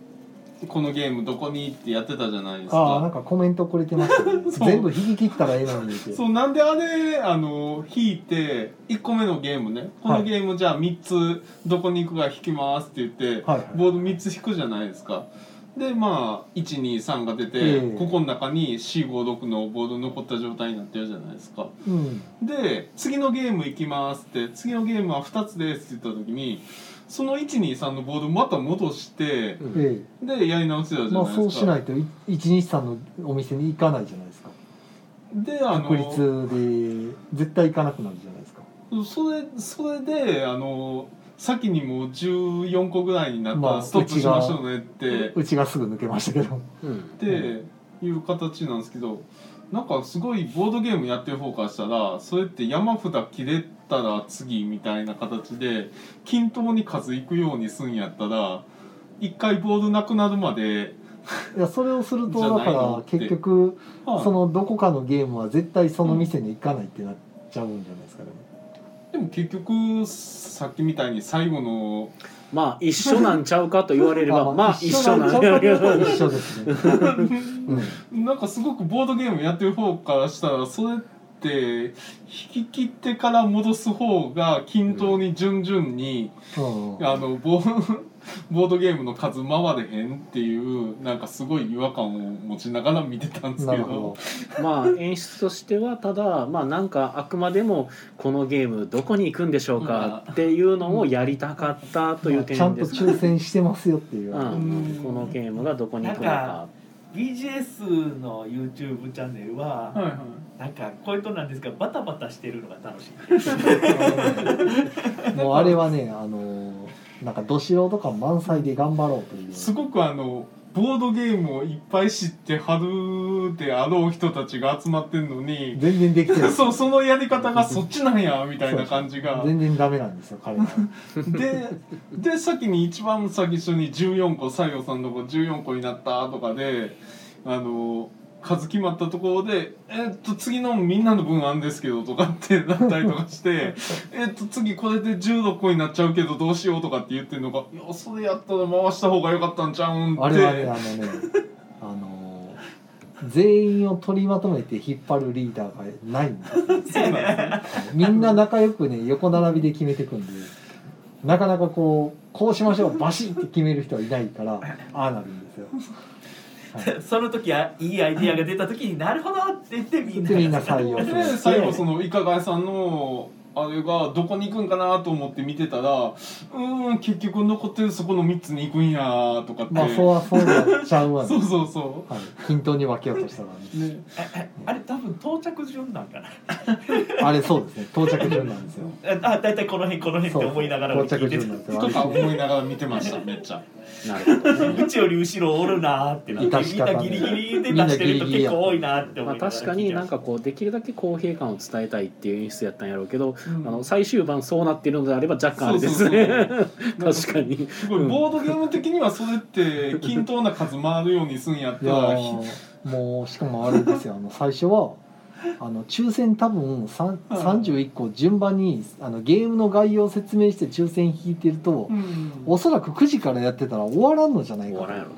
D: このゲームどこにってやってたじゃないです
B: ああなん
D: か、
B: かコメントくれてました、ね
D: そう
B: 全部引き切ったらええのにって
D: そうなんであれあの引いて1個目のゲームねこ
B: は
D: の
B: い
D: ゲームじゃあ3つどこに行くか引きますって言って、
B: はいはい
D: ボード3つ引くじゃないですかでまあ123が出て、
B: ええ
D: ここの中に456のボード残った状態になってるじゃないですか
B: うん
D: で次のゲーム行きますって次のゲームは2つですって言った時にその123のボードまた戻して
E: う、ん
B: え
D: でやり直してたじ
B: え
D: ゃないですか、
B: まあそうしないとい一日さんのお店に行かないじゃないですか
D: であ
B: 確
D: の
B: 率で絶対行かなくなるじゃないですか
D: それそれであの先にもう14個ぐらいになった
B: まあ
D: らストップしましたねって、
B: うちがすぐ抜けましたけど
E: うん
D: っていう形なんですけどなんかすごいボードゲームやってる方からしたらそれって山札切れたら次みたいな形で均等に数いくようにすんやったら一回ボードなくなるまで、
B: いやそれをする
D: じゃ
B: と
D: な
B: だか
D: いの
B: ら
D: って
B: 結局
D: はい
B: そのどこかのゲームは絶対その店に行かないってなっちゃうんじゃないですかね
D: でも結局さっきみたいに最後の
E: まあ一緒なんちゃうかと言われ ればまあ一緒なん
B: ちゃう
E: だけ
B: か
E: ど
B: な一緒ですね、うん
D: なんかすごくボードゲームやってる方からしたらそれって引き切ってから戻す方が均等に順々に、
B: うん
D: あのボー ボードゲームの数回れへんっていうなんかすごい違和感を持ちながら見てたんです
B: な
D: け
B: る
D: ど
B: ほど
E: まあ演出としてはただまあなんかあくまでもこのゲームどこに行くんでしょうかっていうのをやりたかったという
B: まあちゃ
E: 点
B: んと
E: です
B: 抽選してますよっていう、
E: う
B: あ
E: ん、このゲームがどこに行くの
C: な
E: か
C: BGS の YouTube チャンネルは、
D: はいはい
C: なんかこういうとなんですがバタバタしてるのが楽しい。
B: のもうあれはねあのなんかど素人感満載で頑張ろうという
D: すごくあのボードゲームをいっぱい知ってはるであろう人たちが集まってんのに
B: 全然できてる
D: そうそのやり方がそっちなんやみたいな感じが。
B: 全然ダメなんですよ彼は
D: でで先に一番最初に14個西郷さんのとこ14個になったとかであの数決まったところで「えっと次のみんなの分あんですけど」とかって なったりとかして「えっと次これで16個になっちゃうけどどうしよう」とかって言ってるのが「いやそれやったら回した方が良かったんちゃうん」って
B: あれはねあのねあの全員を取りまとめて引っ張るリーダーがないんですよ
D: そ うなんですね
B: みんな仲良くね横並びで決めていくんでなかなかこうこうしましょうバシッて決める人はいないからああなるんですよ
C: その時はいいアイディアが出た時になるほどって言ってみんな
B: でみんな採用す
D: で
B: る
D: 最後そのいかがやさんのあれがどこに行くんかなと思って見てたらうーん結局残ってるそこの3つに行くんやとかって、
B: まあそうはそうなっちゃうわね
D: そうそうそ
B: はい、均等に分けようとしたらね、
D: う。ね、
C: あれ多分到着順なんかな。
B: あれそうですね到着順なんですよ
C: あだいたいこの辺この辺って思いながら
B: そう
C: 見て
B: 到着
C: て
B: 順なんですよ
D: とか思いながら見てました、めっちゃ。
E: なるほどね
C: うちより後ろおるなーってなって
B: 致
C: み
B: し
C: ん
B: 方
C: な
B: ね
C: ギリギリで出してる人結構多いなーって思
E: まあ
C: いながら
E: 確かになんかこうできるだけ公平感を伝えたいっていう演出やったんやろうけど
D: うん
A: あの最終盤そうなっているのであれば若干あれです
D: そう
A: ね
D: そう そう
A: 確かに
D: すごいボードゲーム的にはそれって均等な数回るようにすんやっ
B: い
D: た
B: や
D: ら
B: ー もうしかもあれですよあの最初はあの抽選多分さん
D: うん
B: 31個順番にあのゲームの概要を説明して抽選引いてると
D: うん
B: おそらく9時からやってたら終わらんのじゃない
A: 終
B: か
A: わらんやろ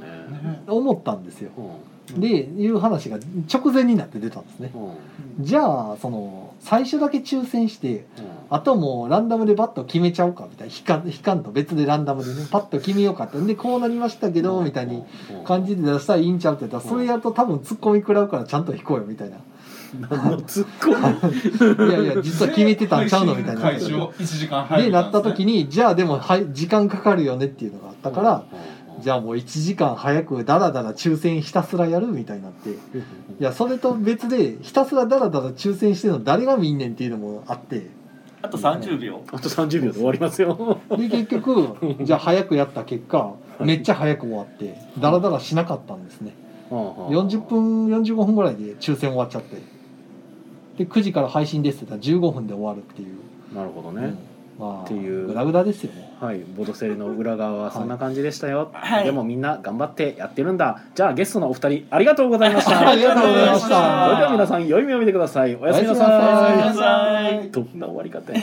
A: ね
D: ね
B: と思ったんですよ。
A: う
D: うん
B: でいう話が直前になって出たんですね。
A: んうん
B: じゃあその最初だけ抽選して
A: うん
B: あともうランダムでバッと決めちゃおうかみたいな引かん引かんと別でランダムでねパッと決めようかってんでこうなりましたけどみたいに感じで出したらいいんちゃうって言ったらそれやると多分ツッコミ食らうからちゃんと引こうよみたいな「
A: 何のツッコミ
B: いやいや実は決めてたんちゃうの」みたいな
D: 配信開始を1時間
B: でなった
D: 時
B: 時にじゃあでもはい時間かかるよねっていうのがあったからじ
A: ゃ
B: ゃあもう1時間早くダラダラ抽選ひたすらやるみたいになっていやそれと別でひたすらダラダラ抽選してるの誰が見んねんっていうのもあって
C: あと30秒
A: あと30秒で終わりますよ
B: で結 局じゃあ早くやった結果めっちゃ早く終わってダラダラしなかったんですね
A: 40
B: 40分45分ぐらいで抽選終わっちゃってで9時から配信ですって言ったら15分で終わるっていう、
A: なるほど
B: う
A: ね
B: んまあ
A: っていう
B: グダグダですよ ね
A: はいボドセルの裏側はそんな感じでしたよ
C: はい
A: でもみんな頑張ってやってるんだじゃあゲストのお二人ありがとうございました
B: ありがとうございました
A: それでは皆さん良い目を見てくださいおやすみな
B: おや
A: さ
B: す
A: い
B: み
C: はい
A: どんな終わり 方や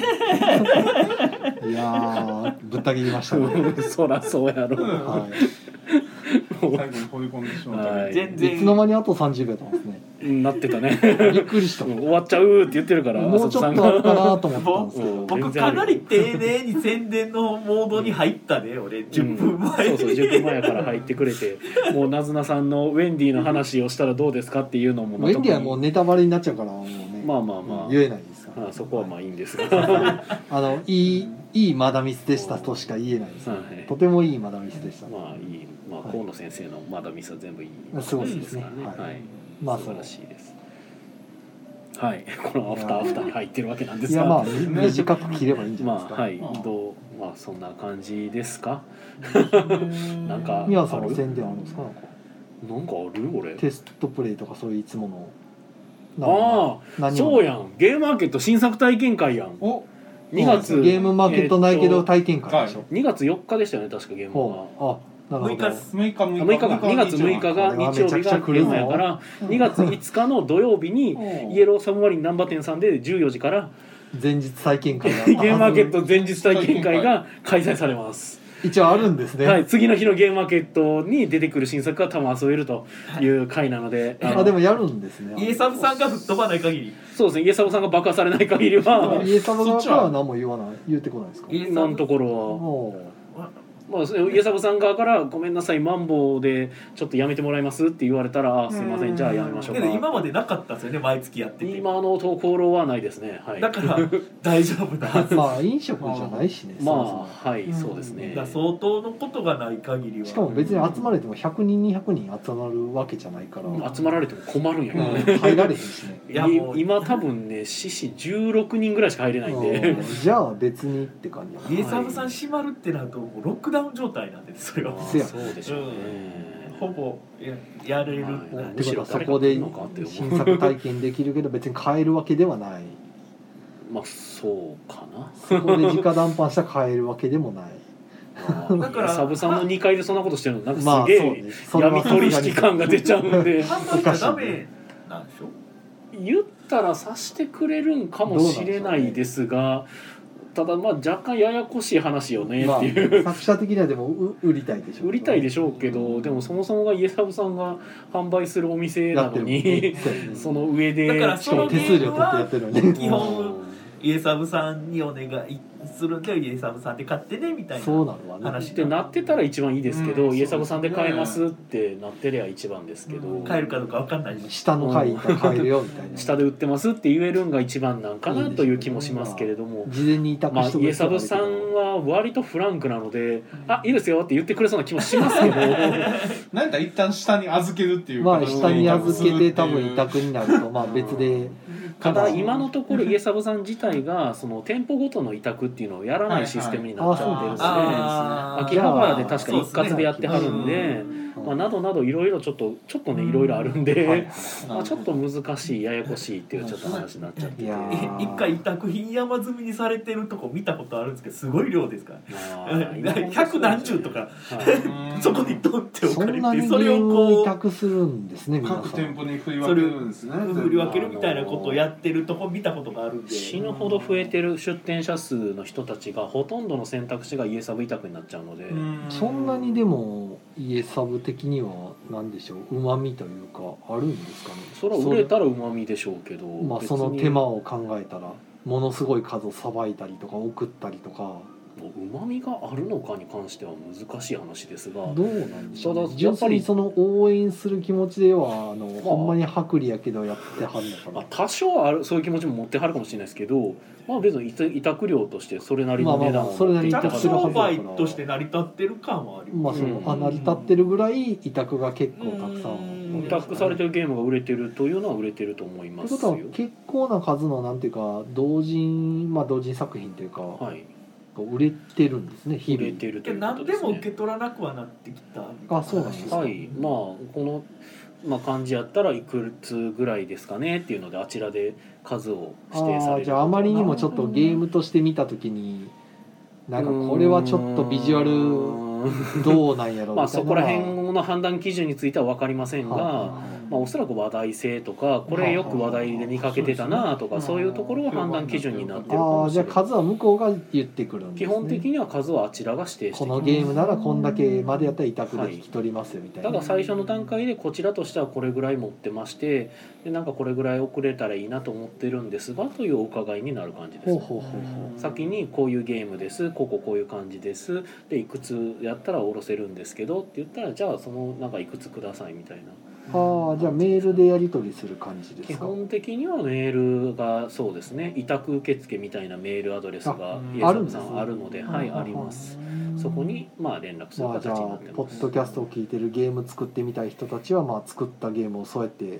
B: いやーぶった切りましたね、
A: うんそらそうやろ
B: は
D: 最後に放り込んでしまった
A: はい
C: 全
B: い、いつの
C: 然
B: 間にあと30秒なんですね
A: うんなってたね
B: びっくりした
A: うん
B: も
A: 終わっちゃうって言ってるから
B: うちょっとあるかなと思ったんですけど
A: うん
C: 僕かなり丁寧に宣伝のモードに入ったね俺10分前
A: うんそうそう10分
C: に
A: 前から入ってくれてもうなずなさんのウェンディの話をしたらどうですかっていうのも
B: ウェンディはもう
A: う
B: ネタバレになっちゃうからもうね、
A: まあまあまあ
B: 言えないですから、
A: あそこはまあいいんですが
B: あのいいいいマダミスでしたとしか言えないです、
A: はい
B: とてもいいマダミスでした、
A: まあいい、まあ、
B: はい
A: 河野先生のまだミスは全部いい
B: そうですね
A: ですからね、
B: はい
A: はい
B: まあ
A: 素
B: そ
A: 晴
B: う
A: らしいですはい このアフタ
B: い
A: ー
B: や
A: アフターに入ってるわけなんで
B: い
A: す
B: やまあ
A: が
B: み短く切ればいいんじゃない
A: ま
B: で
A: す
B: か、
A: あはい
D: うん
A: どうまあそんな感じですかなん
D: か
A: か
B: 宮さんの宣伝あるんですかなんか
A: なんかある俺
B: テストプレイとかそういういつもの
A: あ
B: あ
A: あそうやんゲームマーケット新作体験会やん
D: お
A: 2月
B: ゲームマーケットないけど体験会でしょ、
A: 2月4日でしたよね確かゲームが
B: ほうあなるほど
C: 6日
D: 6日
A: あ
D: 6
A: 6日
D: 日
A: か2月6日が日曜日がゲームやから2月5日の土曜日にイエローサブマリン難波店さんで14時から
B: 前日体験会が
A: ゲームマーケット前日体験会が開催されます、
B: 一応あるんですね、
A: はい、次の日のゲームマーケットに出てくる新作が多分遊べるという回なので、あの
B: あでもやるんですね
C: イエサブさんが吹っ飛ばない限り
A: そうですね家サボさんが爆破されない限りは
B: 家様側からは何も言わない言ってこないですか
C: イエサブ
A: 今のところ
B: おう
A: は、まあ、そう家サボさん側から「ごめんなさいマンボウでちょっとやめてもらいます」って言われたらあ「すいませんじゃあやめましょう
C: け
A: か」
C: ど今までなかったですよね毎月やってて
A: 今のところはないですねはい
C: だから大丈夫だはず
B: まあ飲食じゃないしね、
A: ま
B: そも
A: あはい、
D: うん
A: そうですね
C: だから相当のことがない限
B: そ
C: りは
B: もしかも別に集まれても100人200人集まるわけじゃないから、うん、
A: 集まられても困るんやけどね、
B: 入られへんしね
C: いや
A: い
C: もう
A: 今多分ね獅子16人ぐらいしか入れないん で
B: うんじゃあ別にって感じ
C: イエサブさん閉まるってなるともうロックダウン状態なんですそれ
A: ま
C: は
A: あ
B: せや
A: そうでしょうね、
C: ほぼややれる、
A: は
B: ってことはそこ
A: む
B: で
A: しろ誰が来るのかって思う
B: 新作体験できるけど別に買えるわけではない
A: まあそうかな
B: そこで直談判したら買えるわけでもない
A: まあ
C: だから
A: サブさんの2階でそんなことしてるのなんか
B: まあ
A: す
B: そう
A: げえ
B: ねそれは
A: 闇取引感が出ちゃうんで
C: 販売しちゃダメなんでしょ
A: 言ったら察してくれるんかもしれないですがただまあ若干ややこしい話よね
B: ま
A: っていう、
B: あ、作者的にはでもう売りたいでしょ
A: 売りたいで
B: し
A: しょうけどでもそもそもがイエサブさんが販売するお店
B: や
A: な
B: って
A: の
B: るもん
A: に
B: ねそうやね
A: その上で
C: だから
B: しかも手数料取ってやってるのに、
C: 基本
A: うん
C: イエサブさんにお願いするんでイエサブさんで買ってねみたいな
B: そうなるわね
C: 話
A: ってなってたら一番いいですけど、
D: うん
A: イエサブさんで買えますってなってりゃ一番ですけど、
D: うん
C: 買えるかどうか分かんないし
B: 下の階が買えるよみたいな
A: 下で売ってますって言えるんが一番なんかなという気もしますけれども。
B: 事前に委託
A: まあ、
B: しと
A: イエ
B: く
A: サブさんは割とフランクなので「あいいですよ」って言ってくれそうな気もしますけど
D: なんやったら一旦下に預けるっていう
B: まあ
D: 形で
B: 下に預けて
D: 委
B: 多
D: 託するって
B: 分
D: いう
B: 委託になるとまあ別で
A: ただ今のところイエサブさん自体がその店舗ごとの委託っていうのをやらないシステムになっちゃってるので、
B: はいはい
C: あー
A: 秋葉原で確か一括でやってはるんで、
C: そうですね
A: まあ、などなどいろいろちょっとちょっとねいろいろあるんで、まあ、ちょっと難しいややこしいっていうちょっと話になっちゃって
B: いや
A: て。
B: ー
C: え一回委託品山積みにされてるとこ見たことあるんですけどすごい量ですから
A: まあ今本当そうです
C: 百
A: ね
C: 何十とか
A: はい
C: そこにドンって置
B: そ
C: か
B: ん
C: れ
B: な
C: て
B: に
C: それを
B: を委
C: こ
B: 託するんですね皆
D: 各
B: さ
D: 店
B: ん
D: 舗に振り分けるんですね
C: う振り分けるみたいなことをやってるとこ見たことがあるんで
A: 死ぬほど増えてる出店者数の人たちがほとんどの選択肢が家サブ委託になっちゃうので、
B: そんなにでも家サブ的には何でしょううまみというかあるんですかね
A: それは売れたらうまみでしょうけど
B: まあ、
A: 別
B: そ
A: に
B: の手間を考えたらものすごい数をさばいたりとか送ったりとか
A: うまみがあるのかに関しては難しい話ですが
B: どうなんでしょう
A: た
B: ね、
A: だ
B: 純粋にその応援する気持ちではあの、
A: あ
B: ほんまに薄利やけどやってはんのか
A: まあ
B: な、
A: 多少あるそういう気持ちも持ってはるかもしれないですけど、まあ、別に委委託料としてそれなりの値段を
B: まあまあまあそれなり
C: ち
B: に
C: ゃ
A: 持
C: ん
A: って
C: と
A: はる
C: 商
A: はず
C: 売として成り立ってる感はあり
B: ま
C: ま
B: あ
C: す
B: その
A: うん
B: 穴に立ってるぐらい委託が結構たくさ
C: う
B: ん
C: ん
A: 委託されて
B: る
A: るゲームが売れてるというのは売れてると思い
B: と
A: ま
B: いう
A: す
B: こ
A: よ
B: とは結構な数のなんていうか同人まあ同人作品というか、
A: はい
B: 売れてるんですね日
A: 売
B: 々
A: れてると
C: け
A: い
C: ど
A: うこ
C: 何
A: と
C: で
A: です
C: も受
A: ね
C: け取らなくはなってきた
B: あそうなんですか
A: はい、まあこの、まあ、感じやったらいくつぐらいですかねっていうのであちらで数を指定さ
B: あ
A: れ
B: あ
A: る
B: じゃああまりにもちょっとゲームとして見た時になんかこれはちょっとビジュアル
A: ル
B: どうなんやろ
A: まあ
B: みた
A: そ
B: いな
A: こ
B: の
A: ら
B: は
A: 辺の判断基準については分かりませんが、
B: は
A: まあ、おそらく話題性とかこれよく話題で見かけてたなとか
D: そ
A: そうう
D: です
A: い
D: ね
A: うところが判断基準になってるか
B: あ
A: も
B: あ
A: し
B: じゃ
A: れ
B: あ
A: ない
B: 数は向こうが言ってくるんです、ね、
A: 基本的には数はあちらが指定して
B: こ
A: き
B: の
A: ます
B: ゲームならこんだけまでやったら委託で引き取りますよみたいな、
A: ただ最初の段階でこちらとしてはこれぐらい持ってましてでなんかこれぐらい遅れたらいいなと思ってるんですがというお伺いになる感じです
B: ほう
A: ね。
B: ほうほうほ
A: 先にこういうゲームですこうこうこういう感じですでいくつやったらおろせるんですけどって言ったらじゃあそのなんかいくつくださいみたいな
B: うああじゃあメールでやり取りする感じで
A: 基
B: すか
A: 本的にはメールがそうですね委託受付みたいなメールアドレスが
D: あ
A: イエサ
B: あるん
A: ム
B: です
A: さ
B: ね
A: んあるのではいありますそこにまあ連絡する
B: まあじゃ
A: 形
B: あ
A: になって
B: ポ
A: ま
B: ッ
A: す
B: ドキャストを聞いてるゲーム作ってみたい人たちはまあ作ったゲームをそうやって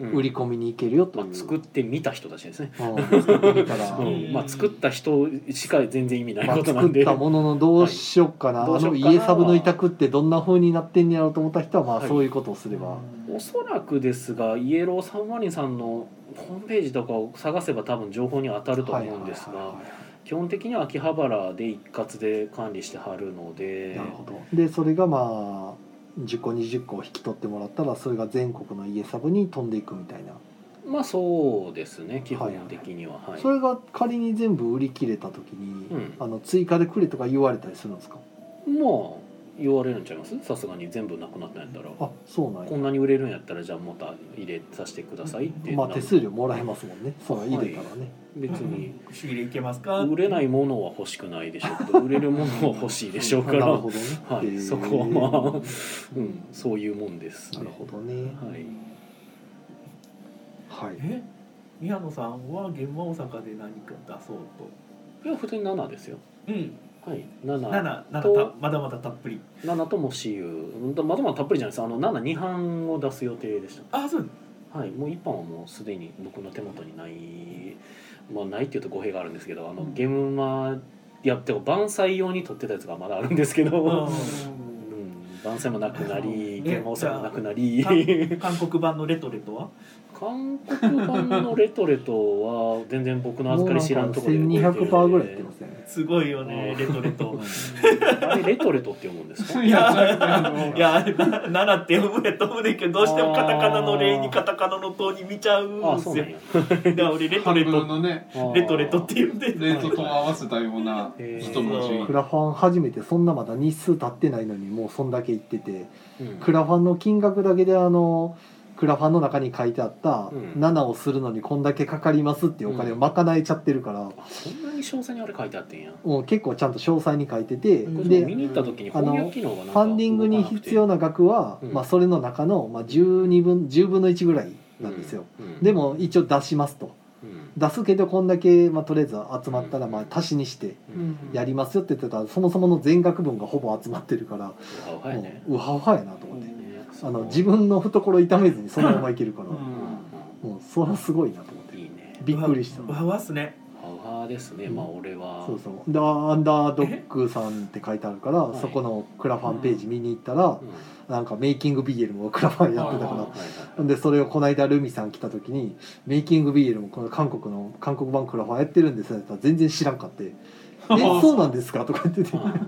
A: うん
B: 売り込みに行けるよと
A: ま
B: い
A: あ
B: う、
A: 作ってみた人たちですね
B: うん作ってみたら、
A: うんまあ作った人しか全然意味な
B: まあ、
A: いことな
B: 作
A: ん
B: っ
A: で
B: たもののどうしよっかな、
A: はい
B: あの
A: どうしよっかな
B: 家サブの委託ってどんな風になってんやろうと思った人はまあ
A: はい
B: そういうことをすれば、
A: おそらくですがイエローサンマリンさんのホームページとかを探せば多分情報に当たると思うんです
B: はいはい
A: が
B: はいは
A: 基本的には秋葉原で一括で管理してはるの
B: い
A: で
B: なるほどでそれがまあ10個20個引き取ってもらったらそれが全国の家サブに飛んでいくみたいな、
A: まあそうですね基本的にははい、
B: それが仮に全部売り切れた時に、
A: うん
B: あの追加でくれとか言われたりするんですか
A: まあ言われるんちゃいますさすがに全部なくなったんやったら
B: あそうなん
A: こ
B: や
A: んなに売れるんやったらじゃあまた入れさせてくださいって
B: まあ
A: な
B: 手数料もらえますもんねそう入れたらね、
A: 別に
C: 仕入れいけますか
A: 売れないものは欲しくないでしょうけど売れるものは欲しいでしょうか
B: な
A: ら
B: るほどね、
A: はい
B: へー
A: そこはまあうん、そういうもんです、ね。
B: なるほどね
A: はい。
B: はい
C: え宮野さんは現場大阪で何か出そうと
A: いや、普通に七ですよ。
C: うん
A: はい、七。
C: 7た
A: と
C: まだまだたっぷり
A: 七とも私有、うんとまだまだたっぷりじゃないです。あの七二版を出す予定でし
C: あそう
A: た。はい、もう一版はもうすでに僕の手元にない。まあ、ないっていうと語弊があるんですけど、あの、
D: うん
A: ゲームマ。いや、でも、万歳用に取ってたやつがまだあるんですけど。うん、万歳もなくなり、
C: うん
A: ゲームさもなくなり。
C: 韓韓国版のレトレトは
A: 韓国版のレトレトは全然僕の預かり知らんところで
B: もうなんか1200%ぐらいやってますすね
C: すごいよねレトレト
A: あれレトレトって読むんですか
D: いやじゃなくてあの
C: いやあれな7って読むやと思うねんけどどうしてもカタカナの「レ」にカタカナの「ト」に見ちゃうん
A: ああ
C: す
A: そう
C: よ
A: なんや
C: だから俺レトレ
D: 半分
C: ト
D: のね
C: レトレトって言うんで
D: レートと合わせたような一文
B: ク
D: 字
B: ラファン初めてそんなまだ日数経ってないのにもうそんだけ行ってて
A: うん
B: クラファンの金額だけであのクラファンの中に書いてあった
A: うん
B: 7をするのにこんだけかかりますっていうお金を賄えちゃってるから、
A: あそんなに詳細にあれ書いてあってんや
B: もう結構ちゃんと詳細に書いてて、
A: これ見
B: で
A: に行った時に
B: あの
A: 翻訳機能がなん
B: フ
A: か
B: ァンディングに必要
A: な
B: な額は、
A: うん
B: まあ、それの中の、まあ、12分10分の1ぐらいなんですよ、、
A: う
B: で、も一応出しますと
A: うん
B: 出すけどこんだけ、まあ、とりあえず集まったら、まあ、足しにして
A: うん
B: やりますよって言ってたらそもそもの全額分がほぼ集まってるから
A: うわうわやね
B: もううはうはやなと思って、
A: ね
B: あの自分の懐痛めずにそのままいけるから、
D: うん
A: うん
B: もうそれはすごいなと思って
A: いいね
B: びっくりした、
C: わわっすね
A: わわですね、まあ俺は
B: そうそうでアンダードッグさんって書いてあるから、
A: い
B: そこのクラファンページ見に行ったら、
A: うん
B: なんかメイキングビールもクラファンやってた
A: は
B: か
A: い
B: ら
A: はいはい
B: ほんでそれをこないだルミさん来た時に「メイキングビールもこの韓国の韓国版クラファンやってるんです」って言ったら全然知らん かって「えそうなんですか?」とか言ってて
A: まあ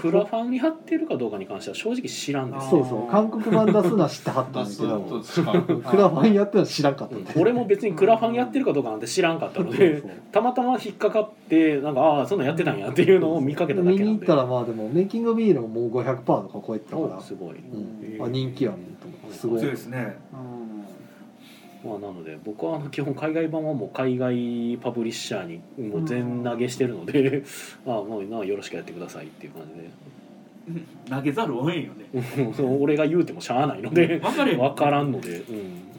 A: クラファンやってるかどうかに関しては正直知らんです
B: そ
A: よ
B: うそう韓国版出すのは知ってはったん
D: 出
B: だけど
D: すと違う
B: クラファンやってるのは知らんかった
A: う
B: っ
A: ん
B: て、
A: 俺も別にクラファンやってるかどうかなんて知らんかったので
B: そうそう
A: たまたま引っかかってなんかああそんなんやってたんやっていうのを見かけただけ
B: 見
A: な
B: に
A: ん
B: 行っ
A: で
B: たらまあでもメイキングビールももう500%とか超えてたか
A: お
B: ら、
A: すごい、
B: うん、あ人気やねんと思ってすごい
C: そうですね
A: まあ、なので僕はあの基本海外版はもう海外パブリッシャーにもう全投げしてるので、 ああもうなよろしくやってくださいっていう感
F: 投げざるをえんよね
A: じで、うんそう 俺が言うてもしゃあないので
F: 分かれへん
A: 分からんので、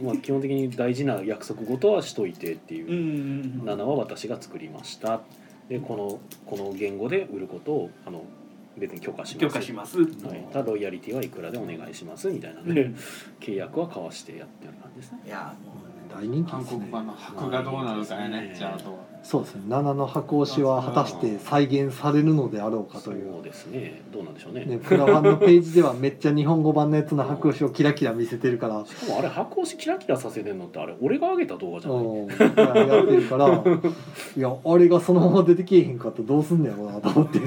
A: うんまあ、基本的に大事な約束事はしといてっていうう、
F: ん
A: 7は私が作りましたでこのこの言語で売ることをあの別に許可します
F: 許可します
A: はい、ただロイヤリティはいくらでお願いしますみたいなので、契約は交わしてやってる感じですね
C: いや
B: 大人気で
D: 韓
B: す
D: 国
B: ね
D: 版の箔がどうなるかや
A: うん
D: ねじゃああとは
B: そうですね7の箱押しは果たして再現されるのであろうかという
A: そうですねどうなんでしょうね
B: ね、プラファンのページではめっちゃ日本語版のやつの白押しをキラキラ見せてるから、
A: しかもあれ箱押しキラキラさせてんのってあれ俺が上げた動画じゃない、
B: うん、やってるからいやあれがそのまま出てけえへんかったらどうすんのやろうなと思って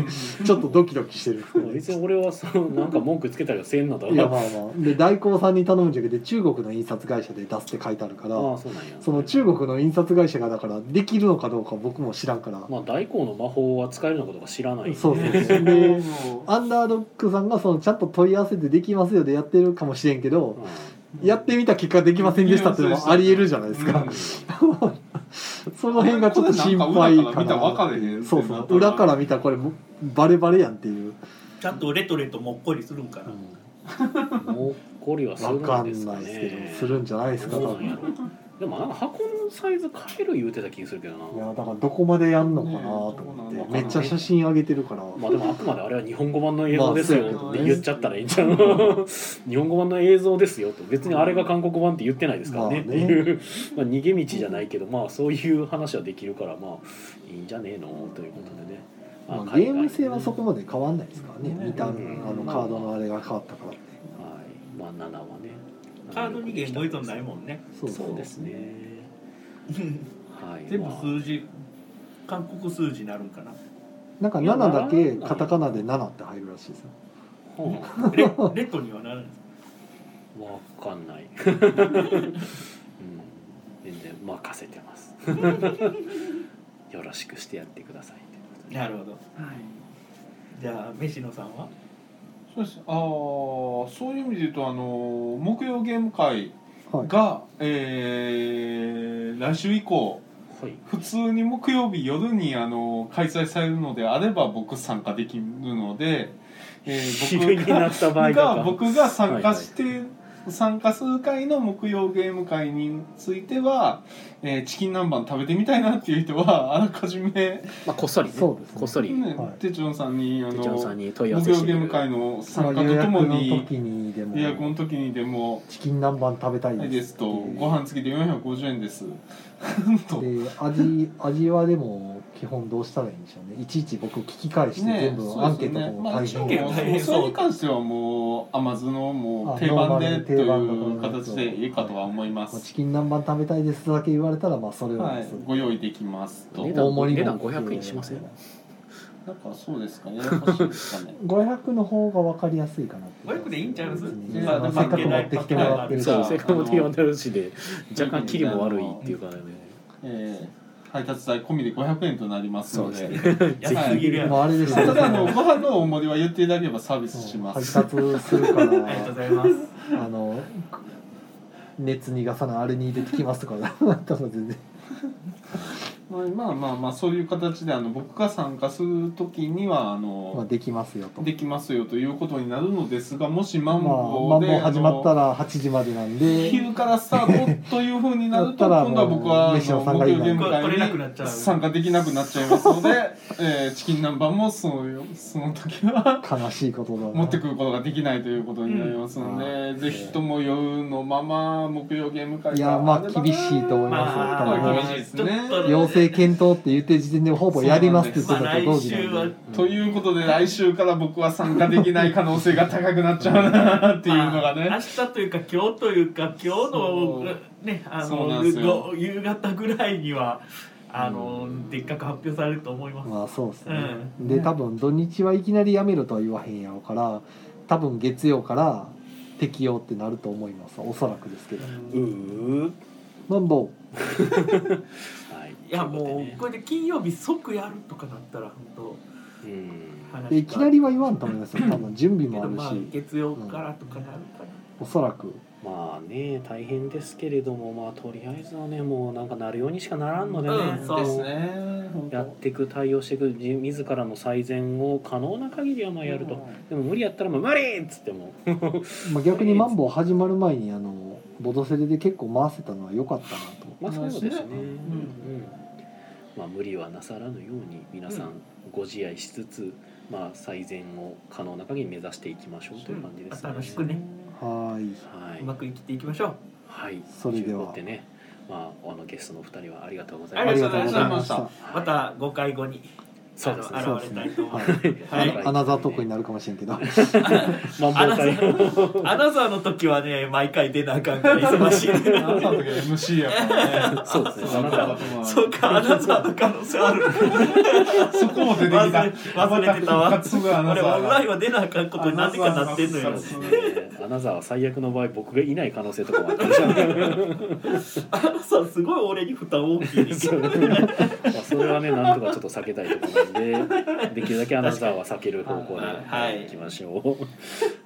B: ちょっとドキドキしてるんですけど
A: 別に俺はそのなんか文句つけたりはせんのだ
B: いやまあまあで代行さんに頼むんじゃなくて中国の印刷会社で出すって書いてあるから
A: ああそうなんや
B: その中国の印刷会社がだからできるのかどうか僕も知らんから、
A: まあ大光の魔法は使えるのかどうか知らないんで
B: そうそうそうでアンダードックさんがそのちゃんと問い合わせてできますよでやってるかもしれんけど、やってみた結果できませんでしたっていうのもありえるじゃないですか、その辺がちょっと心配
D: これなんか裏から見たら分かれへんってなった
B: そうそう裏から見たらこれもバレバレやんっていう、
C: ちゃんとレトレともっこりするんかな
A: うんもうこりはするん
B: 分かん
A: ですか
B: ない
A: ね
B: ですけどするんじゃないですか
A: どうな
B: 多
A: ん
B: 分い
A: やろでもなんか箱のサイズ変える言うてた気するけどな
B: やだからどこまでやんのかなと思っ
D: ね
B: て
D: え
B: めっちゃ写真上げてるから、
A: まあでもあくまであれは日本語版の映像です
B: まあそう
A: よっ
D: やけ
A: て
D: どね
A: 言っちゃったらいいんじゃん日本語版の映像ですよと別にあれが韓国版って言ってないですからね,、
B: ま
A: ま
B: あ
A: あ、
B: ね
A: まあ逃げ道じゃないけどまあそういう話はできるからまあいいんじゃねえのということでね、
B: まあ
A: 海
B: ゲ
A: 外
B: ーム性はそこまで変わんないですからね
D: ね
B: 見たあ
A: うん
B: のカードのあれが変わったからって
A: はいまあ7はね
C: カードにゲーム依存ないもんね
B: そう
A: そうですねはい
C: 全部
A: まあ
C: 数字韓国数字になるんかな
B: なんか
A: いや
B: 7だけカタカナで7って入るらしいですよ
A: うんわ
C: レレッドにはならない
A: かんない、うん、全然任せてます よろしくしてやってくださいということで
C: なるほどじゃあ飯野さんは
D: そうですああそういう意味で言うとあの木曜ゲーム会
B: はい
D: が、えー来週以降
A: はい、
D: 普通に木曜日夜にあの開催されるのであれば僕参加できるので、え ー
A: 昼に
D: 僕が
A: なった場合とか
D: が僕が参加して、参加する回の木曜ゲーム会については、えーチキン南蛮食べてみたいなっていう人は あらかじめ、ね
A: まあ、こっそりね
B: そうですね
A: こっそり、
B: はい
D: テチョンさんにあ
A: てっちゃんさ
D: の
A: んに問い合わ
D: 木
A: せし
D: 曜
A: てみ
D: ゲー
A: る
D: ム会の
B: まあ
D: 参加ととも
B: 予
D: に
B: 約の時にでも
D: 予約の時にでも
B: チキン南蛮食べた
D: 「はいい
B: で
D: ですす」と「ご飯付きで450円です」と。
B: で味 味はでも基本どうしたらいいんでしょうねいちいち僕聞き返して全
D: ね
B: 部アンケートとも
D: そ
B: 大
D: うです
B: 変
D: よ
C: アンケート
D: ねまあ、もうそれに関してはもう甘酢のもう定番
B: あ
D: でとい
B: 定番の
D: う形でいいかとは思いま
B: まあチ
D: す、
B: キン南蛮食べたいですだけ言われたらまあそれを
D: は
B: で
D: い
B: す、、
D: ご用意できますと
A: ね
D: な
A: 値
D: んか
A: 段値段500円しません
D: そうですかねややこしいですかね
B: 500の方が分かりやすいかなって
C: 500でいいんちゃいます
B: 別に
D: まあ
B: せっかく持ってきてもらってるか
A: そ
D: じ
A: う
D: ゃ
B: ら
D: あ
A: 性格も手が出るしで若干キリも悪いっていうかね
D: えー、配達代込みで500円となりますので
A: そう
C: 安すぎるやん
B: まああれでした
D: ただあ
B: ね
D: のご飯のお盛りは言っていただければサービスし
B: 配
D: ま
B: 達
D: す
B: するか
C: ありがとうご
B: ら
C: ざいます
B: あの熱逃がさないあれに入れてきますとか だったら全然
D: はいまあまあまあそういう形であの僕が参加する時にはあの、
B: まあできますよと。
D: できますよということになるのですがもしマ
B: まあ、
D: ン
B: マ
D: ボ
B: ンボ
D: ウで、
B: ウ始まった
D: あの
B: ら8時までなんで。
D: 昼からスタートというふうになる
B: だった
D: と
B: ら
D: 今度は僕はあの
B: 飯野さん
D: 木
B: がい
D: 曜
B: ない
D: ゲーム
C: 取れなくなっち
D: 会
C: ゃう
D: に参加できなくなっちゃいます ので、えーチキン南蛮もそのその時は
B: 悲しいことだな。
D: 持ってくることができないということになりますので、ぜひとも夜のまま木曜ゲーム会
B: いや、まあ、厳しいと思い
D: ま
B: ます。
C: まあ
B: 多分
D: 厳しいです
C: ちょっ
D: ね
C: と
B: 要制検討って言ってる時点でほぼやりますって言って
C: まあ
B: たと
C: 来
B: 同時
C: 週
B: な
C: は
B: んで
D: ということで来週から僕は参加できない可能性が高くなっちゃうなっていうのが
C: まあ明
D: ね。
C: 日というか今日というか今日
D: そ
C: のねあ
D: そうな
C: の
D: んですよ
C: ご夕方ぐらいにはあの、でっかく発表されると思います。
B: まあそうです
C: う
B: ね、
C: ん
B: で多分土日はいきなりやめるとは言わへんやろうから多分月曜から適用ってなると思いますおそらくですけど
A: うー
B: なんぼ
A: はい
C: いやもう
A: ね
C: これで金曜日即やるとかなったら本
A: うん
C: 当話
B: でいきなりは言わんと思いますよ多分準備
C: け
B: も
C: どま
B: あ
C: あ
B: るし
C: 月曜からとかなるかな。
B: おそらく
A: まあね大変ですけれどもまあとりあえずはねもうなんかなるようにしかならんのでね、
C: うんそう
D: ですね。
A: やっていく対応していく自自らの最善を可能な限りはまあやると、でも無理やったらもう無理っつっても
B: まあ、逆にマンボウ始まる前にあのボドセレで結構回せたのは良かったなと
A: まあそうですね、
D: そうです
A: う
D: ね
A: ん
D: うん
A: まあ、無理はなさらぬように皆さんご自愛しつつ、まあ、最善を可能な限り目指していきましょうという感じです
C: うん楽しくね
B: はーい
A: は
C: う
A: い
C: ま、く生きていきましょう。
A: はい、
B: それでは
A: ということねまあ、あのゲストのお二人はありがとうござい
B: あ
A: ま
B: り
A: す
B: がとうございました
D: ありがとうございま
C: また誤解後に
A: そうですね
C: あの現れたいと思います。
B: はい
A: は
B: あ
A: い
B: のアナザートークになるかもしれんけど
A: まあ、もう大変
C: アナザーの時はね毎回出なあかんから忙しい、
D: あなたの時は MC やから ね。
A: そうですねあなたは
C: そうかアナザーの可能性ある
D: そこも出てきた。
C: 忘れてたわ
D: ま復活するアナ
C: 俺
D: ザ
C: は
D: ーが
C: 前は出なあかんことになんでかなってんの
D: ア
C: よ
D: ナザ
A: そうですねアナザーは最悪の場合僕がいない可能性とかもあったりします
C: アナザーすごい俺に負担大きいねん けど
A: まあそれはねなんとかちょっと避けたいところなんでできるだけアナザーは避ける方向で
C: はい
A: いきましょう。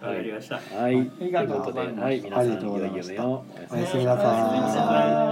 C: わかりました
A: はい、と
D: り
A: いう
D: がとう
A: ことで、
D: ございました
A: はい、皆さん
B: ありがとうございました
A: 良い夢を。
B: おやすみなさ
C: おやすみな
B: ーい
C: さい